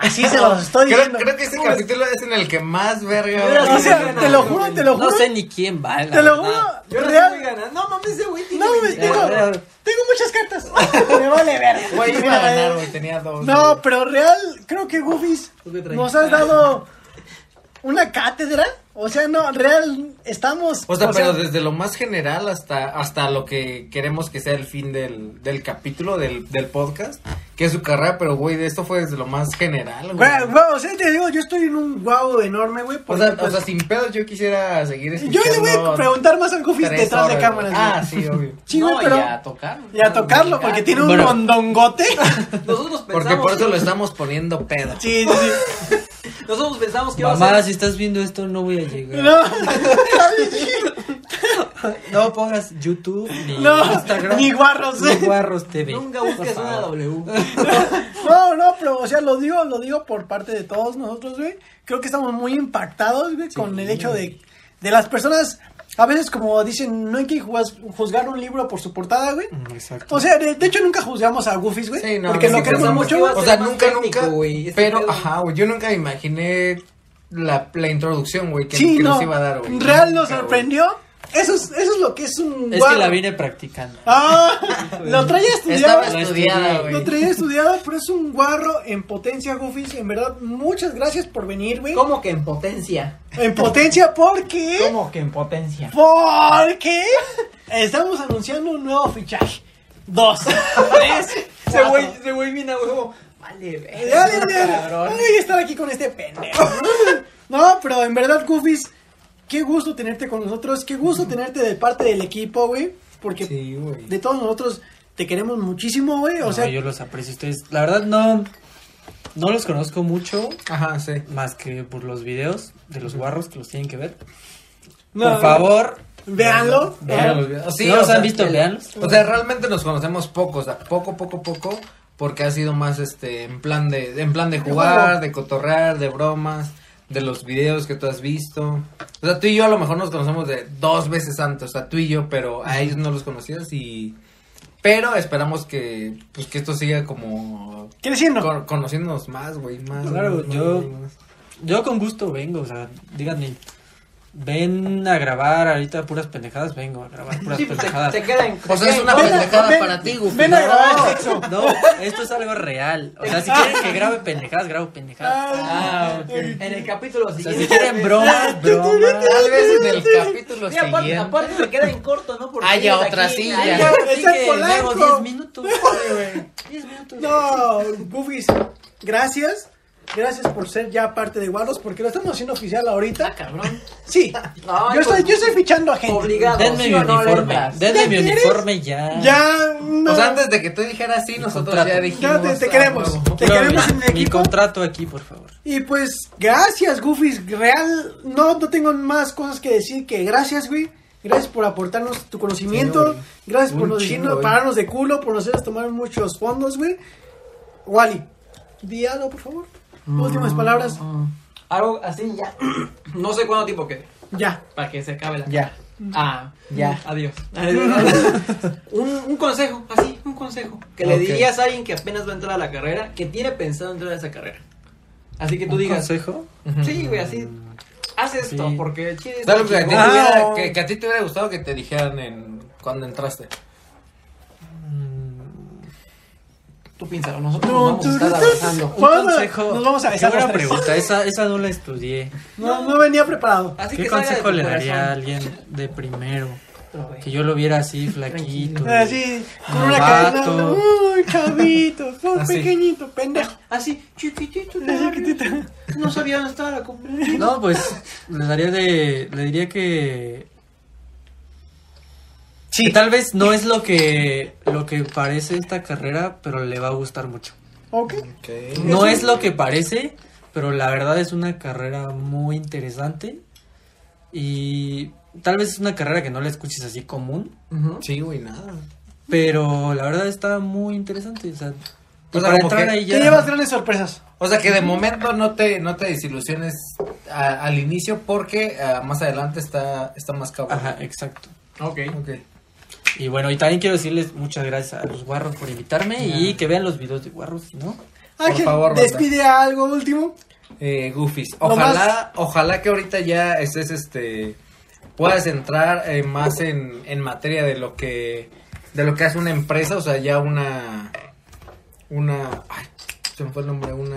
[SPEAKER 2] Así se los estoy
[SPEAKER 3] Creo,
[SPEAKER 2] diciendo.
[SPEAKER 3] creo que este capítulo es en el que más verga.
[SPEAKER 5] Mira,
[SPEAKER 2] O sea, te lo juro, te lo juro.
[SPEAKER 4] No sé ni quién va. la
[SPEAKER 2] te lo juro.
[SPEAKER 4] verdad.
[SPEAKER 5] Yo no
[SPEAKER 2] real.
[SPEAKER 5] estoy ganando. No mames, ese güey tiene.
[SPEAKER 2] No, mames,
[SPEAKER 5] veintitrés.
[SPEAKER 2] tengo,
[SPEAKER 4] Ya, real.
[SPEAKER 2] tengo muchas cartas. Me vale verga.
[SPEAKER 3] Güey, iba
[SPEAKER 2] Mira, eh,
[SPEAKER 3] a ganar, güey. Tenía dos.
[SPEAKER 2] No,
[SPEAKER 3] güey.
[SPEAKER 2] pero real, creo que Goofies
[SPEAKER 5] Tú que traes.
[SPEAKER 2] nos has dado una cátedra. O sea, no, real, estamos.
[SPEAKER 3] O sea, pero desde lo más general hasta, hasta lo que queremos que sea el fin del, del capítulo, del, del podcast, que es su carrera, pero güey, de esto fue desde lo más general, güey.
[SPEAKER 2] Güey, güey, o sea, te digo, yo estoy en un guau enorme, güey.
[SPEAKER 3] o,
[SPEAKER 2] porque,
[SPEAKER 3] sea, o
[SPEAKER 2] pues,
[SPEAKER 3] sea, sin pedos yo quisiera seguir
[SPEAKER 2] yo
[SPEAKER 3] escuchando.
[SPEAKER 2] le voy a preguntar más al Goofy
[SPEAKER 3] tres
[SPEAKER 2] detrás de
[SPEAKER 3] horas,
[SPEAKER 2] cámaras.
[SPEAKER 3] güey. Ah,
[SPEAKER 2] güey.
[SPEAKER 3] sí, obvio.
[SPEAKER 2] Sí, güey,
[SPEAKER 5] No, y
[SPEAKER 2] pero.
[SPEAKER 5] a tocar.
[SPEAKER 2] Y a tocarlo, porque tiene un
[SPEAKER 4] Bueno.
[SPEAKER 2] mondongote.
[SPEAKER 5] Nosotros pensamos.
[SPEAKER 3] Porque por eso lo estamos poniendo pedo.
[SPEAKER 2] Sí, sí, sí.
[SPEAKER 5] Nosotros pensamos que iba a
[SPEAKER 4] Mamá,
[SPEAKER 5] ser-
[SPEAKER 4] si estás viendo esto, no voy a llegar.
[SPEAKER 2] No,
[SPEAKER 4] No pongas YouTube ni
[SPEAKER 2] no,
[SPEAKER 4] Instagram.
[SPEAKER 2] ni guarros.
[SPEAKER 4] ni Guarros TV.
[SPEAKER 5] Nunca busques
[SPEAKER 4] Por
[SPEAKER 5] una
[SPEAKER 4] favor.
[SPEAKER 5] W.
[SPEAKER 2] No, no, pero, o sea, lo digo, lo digo por parte de todos nosotros, güey. Creo que estamos muy impactados, güey, con el hecho de, de las personas. A veces, como dicen, no hay que juzgar- juzgar un libro por su portada, güey.
[SPEAKER 4] Mm, Exacto.
[SPEAKER 2] O sea, de, de hecho nunca juzgamos a Goofies, güey.
[SPEAKER 3] Sí, no,
[SPEAKER 2] porque
[SPEAKER 3] no,
[SPEAKER 2] lo
[SPEAKER 3] sí,
[SPEAKER 2] queremos
[SPEAKER 5] pensamos
[SPEAKER 2] mucho,
[SPEAKER 5] que
[SPEAKER 2] güey.
[SPEAKER 5] iba a
[SPEAKER 3] O
[SPEAKER 5] ser
[SPEAKER 3] sea,
[SPEAKER 5] más
[SPEAKER 3] nunca,
[SPEAKER 5] técnico,
[SPEAKER 3] nunca.
[SPEAKER 5] güey, este
[SPEAKER 3] pero,
[SPEAKER 5] pedo.
[SPEAKER 3] ajá, güey, yo nunca imaginé la, la introducción, güey, que,
[SPEAKER 2] Sí,
[SPEAKER 3] que
[SPEAKER 2] no.
[SPEAKER 3] nos iba a dar, güey.
[SPEAKER 2] Real nos
[SPEAKER 3] Nunca, güey.
[SPEAKER 2] sorprendió Eso es, eso es lo que es un.
[SPEAKER 4] Es
[SPEAKER 2] guarro.
[SPEAKER 4] que la vine practicando.
[SPEAKER 2] Ah, lo traía estudiado.
[SPEAKER 3] Estaba estudiada, güey.
[SPEAKER 2] Lo traía estudiado, pero es un guarro en potencia, Goofies. En verdad, muchas gracias por venir, güey.
[SPEAKER 5] ¿Cómo que en potencia?
[SPEAKER 2] En potencia, porque.
[SPEAKER 5] ¿Cómo que en potencia?
[SPEAKER 2] Porque estamos anunciando un nuevo fichaje. Dos, tres,
[SPEAKER 5] Ese güey, ese güey viene a huevo. Vale, ve.
[SPEAKER 2] Ya, ya, ya. Ay, estar aquí con este pendejo. No, pero en verdad, Goofies, qué gusto tenerte con nosotros. Qué gusto tenerte de parte del equipo, güey. Porque
[SPEAKER 3] Sí, güey.
[SPEAKER 2] de todos nosotros te queremos muchísimo, güey. O
[SPEAKER 4] No,
[SPEAKER 2] sea,
[SPEAKER 4] yo los aprecio a ustedes. La verdad, no. No los conozco mucho,
[SPEAKER 3] Ajá, sí.
[SPEAKER 4] más que por los videos de los guarros que los tienen que ver.
[SPEAKER 2] no,
[SPEAKER 4] por favor,
[SPEAKER 2] véanlo.
[SPEAKER 4] véanlos.
[SPEAKER 3] Veanlos,
[SPEAKER 4] Si no los han visto, véanlos.
[SPEAKER 3] O sea, realmente nos conocemos poco, o sea, poco, poco, poco, porque ha sido más este en plan de, en plan de jugar, de cotorrear, de bromas, de los videos que tú has visto. O sea, tú y yo a lo mejor nos conocemos de dos veces antes, o sea, tú y yo, pero a ellos no los conocías y pero esperamos que pues que esto siga como
[SPEAKER 2] Creciendo.
[SPEAKER 3] con- conociéndonos más, güey, más.
[SPEAKER 4] Claro,
[SPEAKER 3] más,
[SPEAKER 4] yo-
[SPEAKER 3] más, más.
[SPEAKER 4] Yo con gusto vengo, o sea, díganme. Ven a grabar ahorita puras pendejadas, vengo a grabar puras
[SPEAKER 5] Sí, pues te,
[SPEAKER 4] pendejadas.
[SPEAKER 5] te queda en.
[SPEAKER 3] O sea, es una
[SPEAKER 2] Ven a-
[SPEAKER 3] pendejada
[SPEAKER 2] ven-
[SPEAKER 3] para ti, Gufi.
[SPEAKER 2] Ven a grabar el sexo.
[SPEAKER 4] No, esto es algo real. O sea, si quieren que grabe pendejadas, grabo pendejadas.
[SPEAKER 5] Ah, ok. En el capítulo
[SPEAKER 4] O sea,
[SPEAKER 5] siguiente.
[SPEAKER 4] si quieren bromas, bromas.
[SPEAKER 3] Tal vez en el capítulo
[SPEAKER 5] Sí, aparte,
[SPEAKER 3] siguiente.
[SPEAKER 5] aparte se queda en corto, ¿no? Porque
[SPEAKER 3] Haya
[SPEAKER 5] llegas
[SPEAKER 3] otra
[SPEAKER 5] aquí,
[SPEAKER 3] silla.
[SPEAKER 5] ahí,
[SPEAKER 2] Ya,
[SPEAKER 4] Así
[SPEAKER 2] es el
[SPEAKER 4] que
[SPEAKER 2] Polanco.
[SPEAKER 4] luego 10 minutos. 10 minutos.
[SPEAKER 2] No, Goofies, gracias. Gracias por ser ya parte de Guardos, porque lo estamos haciendo oficial ahorita.
[SPEAKER 5] Cabrón.
[SPEAKER 2] Sí,
[SPEAKER 5] Ay,
[SPEAKER 2] yo estoy,
[SPEAKER 5] pues,
[SPEAKER 2] yo estoy fichando a gente.
[SPEAKER 5] Obligado.
[SPEAKER 4] Denme
[SPEAKER 5] ¿sí
[SPEAKER 4] mi
[SPEAKER 5] o no le
[SPEAKER 4] uniforme.
[SPEAKER 5] entras?
[SPEAKER 4] Denme
[SPEAKER 2] ¿Ya
[SPEAKER 4] mi
[SPEAKER 2] quieres?
[SPEAKER 4] uniforme ya.
[SPEAKER 2] Ya, no.
[SPEAKER 3] O sea, antes de que tú dijeras sí, nosotros
[SPEAKER 4] contrato.
[SPEAKER 3] ya dijimos.
[SPEAKER 2] Ya te- te
[SPEAKER 3] "Ah,
[SPEAKER 2] queremos".
[SPEAKER 3] huevo".
[SPEAKER 2] Te
[SPEAKER 4] Quiero
[SPEAKER 2] queremos en mi equipo.
[SPEAKER 4] contrato aquí, por favor.
[SPEAKER 2] Y pues, gracias, Goofies. Real, no, no tengo más cosas que decir que gracias, güey. Gracias por aportarnos tu conocimiento.
[SPEAKER 3] Sí, güey.
[SPEAKER 2] gracias por
[SPEAKER 3] Un
[SPEAKER 2] nos
[SPEAKER 3] chingo,
[SPEAKER 2] decirnos,
[SPEAKER 3] güey.
[SPEAKER 2] pararnos de culo, por nosotros tomar muchos fondos, güey. Wally, di algo, por favor.
[SPEAKER 3] Mm.
[SPEAKER 2] Últimas palabras.
[SPEAKER 5] Algo así ya. No sé cuánto tiempo quede.
[SPEAKER 2] Ya.
[SPEAKER 5] Para que se acabe la.
[SPEAKER 3] Ya.
[SPEAKER 5] Ah,
[SPEAKER 3] Ya.
[SPEAKER 5] Adiós. un, un consejo, así, un consejo. Que le
[SPEAKER 4] Ok.
[SPEAKER 5] dirías a alguien que apenas va a entrar a la carrera, que tiene pensado entrar a esa carrera. Así que tú
[SPEAKER 4] ¿Un
[SPEAKER 5] digas,
[SPEAKER 4] consejo?
[SPEAKER 5] sí, güey, así, haz esto,
[SPEAKER 4] Sí.
[SPEAKER 5] porque chile,
[SPEAKER 3] Dale lo que, a ti te
[SPEAKER 4] Ah.
[SPEAKER 3] hubiera- que- que a ti te hubiera gustado que te dijeran en cuando entraste.
[SPEAKER 5] tú piénsalo, nosotros
[SPEAKER 2] No,
[SPEAKER 5] nos vamos a estar
[SPEAKER 2] tú-
[SPEAKER 5] avanzando.
[SPEAKER 4] Un
[SPEAKER 2] Vamos,
[SPEAKER 4] consejo.
[SPEAKER 2] nos vamos a besar
[SPEAKER 4] Qué buena
[SPEAKER 2] los tres.
[SPEAKER 4] pregunta. Esa, esa no la estudié.
[SPEAKER 2] No, no venía preparado.
[SPEAKER 5] Así
[SPEAKER 4] ¿Qué
[SPEAKER 5] que salga de
[SPEAKER 4] consejo
[SPEAKER 5] tu
[SPEAKER 4] le
[SPEAKER 5] corazón.
[SPEAKER 4] daría a alguien de primero?
[SPEAKER 5] Otro, güey.
[SPEAKER 4] Que yo lo viera así, flaquito.
[SPEAKER 5] Ah,
[SPEAKER 2] Así, con una
[SPEAKER 4] Novato.
[SPEAKER 2] cadena. Uy, chavito, fue
[SPEAKER 4] Así.
[SPEAKER 2] pequeñito, pendejo.
[SPEAKER 5] Así, chiquitito,
[SPEAKER 2] Así que
[SPEAKER 5] chiquitito.
[SPEAKER 2] te-
[SPEAKER 5] No sabía dónde estaba la compra.
[SPEAKER 4] No, pues le daría de. Le diría que. que tal vez no es lo que lo que parece esta carrera, pero le va a gustar mucho.
[SPEAKER 2] Ok.
[SPEAKER 4] No es lo que parece, pero la verdad es una carrera muy interesante y tal vez es una carrera que no la escuches así común,
[SPEAKER 3] Sí, güey, nada.
[SPEAKER 4] pero la verdad está muy interesante. O sea,
[SPEAKER 3] O sea,
[SPEAKER 4] para
[SPEAKER 3] como
[SPEAKER 4] entrar
[SPEAKER 3] que
[SPEAKER 4] ahí
[SPEAKER 2] Te
[SPEAKER 4] ya.
[SPEAKER 2] llevas grandes sorpresas.
[SPEAKER 3] O sea que de momento no te, no te desilusiones a- al inicio porque ah, más adelante está, está más cabrón.
[SPEAKER 4] Ajá, exacto.
[SPEAKER 5] Ok.
[SPEAKER 3] Ok.
[SPEAKER 4] Y bueno, y también quiero decirles muchas gracias a los guarros por invitarme y que vean los videos de guarros, ¿no?
[SPEAKER 3] Por
[SPEAKER 2] Ángel,
[SPEAKER 3] favor, banda.
[SPEAKER 2] despide algo último.
[SPEAKER 3] Eh, Goofies.
[SPEAKER 2] Lo
[SPEAKER 3] Ojalá, ojalá que ahorita ya estés este puedas entrar eh, más en, en materia de lo que de lo que hace una empresa, o sea, ya una una ay, se me fue el nombre, una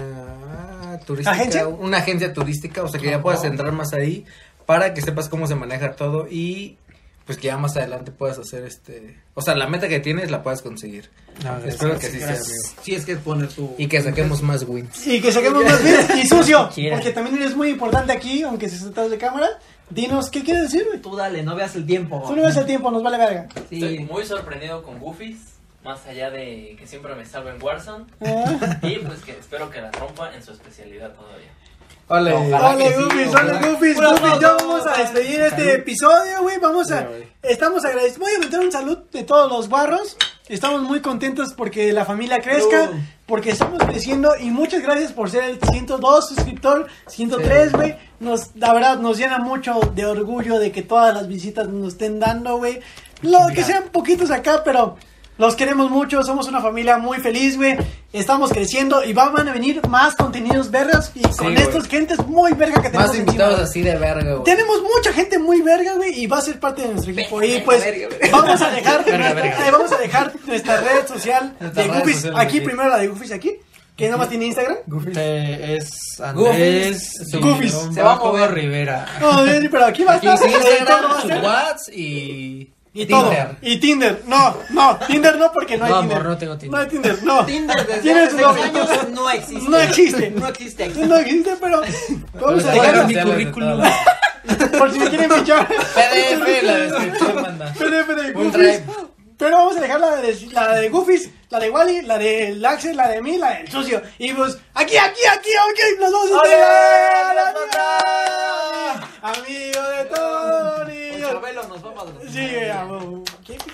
[SPEAKER 3] ah, turística,
[SPEAKER 2] ¿Agencia? Ah,
[SPEAKER 3] una agencia turística, o sea, que ya puedas entrar más ahí para que sepas cómo se maneja todo y pues que ya más adelante puedas hacer este, o sea, la meta que tienes la puedas conseguir. Espero que así sea, amigo.
[SPEAKER 5] Si es que es poner tu.
[SPEAKER 3] Y que saquemos más wins.
[SPEAKER 2] Y que saquemos más bits y sucio.
[SPEAKER 4] Quiera.
[SPEAKER 2] Porque también eres muy importante aquí, aunque se detrás de cámara. Dinos, ¿qué quieres decir, güey?
[SPEAKER 5] Tú dale, no veas el tiempo.
[SPEAKER 2] Tú no ves el tiempo, nos vale verga.
[SPEAKER 6] Estoy
[SPEAKER 5] Sí.
[SPEAKER 6] muy sorprendido con Goofies, más allá de que siempre me salva en Warzone.
[SPEAKER 2] Ah.
[SPEAKER 6] Y pues que espero que la rompa en su especialidad todavía.
[SPEAKER 3] Ole.
[SPEAKER 2] Ole, Goofies, ole, Goofies,
[SPEAKER 5] Un aplauso.
[SPEAKER 2] Goofies. Ya vamos a despedir este episodio, güey. Vamos a.
[SPEAKER 3] Ya, güey.
[SPEAKER 2] Estamos agradecidos. Voy a meter un saludo de todos los barros. Estamos muy contentos porque la familia crezca,
[SPEAKER 5] Salud.
[SPEAKER 2] porque estamos creciendo. Y muchas gracias por ser el 102 suscriptor, 103, güey. Nos, la verdad, nos llena mucho de orgullo de que todas las visitas nos estén dando, güey. Lo que sean poquitos acá, pero. Los queremos mucho, somos una familia muy feliz, güey. Estamos creciendo y va- van a venir más contenidos vergas y con
[SPEAKER 3] güey.
[SPEAKER 2] estos gentes muy verga que tenemos
[SPEAKER 3] Más invitados
[SPEAKER 2] encima.
[SPEAKER 3] así de verga, güey.
[SPEAKER 2] Tenemos mucha gente muy verga, güey, y va a ser parte de nuestro equipo. Y pues
[SPEAKER 5] verga, verga.
[SPEAKER 2] vamos a dejar
[SPEAKER 4] Verga,
[SPEAKER 2] nuestra,
[SPEAKER 4] verga.
[SPEAKER 2] eh, vamos a dejar nuestra red social
[SPEAKER 3] Nuestra
[SPEAKER 2] de
[SPEAKER 3] red
[SPEAKER 2] Goofies
[SPEAKER 3] social de
[SPEAKER 2] aquí,
[SPEAKER 3] aquí.
[SPEAKER 2] primero la de Goofies aquí, que nada más tiene Instagram.
[SPEAKER 4] Eh, es Andrés
[SPEAKER 3] Goofies.
[SPEAKER 4] sí,
[SPEAKER 2] Goofies.
[SPEAKER 4] un
[SPEAKER 5] Se va a
[SPEAKER 4] bajo
[SPEAKER 5] mover.
[SPEAKER 4] Rivera.
[SPEAKER 2] No, eh, pero aquí va a
[SPEAKER 3] Aquí
[SPEAKER 2] estar
[SPEAKER 3] sí,
[SPEAKER 2] todo va a
[SPEAKER 3] Instagram, su
[SPEAKER 2] ser-
[SPEAKER 3] WhatsApp y.
[SPEAKER 2] y todo.
[SPEAKER 3] Tinder.
[SPEAKER 2] Y Tinder. No, no, Tinder no porque no hay
[SPEAKER 4] No,
[SPEAKER 2] Tinder.
[SPEAKER 4] amor, no tengo Tinder.
[SPEAKER 2] No hay Tinder, no.
[SPEAKER 5] Tinder desde
[SPEAKER 2] Tienes
[SPEAKER 5] hace
[SPEAKER 2] un
[SPEAKER 5] seis
[SPEAKER 2] novio.
[SPEAKER 5] años no existe.
[SPEAKER 2] No existe.
[SPEAKER 5] No existe aquí.
[SPEAKER 2] No existe, pero vamos a
[SPEAKER 3] Pero
[SPEAKER 2] dejar
[SPEAKER 3] está
[SPEAKER 4] mi
[SPEAKER 3] en las
[SPEAKER 4] currículum.
[SPEAKER 3] redes sociales
[SPEAKER 2] por si me quieren fichar.
[SPEAKER 3] de todo. PDF en la descripción, manda.
[SPEAKER 2] PDF de
[SPEAKER 3] Un
[SPEAKER 2] Goofies.
[SPEAKER 3] drive.
[SPEAKER 2] Pero vamos a dejar la de, la de Goofies, la de Wally, la del Axel, la de mí, la del sucio. Y pues, aquí, aquí, aquí, ok, nos vamos a
[SPEAKER 5] ¡Ole!
[SPEAKER 2] integrar.
[SPEAKER 5] ¡Nos
[SPEAKER 2] Amigo de Tony.
[SPEAKER 5] Chabelo nos va a madrear.
[SPEAKER 2] Sí, amo. ¿Qué?